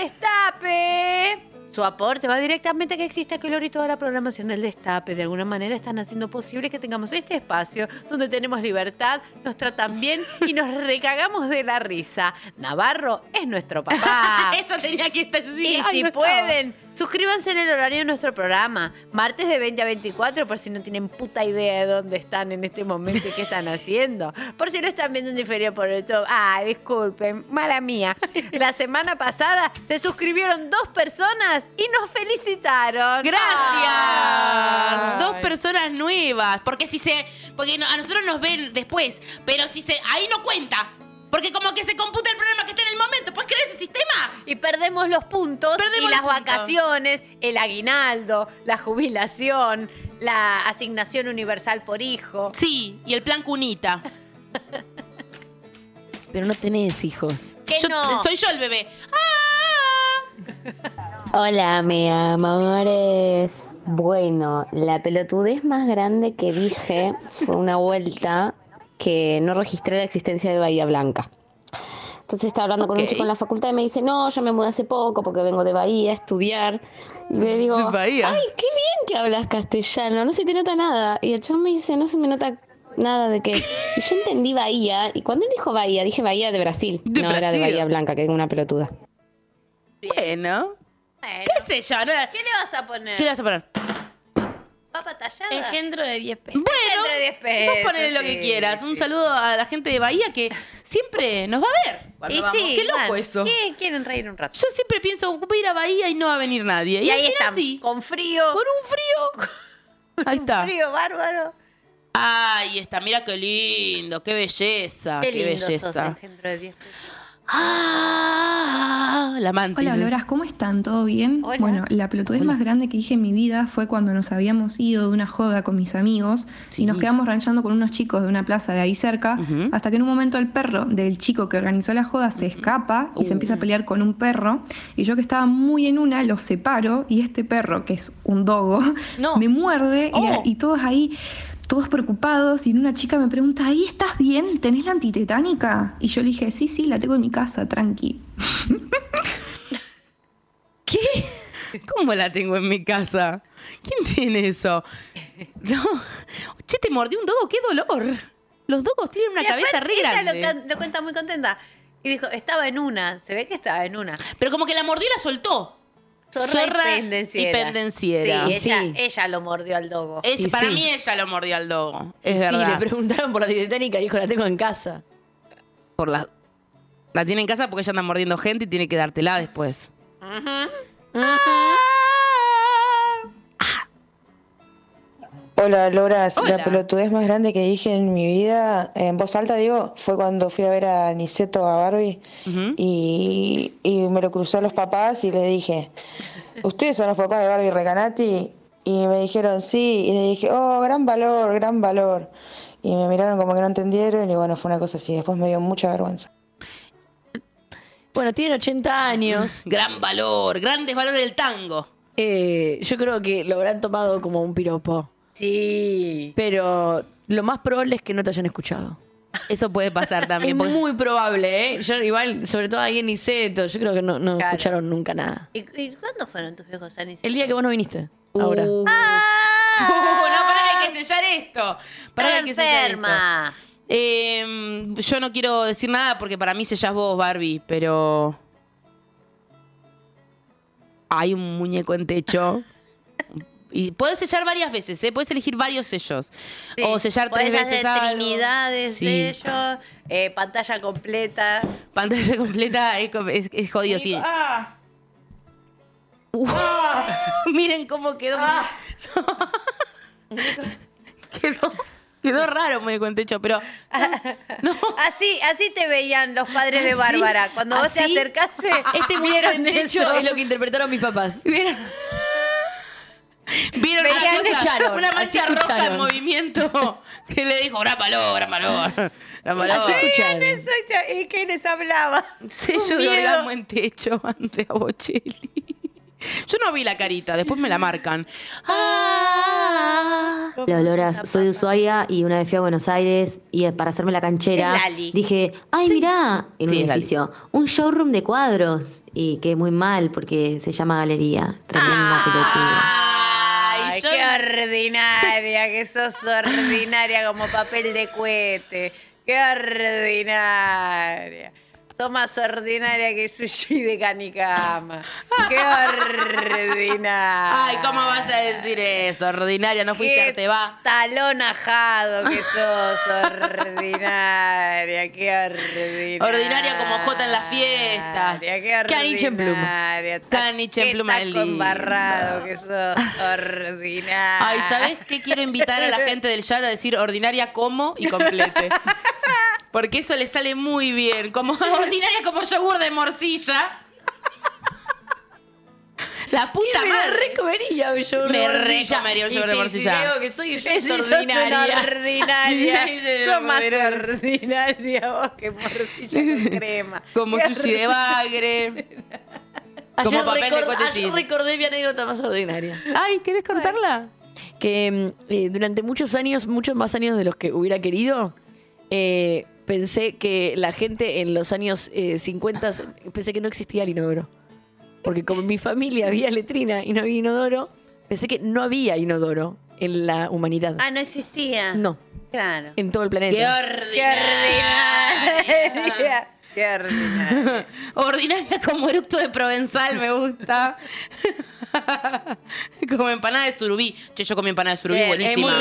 Destape. Su aporte va directamente a que exista color y toda la programación del Destape. De alguna manera están haciendo posible que tengamos este espacio donde tenemos libertad, nos tratan bien y nos (laughs) recagamos de la risa. Navarro es nuestro (laughs) papá.
(laughs) Eso tenía que estar. sí,
Y
ay,
si
no estaba.
pueden, suscríbanse en el horario de nuestro programa. Martes de 20 a 24, por si no tienen puta idea de dónde están en este momento y
(laughs)
qué están haciendo. Por si no están viendo un diferido por YouTube. Ah, disculpen, mala mía. La semana pasada se suscribieron dos personas y nos felicitaron.
Gracias.
Ay.
Dos personas nuevas. Porque si se. Porque no- a nosotros nos ven después. Pero si se. Ahí no cuenta. Porque como que se computa el problema que está en el momento. ¿Puedes creer ese sistema?
Y perdemos los puntos
Perdemos
y las
los puntos.
vacaciones, el aguinaldo, la jubilación, la asignación universal por hijo.
Sí, y el plan cunita.
Pero no tenés hijos.
¿Qué
Yo-
no?
Soy yo el bebé. ¡Ah!
Hola, mi amores.
Bueno, la pelotudez más grande que dije fue una vuelta que no registré la existencia de Bahía Blanca. Entonces estaba hablando con un
Ok.
chico en la facultad y me dice, no, yo me mudé hace poco porque vengo de Bahía a estudiar. Y le digo,
De Bahía.
ay, qué bien que hablas castellano, no se te nota nada. Y el chabón me dice, no se me nota nada de qué. Y yo entendí Bahía, y cuando él dijo Bahía, dije Bahía de Brasil. no, era de
Brasil.
Bahía Blanca, que es una pelotuda.
Bueno. ¿Qué sé yo? no-
¿Qué le vas a poner?
¿Qué le vas a poner?
¿Papa tallada?
Engendro de 10 pesos.
Bueno,
Engendro de 10
vos
pesos,
ponele lo que
sí,
quieras. Un
sí.
saludo a la gente de Bahía que siempre nos va a ver. cuando
Y
vamos.
sí,
Qué loco
van.
eso.
¿Qué? Quieren reír un rato.
Yo siempre pienso, voy a ir a Bahía y no va a venir nadie. Y,
Y
al
ahí
final
están,
sí.
con frío.
Con un
(laughs)
frío. Ahí está.
Frío bárbaro.
Ahí está, mira qué lindo, qué belleza, qué,
lindo sos,
belleza.
engendro de 10 pesos.
À,
Ah, la mantis.
Hola, Loras, ¿cómo están? ¿Todo bien? Bueno, la pelotudez más grande que dije en mi vida fue cuando nos habíamos ido de una joda con mis amigos y nos quedamos ranchando con unos chicos de una plaza de ahí cerca, hasta que en un momento el perro del chico que organizó la joda se escapa y se empieza a pelear con un perro. Y yo que estaba muy en una, los separo y este perro, que es un dogo, me muerde y, y todos ahí... Todos preocupados y una chica me pregunta, ¿ahí estás bien? ¿Tenés la antitetánica? Y yo le dije, sí, sí, la tengo en mi casa, tranqui.
(laughs) ¿Cómo la tengo en mi casa? ¿Quién tiene
(laughs)
eso? No. Che, te mordió un dogo, qué dolor. Los dogos tienen una
Y
cabeza
aparte
re
ella
grande.
Lo, can- lo cuenta muy contenta. Y dijo, estaba en una. Se ve que estaba en una.
Pero como que la mordió y la soltó.
Zorra,
Zorra
y pendenciera.
y pendenciera.
Sí,
Y
ella,
sí.
ella lo mordió al dogo.
Ella- para mí ella lo mordió al dogo. Es
sí,
verdad.
le preguntaron por la titánica y dijo, la tengo en casa.
Por la... la tiene en casa porque ella anda mordiendo gente y tiene que dártela después.
Hola Loras, la pelotudez más grande que dije en mi vida, en voz alta digo, fue cuando fui a ver a Niceto a Barbie y, y me lo cruzó a los papás y le dije, ¿ustedes son los papás de Barbie Recanati? Y me dijeron sí, y le dije, oh, gran valor, gran valor. Y me miraron como que no entendieron y bueno, fue una cosa así, después me dio mucha vergüenza.
Bueno, tiene 80 (laughs) años.
Gran valor, grandes valores del tango.
Eh, yo creo que lo habrán tomado como un piropo.
Sí.
Pero lo más probable es que no te hayan escuchado.
Eso puede (laughs) pasar también.
es
porque-
muy probable, ¿eh? Yo igual, sobre todo ahí en Iseto, yo creo que no, no escucharon nunca nada.
¿Y, y cuándo fueron tus viejos a Niceto?
El día que vos no viniste, ahora.
Ah,
Uh, (laughs) no, pará, hay que sellar esto. Pará, hay que sellar
Enferma.
esto. Eh, yo no quiero decir nada porque para mí sellas vos, Barbie, pero. Hay un muñeco en
(laughs)
techo. Y puedes sellar varias veces, ¿eh? Puedes elegir varios sellos. o sellar tres
Podés
veces
hacer
algo.
trinidades
Sí.
de ellos, eh, pantalla completa.
Pantalla completa es, co- es- es jodido, sí.
ah.
Uh. (laughs) Miren cómo quedó.
Ah.
(laughs) quedó, quedó raro el muñeco en techo, pero.
Así, así te veían los padres
Ah,
de
Así,
Bárbara. Cuando vos te
así,
acercaste,
Ah, (laughs)
(laughs)
Este muñeco
(laughs) vieron
en techo
eso.
es lo que interpretaron mis papás. (laughs)
Vieron, Vieron
Me (laughs)
una,
engancharon,
cosa, una
así
mancha roja en
escucharon.
movimiento (laughs) que le dijo, gran valor, gran
(laughs)
valor, gran valor".
Así veían eso y
Este,
te-
eh,
y que les hablaba.
Sello
Con
de
miedo.
orgasmo en techo, (laughs) Andrea Bocelli. Yo no vi la carita, después me la marcan.
Hola, Loras, soy de Ushuaia y una vez fui a Buenos Aires y eh, para hacerme la canchera
Es Lali.
dije, ay, mirá, en un
Sí, es Lali.
edificio, un showroom de cuadros y quedé muy mal porque se llama galería.
Ah,
Tremenda pelotuda.
Ay, qué ordinaria, que sos ordinaria como papel de cohete. Qué ordinaria. Sos más ordinaria que sushi de canicama.
(laughs)
Qué ordinaria.
Ay, ¿cómo
Ah.
vas a decir eso? Ordinaria, no fuiste
Qué
arte, va.
talón ajado que sos, ordinaria, qué ordinaria.
Ordinaria como Jota en las fiestas.
Qué
Caniche en pluma.
ordinaria,
Caniche en
qué
pluma es
taco
lindo.
embarrado que sos, ordinaria.
Ay,
Ah.
¿sabes qué? Quiero invitar a la gente del chat a decir ordinaria como y complete. Porque eso le sale muy bien.
(laughs)
Como ordinaria como yogur de morcilla. La puta
me
madre.
Me recomería un yogur
Me
de morcilla.
recomería un
Y
yogur de
si-
morcilla.
Si digo que soy yo,
Es
es
ordinaria.
ordinaria.
(laughs)
ordinaria. Sos más
ordinaria. (laughs)
ordinaria vos que morcilla con crema.
Como
Qué
sushi de
ordinaria.
bagre. Como
Ayer
papel de
record-
coche,
ayer
sí.
recordé mi anécdota más ordinaria.
Ay, ¿querés contarla?
Que mm, eh, durante muchos años, muchos más años de los que hubiera querido, eh, pensé que la gente en los años eh, 50 pensé que no existía el inodoro. Porque como en mi familia había letrina y no había inodoro, pensé que no había inodoro en la humanidad.
Ah, no existía.
No.
Claro.
En todo el planeta.
Qué ordinaria. (laughs) Qué
(laughs)
ordinaria.
Ordinaria como eructo de provenzal, me
(laughs)
gusta. como empanada de surubí. Che, yo comí empanada de surubí,
Bien, es
buenísima.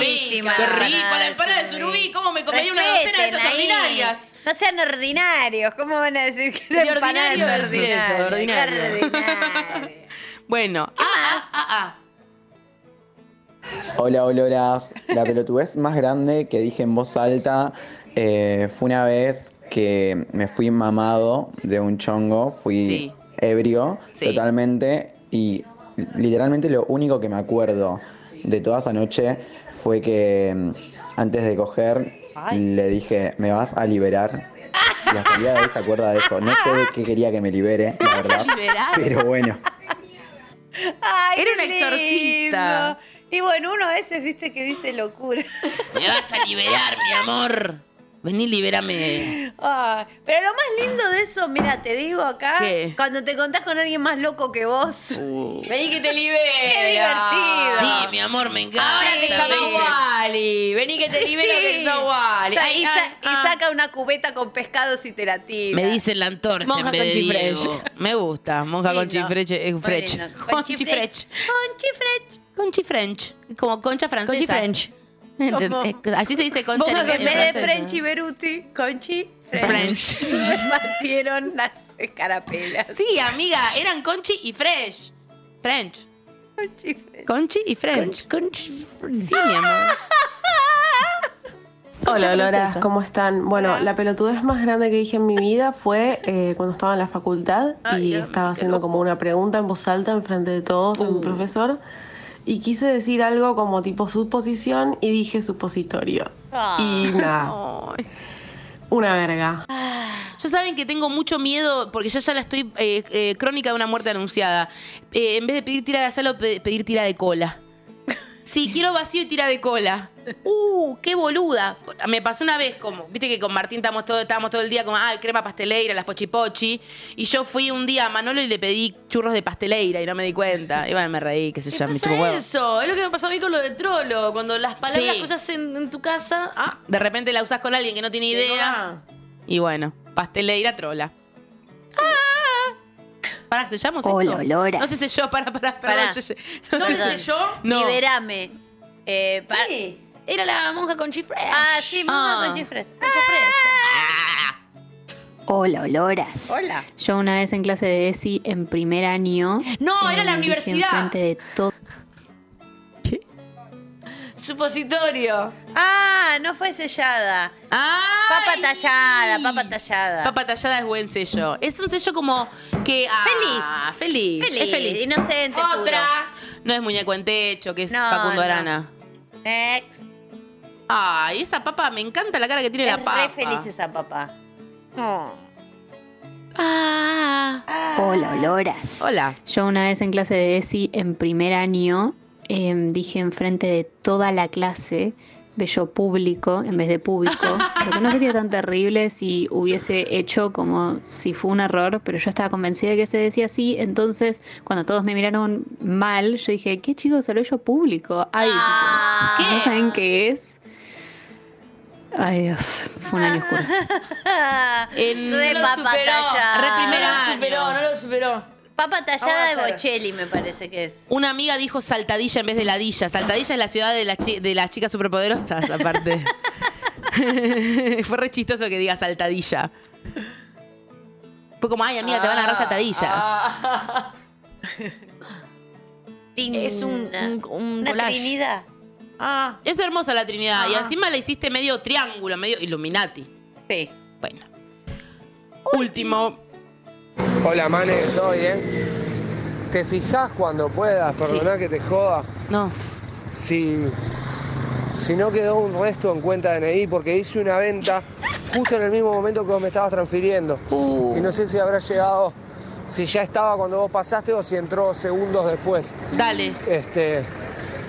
muy rica.
Qué rico,
Empanada
la
de
empanada de surubí. ¿Cómo me comería una docena de
Respeten
esas
ahí.
ordinarias?
No sean ordinarios. ¿Cómo van a decir que la
De
empanada
ordinario
es
decir eso,
ordinaria?
de ordinario.
Qué ordinaria.
(laughs) Bueno, ah, ah, ah,
Hola, hola, hola. La pelotudez más grande que dije en voz alta eh, fue una vez que me fui mamado de un chongo, fui
Sí.
ebrio
Sí.
totalmente y literalmente lo único que me acuerdo de toda esa noche fue que mm, antes de coger le dije, me vas a
(laughs)
liberar. Y hasta el día de hoy se acuerda de eso. No sé de qué quería que me libere, la verdad.
liberar?
Pero bueno.
Ay,
Era
qué
una exorcista.
lindo. Y bueno, uno a veces viste que dice locura.
ah. Me vas a liberar, mi amor. Vení, libérame.
Ay, pero lo más lindo de eso, mira, te digo acá,
¿Qué? Uh.
cuando te contás con alguien más loco que vos.
(laughs) Vení que te libera.
Qué divertido.
Sí, mi amor, me encanta.
Ahora te llama
¿viste?
Wally. Vení que te libero que
Sí.
sos Wally.
Sa-
Ay,
y,
ay, ah.
sa- y saca una cubeta con pescados y te la tira.
Me dicen la antorcha
Monja
en vez
con
de
chifreche.
Diego. Me gusta, monja con
Lindo.
chifreche. eh,
Muy
frech.
lindo. Con
Con
chifreche.
chifreche.
Con chifrech.
Con chifrench. Como concha francesa.
chifrench.
¿Entendés? Así se dice concha
Monja
en
con-
inglés.
En vez de French y Beruti, Conchi, French. Me (laughs) batieron las escarapelas.
Sí, amiga, eran conchi y fresh. French.
Conchi,
Conchi y French.
Conchi
Sí, mi amor.
Ah, Hola, Loras,
princesa.
¿cómo están? Bueno, la pelotudez más grande que dije en mi vida fue eh, cuando estaba en la facultad y estaba haciendo como una pregunta en voz alta enfrente de todos
Uh.
a mi profesor y quise decir algo como tipo suposición y dije supositorio.
Ah.
Y nada. Una verga.
Yo saben que tengo mucho miedo, porque yo ya la estoy eh, eh, crónica de una muerte anunciada. Eh, en vez de pedir tira de asalo, pe- pedir tira de cola. (laughs) Sí, quiero vacío y tira de cola. Uh, qué boluda. Me pasó una vez como, viste que con Martín estábamos todo, estábamos todo el día como, ah, crema pasteleira, las pochipochi. Y yo fui un día a Manolo y le pedí churros de pasteleira y no me di cuenta. Y bueno, me reí, qué sé yo, me chupo
pasa
huevo.
eso? Es lo que me pasó a mí con lo de trolo. Cuando las palabras
Sí.
que usas en, en tu casa. Ah,
De repente la usas con alguien que no tiene idea. Y bueno, pasteleira trola. Ah. Pará, ¿te llamo?
Hola,
Olora. No sé si yo, pará, pará,
Pará.
pará.
No sé si
yo.
No.
Liberame. Eh, pa-
Era la monja con chifres.
Ah, sí, monja
Ah.
con chifres.
Hola, Oloras.
Hola.
Yo una vez en clase de ESI en primer año.
No, era la
dije
universidad.
enfrente de todo.
Supositorio.
Ah, no fue sellada.
Ah.
Papa tallada, papa tallada.
Papa tallada es buen sello. Es un sello como que. ah, feliz.
Feliz,
Es feliz.
inocente, puro. Otra.
No es muñeco en techo, que es
No,
Facundo
no.
Arana.
Next.
Ay, esa papa, me encanta la cara que tiene la papa.
Re feliz esa papá.
Hola, Oloras.
Hola.
Yo una vez en clase de ESI en primer año em, dije enfrente de toda la clase, bello público en vez de público, lo que no sería tan terrible si hubiese hecho como si fue un error, pero yo estaba convencida de que se decía así, entonces cuando todos me miraron mal, yo dije, ¿qué chicos, el bello público? Ay, tipo, ¿no saben qué es? Ay Dios, fue un año oscuro.
En re
No lo
papa
superó.
tallada.
Re primer
No lo
año. superó, no lo superó.
Papa
Vamos a
tallada de
hacer.
Bocelli me parece que es.
Una amiga dijo saltadilla en vez de ladilla. Saltadilla es la ciudad de, las chi- de las chicas superpoderosas, aparte. (laughs) Fue re chistoso que diga saltadilla. Fue como, ay, amiga, te van a
Ah,
agarrar saltadillas.
Es un, un, un
Una
collage.
trinidad. Ah.
Ah.
Es hermosa la Trinidad. Y
Ajá.
encima la hiciste medio triángulo, medio Illuminati.
Sí.
Bueno. Último.
Hola, Mane, ¿todo bien? ¿Te fijas cuando puedas? Perdoná que te joda.
No.
Si, si no quedó un resto en cuenta de DNI, porque hice una
Uh.
venta justo en el mismo momento que vos me estabas transfiriendo. Y no sé si habrá llegado si ya estaba cuando vos pasaste o si entró segundos después.
Dale.
Este,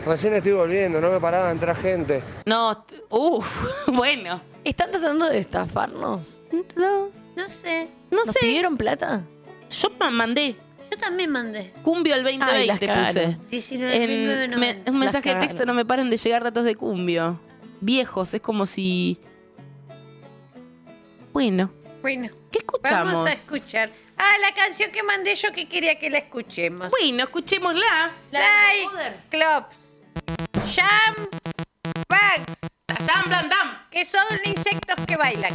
recién estoy volviendo, no me paraba de entrar gente.
No, uff, bueno.
¿Están tratando de estafarnos?
No, no sé.
No sé. pidieron plata?
Yo mandé.
Yo también mandé.
Cumbio al 2020 puse.
19.990.
En- Em, me- un mensaje de
Las
texto, no me paren de llegar datos de cumbio. Viejos, es como si... Bueno,
Bueno,
¿qué escuchamos?
Vamos a escuchar. Ah, la canción que mandé yo que quería que la escuchemos.
Bueno, escuchémosla.
Sly Clops. Jam Bugs.
Dam, dam, dam.
Que son insectos que bailan.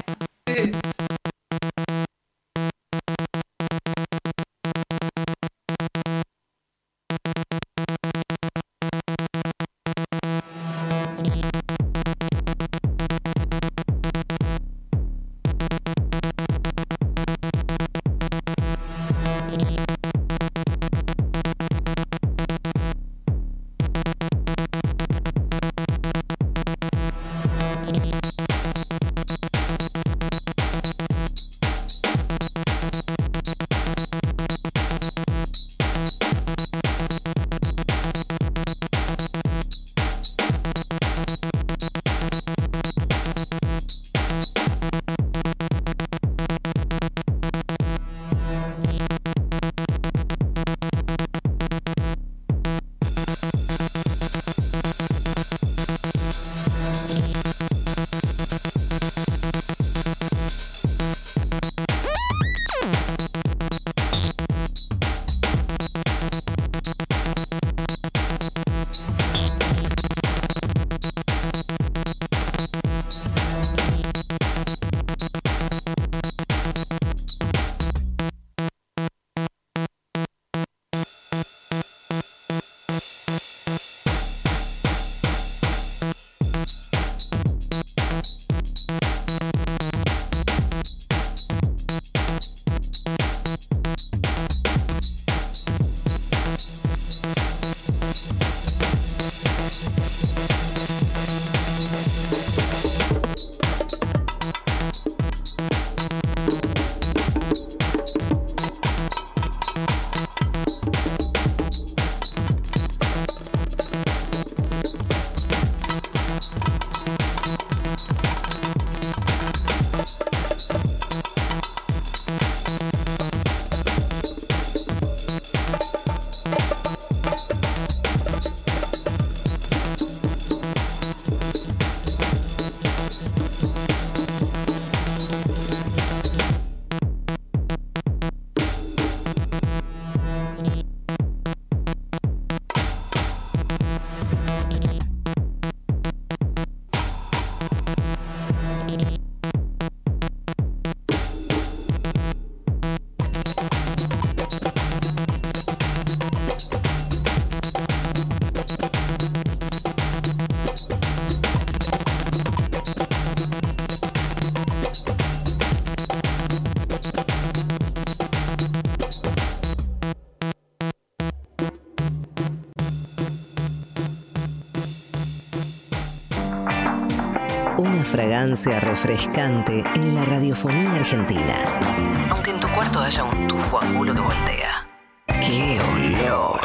Una fragancia refrescante en la radiofonía argentina. Aunque en tu cuarto haya un tufo a culo que voltea. ¡Qué olor!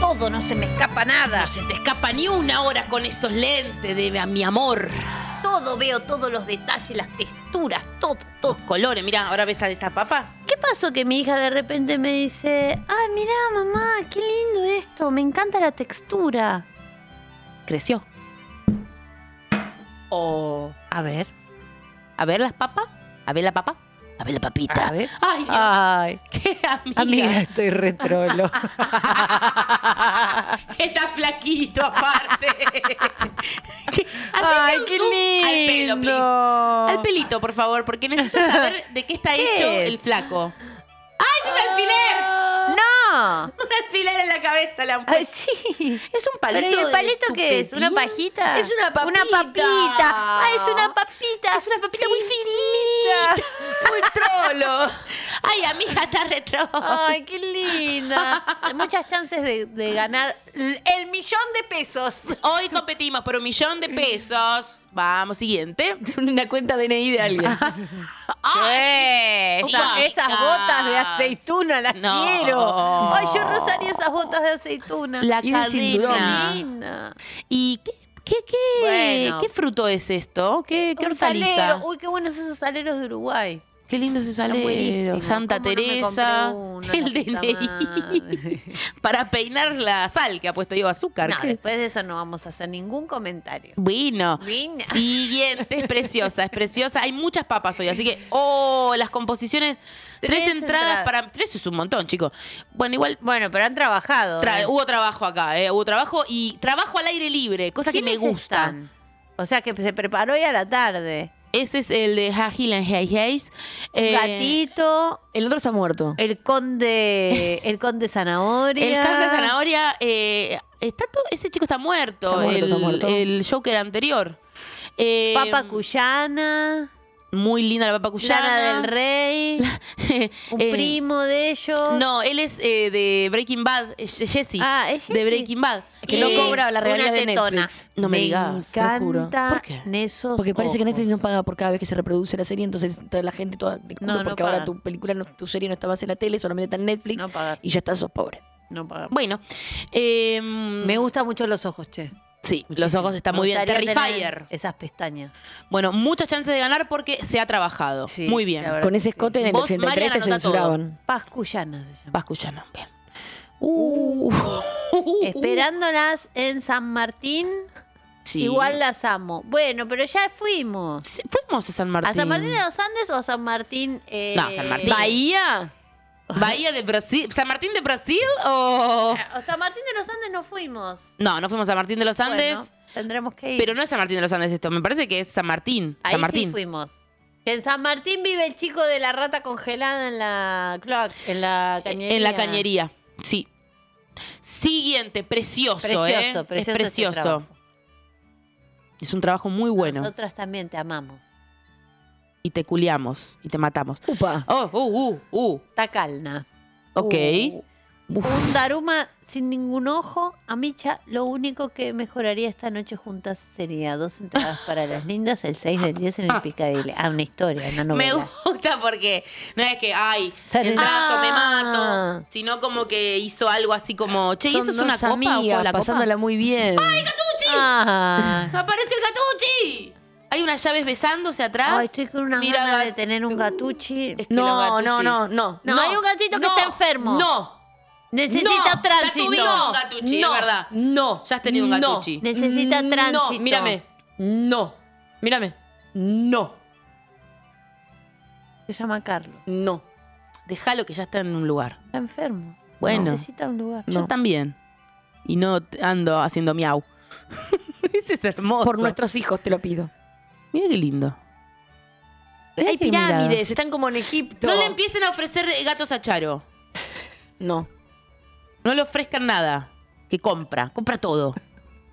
Todo, no se me escapa nada.
No se te escapa ni una hora con esos lentes de a mi amor.
Todo veo, todos los detalles, las texturas, todo,
todo. colores, mira, ahora ves a esta papa.
¿Qué pasó que mi hija de repente me dice, ay, mira mamá, qué lindo esto, me encanta la textura?
Creció. O. A ver. A ver las papas. A ver la papa. A ver la papita. A ver. Ay, Dios.
Ah,
Ay.
Qué amiga.
Amiga,
(laughs)
estoy retrolo.
Está flaquito
(laughs)
aparte. (laughs)
Ay,
un
qué
zoom Al pelo, please. Al pelito, por favor, porque necesito saber de qué está
¿Qué
hecho
es?
el flaco. ¡Ay, un alfiler!
¡No!
(laughs)
No.
Una chilena en la cabeza la
sí.
Es un
Pero, ¿y el palito qué es? ¿Una pajita?
Es una papita.
Una papita. Ah, es una
(laughs)
papita. Es una papita muy finita. (laughs)
Muy trolo.
Ay, amiga, está retro. Ay,
(laughs)
qué linda. Hay muchas chances de, de ganar l- el millón de pesos.
Hoy competimos por un millón de pesos. Vamos, siguiente.
(laughs) Una cuenta DNI
(laughs)
de alguien.
Che, esa-
chicas.
esas botas de aceituna las
No.
quiero. Ay, yo rosaría esas botas de aceituna.
La
Y el cinturón.
cadena.
Linda.
¿Y qué, qué, qué,
Bueno.
qué fruto es esto? ¿Qué, qué
Un
hortaliza?
salero. Uy, qué buenos esos saleros de Uruguay.
Qué lindo ese
Están
salero.
buenísimos.
Santa
¿Cómo no me
Teresa.
compré
(laughs)
uno,
el
la puta
DNI. Para peinar la sal que ha puesto yo azúcar.
No,
¿Qué?
después de eso no vamos a hacer ningún comentario.
Bueno.
Bien.
Siguiente, es preciosa, es preciosa. Hay muchas papas hoy, así que, oh, las composiciones. Tres,
Tres
entradas,
entradas.
para. Tres es un montón, chicos. Bueno, igual.
Bueno, pero han trabajado. ¿eh?
hubo trabajo acá, eh, hubo trabajo y trabajo al aire libre, cosa que me
¿Quiénes
gusta.
están? O sea, que se preparó hoy a la tarde.
Ese es el de Hagil and Hey Hayes. Eh,
Gatito.
El otro está muerto.
(laughs)
El conde. El conde
El
zanahoria.
Carlos Zanahoria, eh, está todo- ese chico está muerto.
Está muerto,
el,
está muerto.
el Joker anterior. Eh,
Papa Cuyana.
Muy linda la papa cuyana.
Lana del
(laughs)
Rey. un
eh,
primo de ellos.
No, él es eh, de Breaking Bad, eh, Jesse.
Ah, es
De
Jesse.
Breaking Bad. Eh,
Es que no cobra la realidad
Una
de
tetona.
Netflix.
No me
Me
digas.
te lo juro.
encanta
¿Por
Nesos
Porque parece que
ojos.
Netflix no paga por cada vez que se reproduce la serie, entonces toda la gente, toda el culo,
No, no
porque ahora
pagan.
tu película, no- tu serie no está más en la tele, solamente está en Netflix
No pagar.
y ya estás, sos pobre.
No pagar.
Bueno. eh, me
gustan mucho los ojos, che.
Sí, los ojos están
Me
muy bien.
gustaría
Terrifier.
tener Esas pestañas.
Bueno, muchas chances de ganar porque se ha trabajado. muy bien.
la verdad Con ese
escote
en el
Vos,
83
Marian,
te
anotá todo.
censuraban.
Paz Cuyana se llama.
Vas escuchando. Bien.
Esperándolas en San Martín.
Sí.
Igual las amo. Bueno, pero ya fuimos.
Fuimos a San Martín.
¿A San Martín de los Andes o a San Martín? eh,
No, San Martín.
¿Bahía?
¿Bahía de Brasil? ¿San Martín de Brasil o.?
Eh, O San Martín de los Andes no fuimos.
No, no fuimos a San Martín de los Andes.
Bueno, tendremos que ir.
Pero no es San Martín de los Andes esto, me parece que es San Martín.
Ahí
San Martín.
sí fuimos. Que en San Martín vive el chico de la rata congelada en la cloaca, en la cañería.
En la cañería, sí. Siguiente, precioso,
Precioso,
¿eh?
precioso
es
ese
precioso.
trabajo.
Es un trabajo muy bueno.
Nosotras también te amamos.
Y te culiamos y te matamos.
Upa.
Oh, uh, uh, uh.
Tacalna.
Ok.
Uh. Un Daruma sin ningún ojo. A Micha, lo único que mejoraría esta noche juntas sería dos entradas para las lindas, el 6 del 10 en el Picadilly. Ah, una historia,
Me
una novela.
gusta porque no es que, ay,
Está bien.
entrazo, me
Ah.
mato. Sino como que hizo algo así como, che, ¿y
Son
eso es
dos
una copa o
amigas
con la copa?
pasándola muy bien.
¡Ay, Gatucci!
Ah.
¡Apareció el Gatucci! Hay unas llaves besándose atrás.
Ay, estoy con una
Mira,
gana de tener un gatuchi.
No, no, no, no.
No, hay un gatito que
no,
está enfermo.
No.
Necesita
no,
tránsito.
ya tuvimos un Gatucci, es verdad. No. Ya has tenido un Gatucci.
Necesita tránsito.
No, mírame. No. Mírame. No.
Se llama Carlos.
No.
Déjalo que ya está en un lugar.
Está enfermo.
Bueno.
Necesita un lugar.
Yo también. Y no t- ando haciendo miau. (laughs) Ese es hermoso.
Por nuestros hijos te lo pido.
Mira qué lindo. Mirá
Hay
qué mirada.
pirámides, están como en Egipto.
No le empiecen a ofrecer gatos a Charo.
No.
No le ofrezcan nada. Que compra. Compra todo.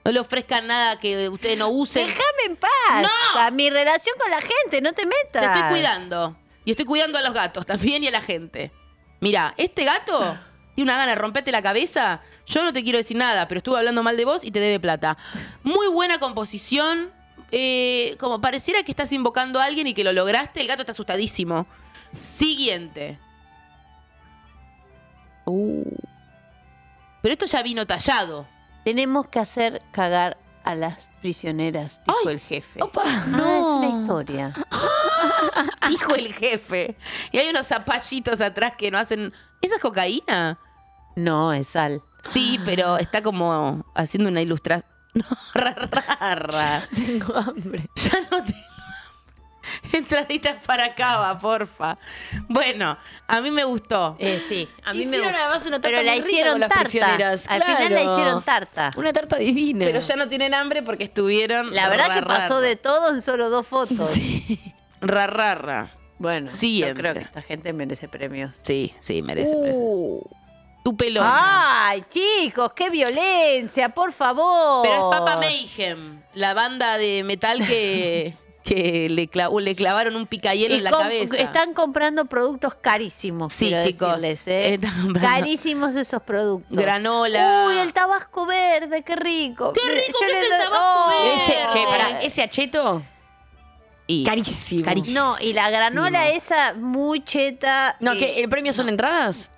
No le ofrezcan nada que ustedes no usen.
Déjame en paz. A mi relación con la gente, no te metas.
Te estoy cuidando. Y estoy cuidando a los gatos también y a la gente. Mira, este gato tiene una gana de romperte la cabeza. Yo no te quiero decir nada, pero estuve hablando mal de vos y te debe plata. Muy buena composición. eh, como pareciera que estás invocando a alguien y que lo lograste, el gato está asustadísimo. Siguiente.
Uh.
Pero esto ya vino tallado.
Tenemos que hacer cagar a las prisioneras, dijo el jefe. Ah, es una historia.
(laughs) Dijo el jefe. Y hay unos zapallitos atrás que no hacen. ¿Esa es cocaína?
No, es sal.
Sí, pero está como haciendo una (laughs) ilustración.
(laughs)
rara.
Tengo hambre.
Ya no tengo hambre. Entraditas para cava, porfa. Bueno, a mí me gustó.
Eh, sí, a mí me
Hicieron
gusta.
además una tarta
Pero la
muy rica
hicieron
con las
tarta.
prisioneras,
Al final la
claro.
hicieron tarta.
Una tarta divina.
Pero ya no tienen hambre porque estuvieron.
La verdad que
rararra.
pasó de todo en solo dos fotos.
Rararra.
Bueno,
Siguiente.
yo creo que esta gente merece premios.
Sí, sí, merece.
Uh.
tu pelo.
Ay, chicos, qué violencia, por favor.
Pero es Papa Mayhem, la banda de metal
(laughs)
que, que le, clavó- le clavaron un picayelo
Y
en la
com-
cabeza.
Están comprando productos carísimos.
Sí,
quiero
chicos,
decirles,
(laughs)
¿eh?
están comprando-
Carísimos esos productos.
Granola.
Uy, el tabasco verde, qué rico. Qué rico
que es el
Oh.
tabasco verde.
Ese, che, pará, ese acheto. carísimo.
No, y la granola esa muy cheta.
No,
eh,
que el premio son entradas.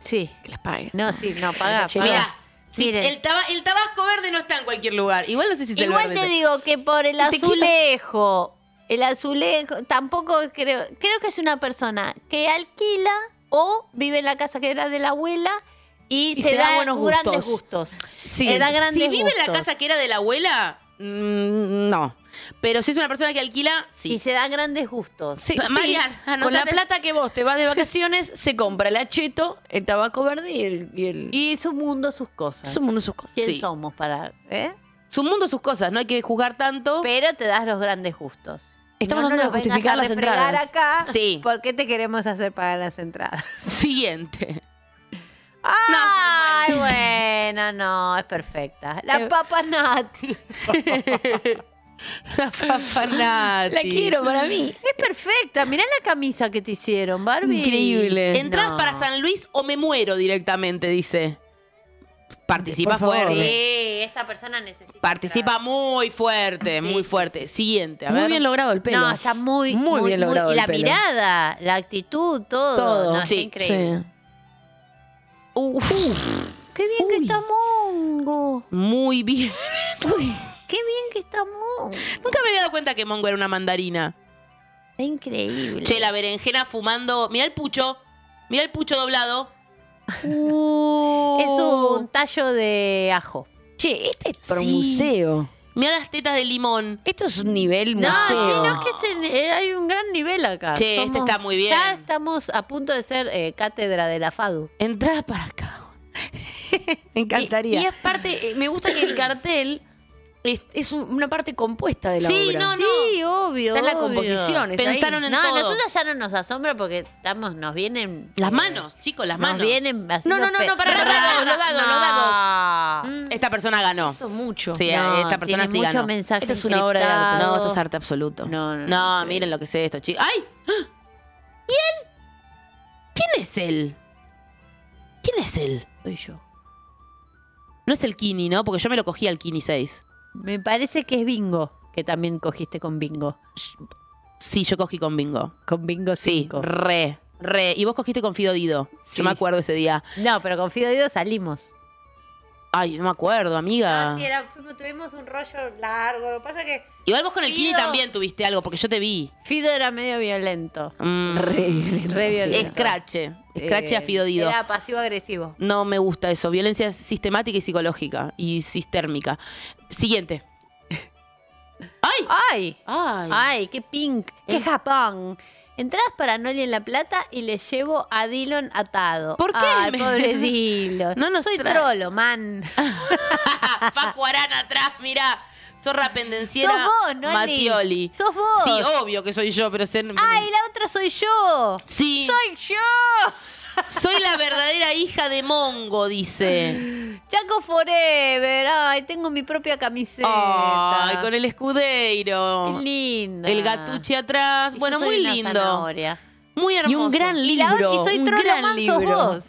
Sí.
Que las paguen.
No, sí, no, pagá,
Ese acheto.
pagá.
Mirá,
Sí, el, taba- el tabasco verde no está en cualquier lugar. Igual no sé si es el
Igual
verde.
te digo que por el
Te quita-
azulejo, el azulejo, tampoco creo, creo que es una persona que alquila o vive en la casa que era de la abuela y, se, da, grandes gustos. Se da grandes
si vive en la
gustos.
casa que era de la abuela, mm, no. Pero si es una persona que alquila, sí.
Y se da grandes gustos.
Sí, sí.
Marian, anotate.
con la plata que vos te vas de vacaciones, se compra el acheto, el tabaco verde y el. Y, el...
y su mundo, sus cosas.
Su mundo, sus cosas.
¿Quién
Sí.
somos para...? eh?
Su mundo, sus cosas, no hay que juzgar tanto.
Pero te das los grandes gustos.
Estamos
No, no nos
tratando de
vengas
justificar
a
las
refregar
entradas.
acá
Sí.
por qué te queremos hacer pagar las entradas.
Siguiente. (laughs)
Ay, bueno, no, es perfecta. La papa Nati.
(laughs) la papa Nati.
La quiero para mí. Es perfecta. Mirá la camisa que te hicieron, Barbie.
Entradas
No.
para San Luis o me muero directamente, dice. Participa
Por favor.
fuerte.
Sí, esta persona necesita.
Participa muy fuerte, muy fuerte. Siguiente, a ver.
No, está muy, muy, muy- y la mirada, la actitud, todo.
Todo.
No, está
Sí,
increíble.
sí. Uf.
Qué bien que está Mongo.
Muy bien. (laughs)
Qué bien que está Mongo.
Nunca me había dado cuenta que Mongo era una mandarina.
Es increíble.
Che, la berenjena fumando. Mirá el pucho. Mirá el pucho doblado.
(laughs)
Uh.
Es un tallo de ajo.
Che, este es
para un museo. Mirá las tetas de limón.
Esto es un nivel
No, sí,
museo.
no, es que este- eh, hay un gran nivel acá.
Che, este está muy bien.
Ya estamos a punto de ser eh, cátedra de la FADU.
Entrada para acá. Me
Y, y es parte, eh, me gusta que
(coughs)
el cartel es, es un- una parte compuesta de la obra.
Sí, obvio.
Está en la
obvio.
composición, es ahí.
no, nosotros ya no nos asombra porque estamos, nos vienen.
Las
eh,
manos, chicos, las
nos
manos.
vienen
No, no, no, no, pará, los dados, los dados, los dados.
Esta persona ganó.
Mm. Esto es mucho.
Sí,
No,
esta persona
tiene
sí
mucho
ganó.
mensaje Esto es una obra de arte. encriptado.
No, esto es arte absoluto. No, no. No, miren lo que es esto, chicos. ¡Ay! ¿Y él? ¿Quién es él? ¿Quién es él?
Soy yo.
No es el Kini, ¿no? Porque yo me lo cogí al Kini 6.
Me parece que es bingo, que también cogiste con bingo.
Sí, yo cogí con bingo.
Con bingo
sí. Re, re. Y vos cogiste con Fido Dido. Yo me acuerdo ese día.
No, pero con Fido Dido salimos.
Ay, no me acuerdo,
Ah,
amiga.
tuvimos un rollo largo. Lo que pasa que.
Igual vos con el Kini
Fido-
también tuviste algo, porque yo te vi.
Fido era medio violento.
re,
Re violento.
Escrache. Escrache
Eh,
a Fido Dido.
Era pasivo-agresivo.
No me gusta eso. Violencia sistemática y psicológica y sistérmica. Siguiente. ¡Ay!
¡Ay!
¡Ay! Eh.
¡Ay, qué pink! ¡Qué Japón! Entradas para Noli en La Plata y le llevo a Dillon atado.
¿Por qué
Ay,
me- (laughs)
pobre Dillon.
No nos
Soy
trae.
trolo, man.
Facu Arana atrás, (laughs) mirá. Zorra Pendenciera.
Sos vos, Noli.
Matioli.
Sos vos.
Sí, obvio que soy yo, pero ser.
¡Ay, la otra soy yo!
Sí.
¡Soy yo!
¡Oh! Soy la verdadera hija de Mongo, dice.
Chaco Forever. Ay, tengo mi propia camiseta.
Ay, con el escudeiro.
Qué linda.
El gatuche atrás.
Y yo
bueno,
soy
muy
una
lindo.
zanahoria.
Muy hermoso.
Y un gran
Y la
libro.
otra- y soy
un
Trollo
gran
Man, sos
libro.
vos.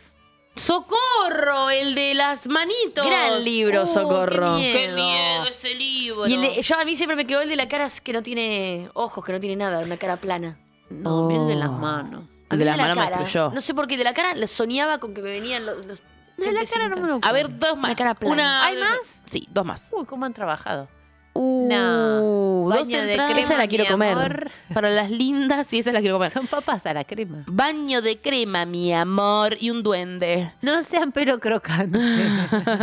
¡Socorro! El de las manitos.
Gran libro,
Uh,
Socorro.
Qué miedo, ese libro.
Y el de- yo a mí siempre me quedó el de la cara que no tiene ojos, que no tiene nada, una cara plana.
No, miren de las manos.
El de
A
las
mí
manos me
cara,
destruyó.
¿eh?
No sé por qué, de la cara lo soñaba con que me venían los. los
De la cara no me lo
A ver, dos más.
cara plana.
Una,
¿Hay más?
Sí, dos más.
Uy, cómo han trabajado.
no. Uh, Dos
baño de
entradas.
crema, Esa la quiero mi comer. amor.
Para las lindas, y esa la quiero comer.
Son papas a la crema.
Baño de crema, mi amor, y un duende.
No sean pero crocantes.
(laughs)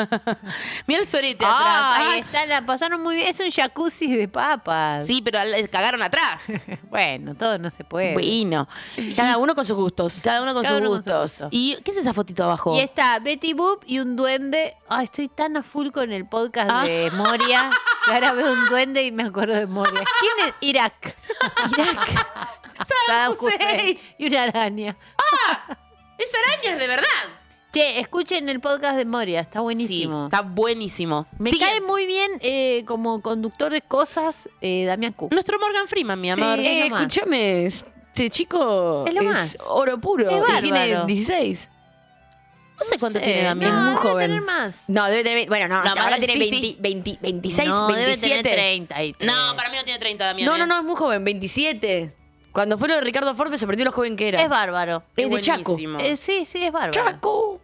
Mira el sorete
Ah,
atrás.
ahí
Ay,
está, la pasaron muy bien. Es un jacuzzi de papas.
Sí, pero le cagaron atrás.
(laughs) bueno, todo no se puede.
Bueno.
Cada uno con sus gustos.
Cada uno con
Cada
sus
uno con sus
gustos.
gustos.
¿Y qué es esa fotito abajo?
Y está Betty Boop y un duende. Ay, estoy tan a full con el podcast de
Ah. (laughs)
Moria. que Ahora veo un duende y me acuerdo de Moria. ¿Quién es? Irak. Irak.
(laughs)
Saddam Hussein. Y una araña.
Ah, ¡Es arañas de verdad!
Che, escuchen el podcast de Moria, está buenísimo. está
buenísimo.
Me cae muy bien eh, como conductor de cosas eh, Damián Cook.
Nuestro Morgan Freeman, mi
amor.
Eh, escúchame, este chico
Es
es,
lo más.
oro puro.
Es
Sí, tiene
bárbaro.
16.
No sé cuánto
tiene Damián. No,
Es muy
debe
joven.
tener más.
No, debe tener. Bueno, no,
No,
ahora
más-
tiene
sí,
20,
sí.
20, 26,
No, debe tener
27.
33.
No, para mí no tiene 30, Damián.
No, no, no, es muy joven, 27. Cuando fue lo de Ricardo Ford me sorprendió lo joven que era.
Es bárbaro.
Es de Chaco.
Eh, sí, sí, es bárbaro.
¡Chaco!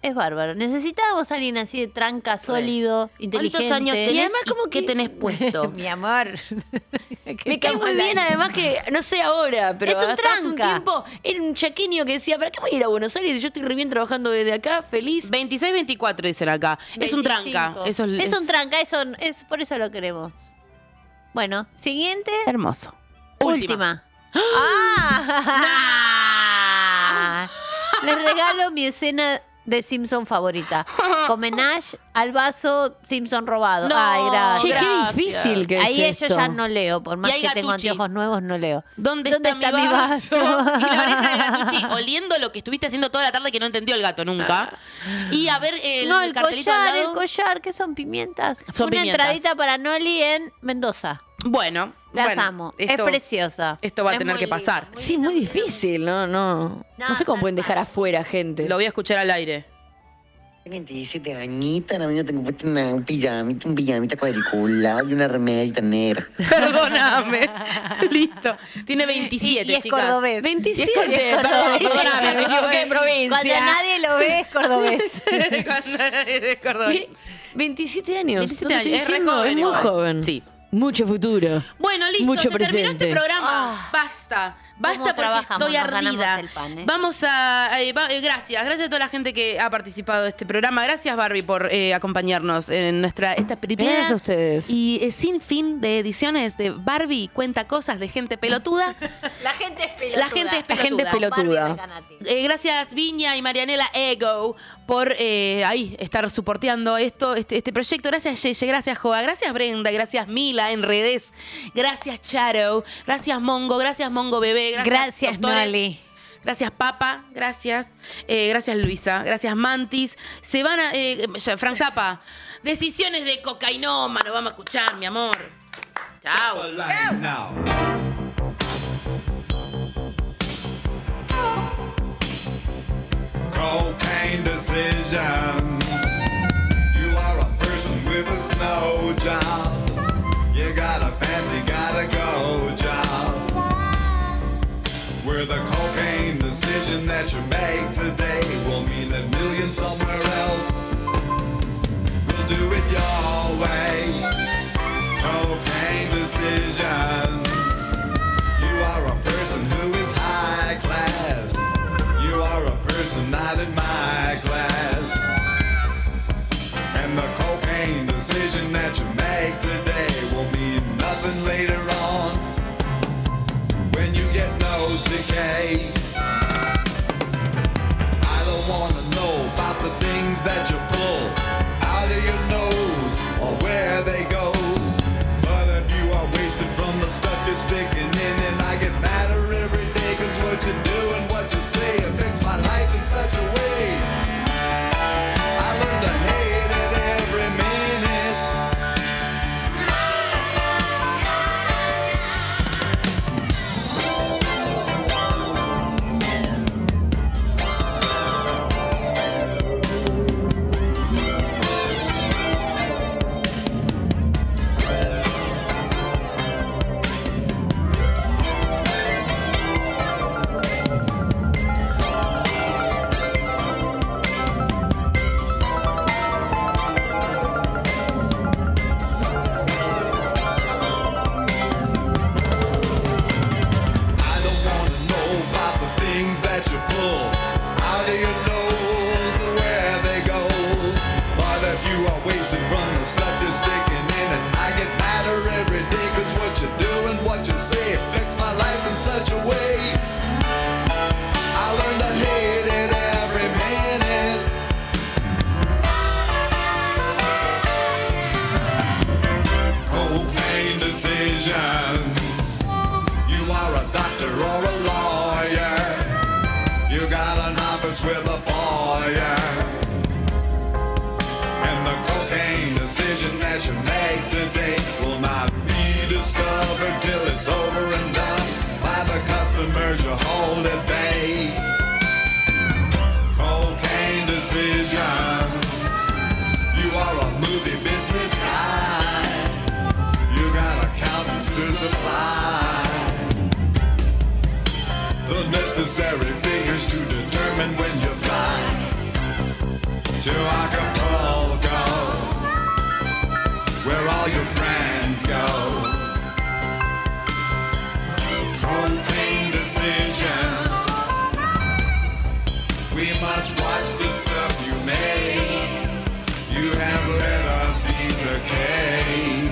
Es bárbaro. Necesitábamos a alguien así de tranca, sólido, inteligente.
años tenés
y además
y
como
qué
que tenés puesto. (laughs) Mi amor.
(laughs) Me cae muy bien, además que, no sé ahora, pero
Es un
hasta hace un
tranca.
tiempo era un chaqueño que decía, ¿para qué voy a ir a Buenos Aires? Yo estoy re bien trabajando desde acá, feliz.
26, 24 dicen acá. Es un tranca. Eso es,
es un tranca, eso es por eso lo queremos. Bueno, siguiente.
Hermoso.
Última. ¡Ah! Les regalo mi escena de Simpson favorita. Comenage al vaso Simpson robado.
No,
Ay, gracias.
Che, qué difícil que es
Ahí
esto.
yo ya no leo, por más
Y
que
hay
tengo
Gatucci.
anteojos nuevos, no leo.
¿Dónde,
está mi
(laughs)
vaso?
y la oreja
(laughs)
de Gatucci oliendo lo que estuviste haciendo toda la tarde que no entendió el gato nunca. Y a ver el,
no, el
cartelito al
collar,
lado.
el collar, que son pimientas.
Son
Una
pimientas.
entradita para Noli en Mendoza.
Bueno,
Las
bueno,
amo.
esto-
es preciosa.
Esto va a tener que pasar.
Sí, es muy difícil, no, no. No sé cómo pueden dejar afuera gente.
Lo voy a escuchar al aire.
27 añitos, ahora mismo tengo puesto una, un pijamita, un pijamita cuadriculado y una remerita negra.
Perdóname. Listo. Tiene 27,
Y- y es
chicas.
cordobés.
27.
Y es cordobés. (laughs)
Perdón,
Perdóname, me equivoqué de provincia.
Cuando nadie lo ve es
(laughs)
(laughs)
cordobés.
Cuando nadie ve es cordobés.
Ve- 27 años.
27
no te
años,
estoy
es re
diciendo,
joven
muy
igual.
joven.
Sí.
Mucho futuro.
Bueno, listo, se
Mucho
terminó
presente.
este
Ah.
programa. Basta. Basta porque
trabajamos?
estoy
Nos ganamos
ardida.
el pan, ¿eh?
Vamos a. eh, va- eh, gracias. Gracias a toda la gente que ha participado de este programa. Gracias, Barbie, por eh, acompañarnos en nuestra esta primera.
Gracias a ustedes.
Y eh, sin fin de ediciones de Barbie cuenta cosas de gente pelotuda.
La gente es pelotuda.
La gente es pelotuda.
pelotuda.
Eh, gracias Viña y Marianela Ego por eh, ahí estar soporteando esto, este, este proyecto. Gracias Yeye, gracias Joa, gracias Brenda, gracias Mila en redes, gracias Charo, gracias Mongo, gracias Mongo Bebé, gracias,
Gracias,
doctores.
Noli.
Gracias Papa, gracias, Eh, gracias Luisa, gracias Mantis, se van a, eh, ya, Frank Zappa, decisiones de cocainoma, nos vamos a escuchar, mi amor. Chao.
cocaine decisions. You are a person with a snow job. You got a fancy, gotta go job. Where the cocaine decision that you make today will mean a million somewhere else. We'll do it your way. Cocaine decisions. You are a person who is high class. You are a person not in my class. And the cocaine decision that you make today will mean nothing later on when you get nose decay. I don't wanna know about the things that you pull out of your nose or where they goes. But if you are wasted from the stuff you're sticking in, and I get madder every day, cause what you do and what you say affects my life in such a way. I learned to hate it every minute. I don't wanna know about the things that you pull out of your nose and where they goes. But if you are wasting from the stuff you're sticking in it, I get madder every day cause what you do and what you say affects my life in such a way. I learned to hate it every minute. Cocaine decisions. You are a doctor or a lawyer. You got an office with a foyer. yeah. And the cocaine decision that you make today will not be discovered till it's over and done by the customers you hold at bay. Cocaine decisions. You are a movie business guy. You got accountants to supply the necessary figures to determine when you fly to Acapulco, where all your friends go. Cocaine decisions. We must watch the stuff you make. You have let us eat the cake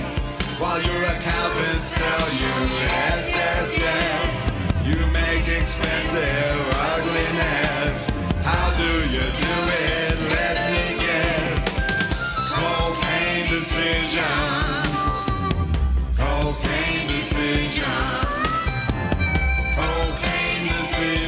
while your accountants tell you yes, yes, yes. You make expensive ugliness. How do you do it? Let me guess. Cocaine decisions. Cocaine decisions. Cocaine decisions.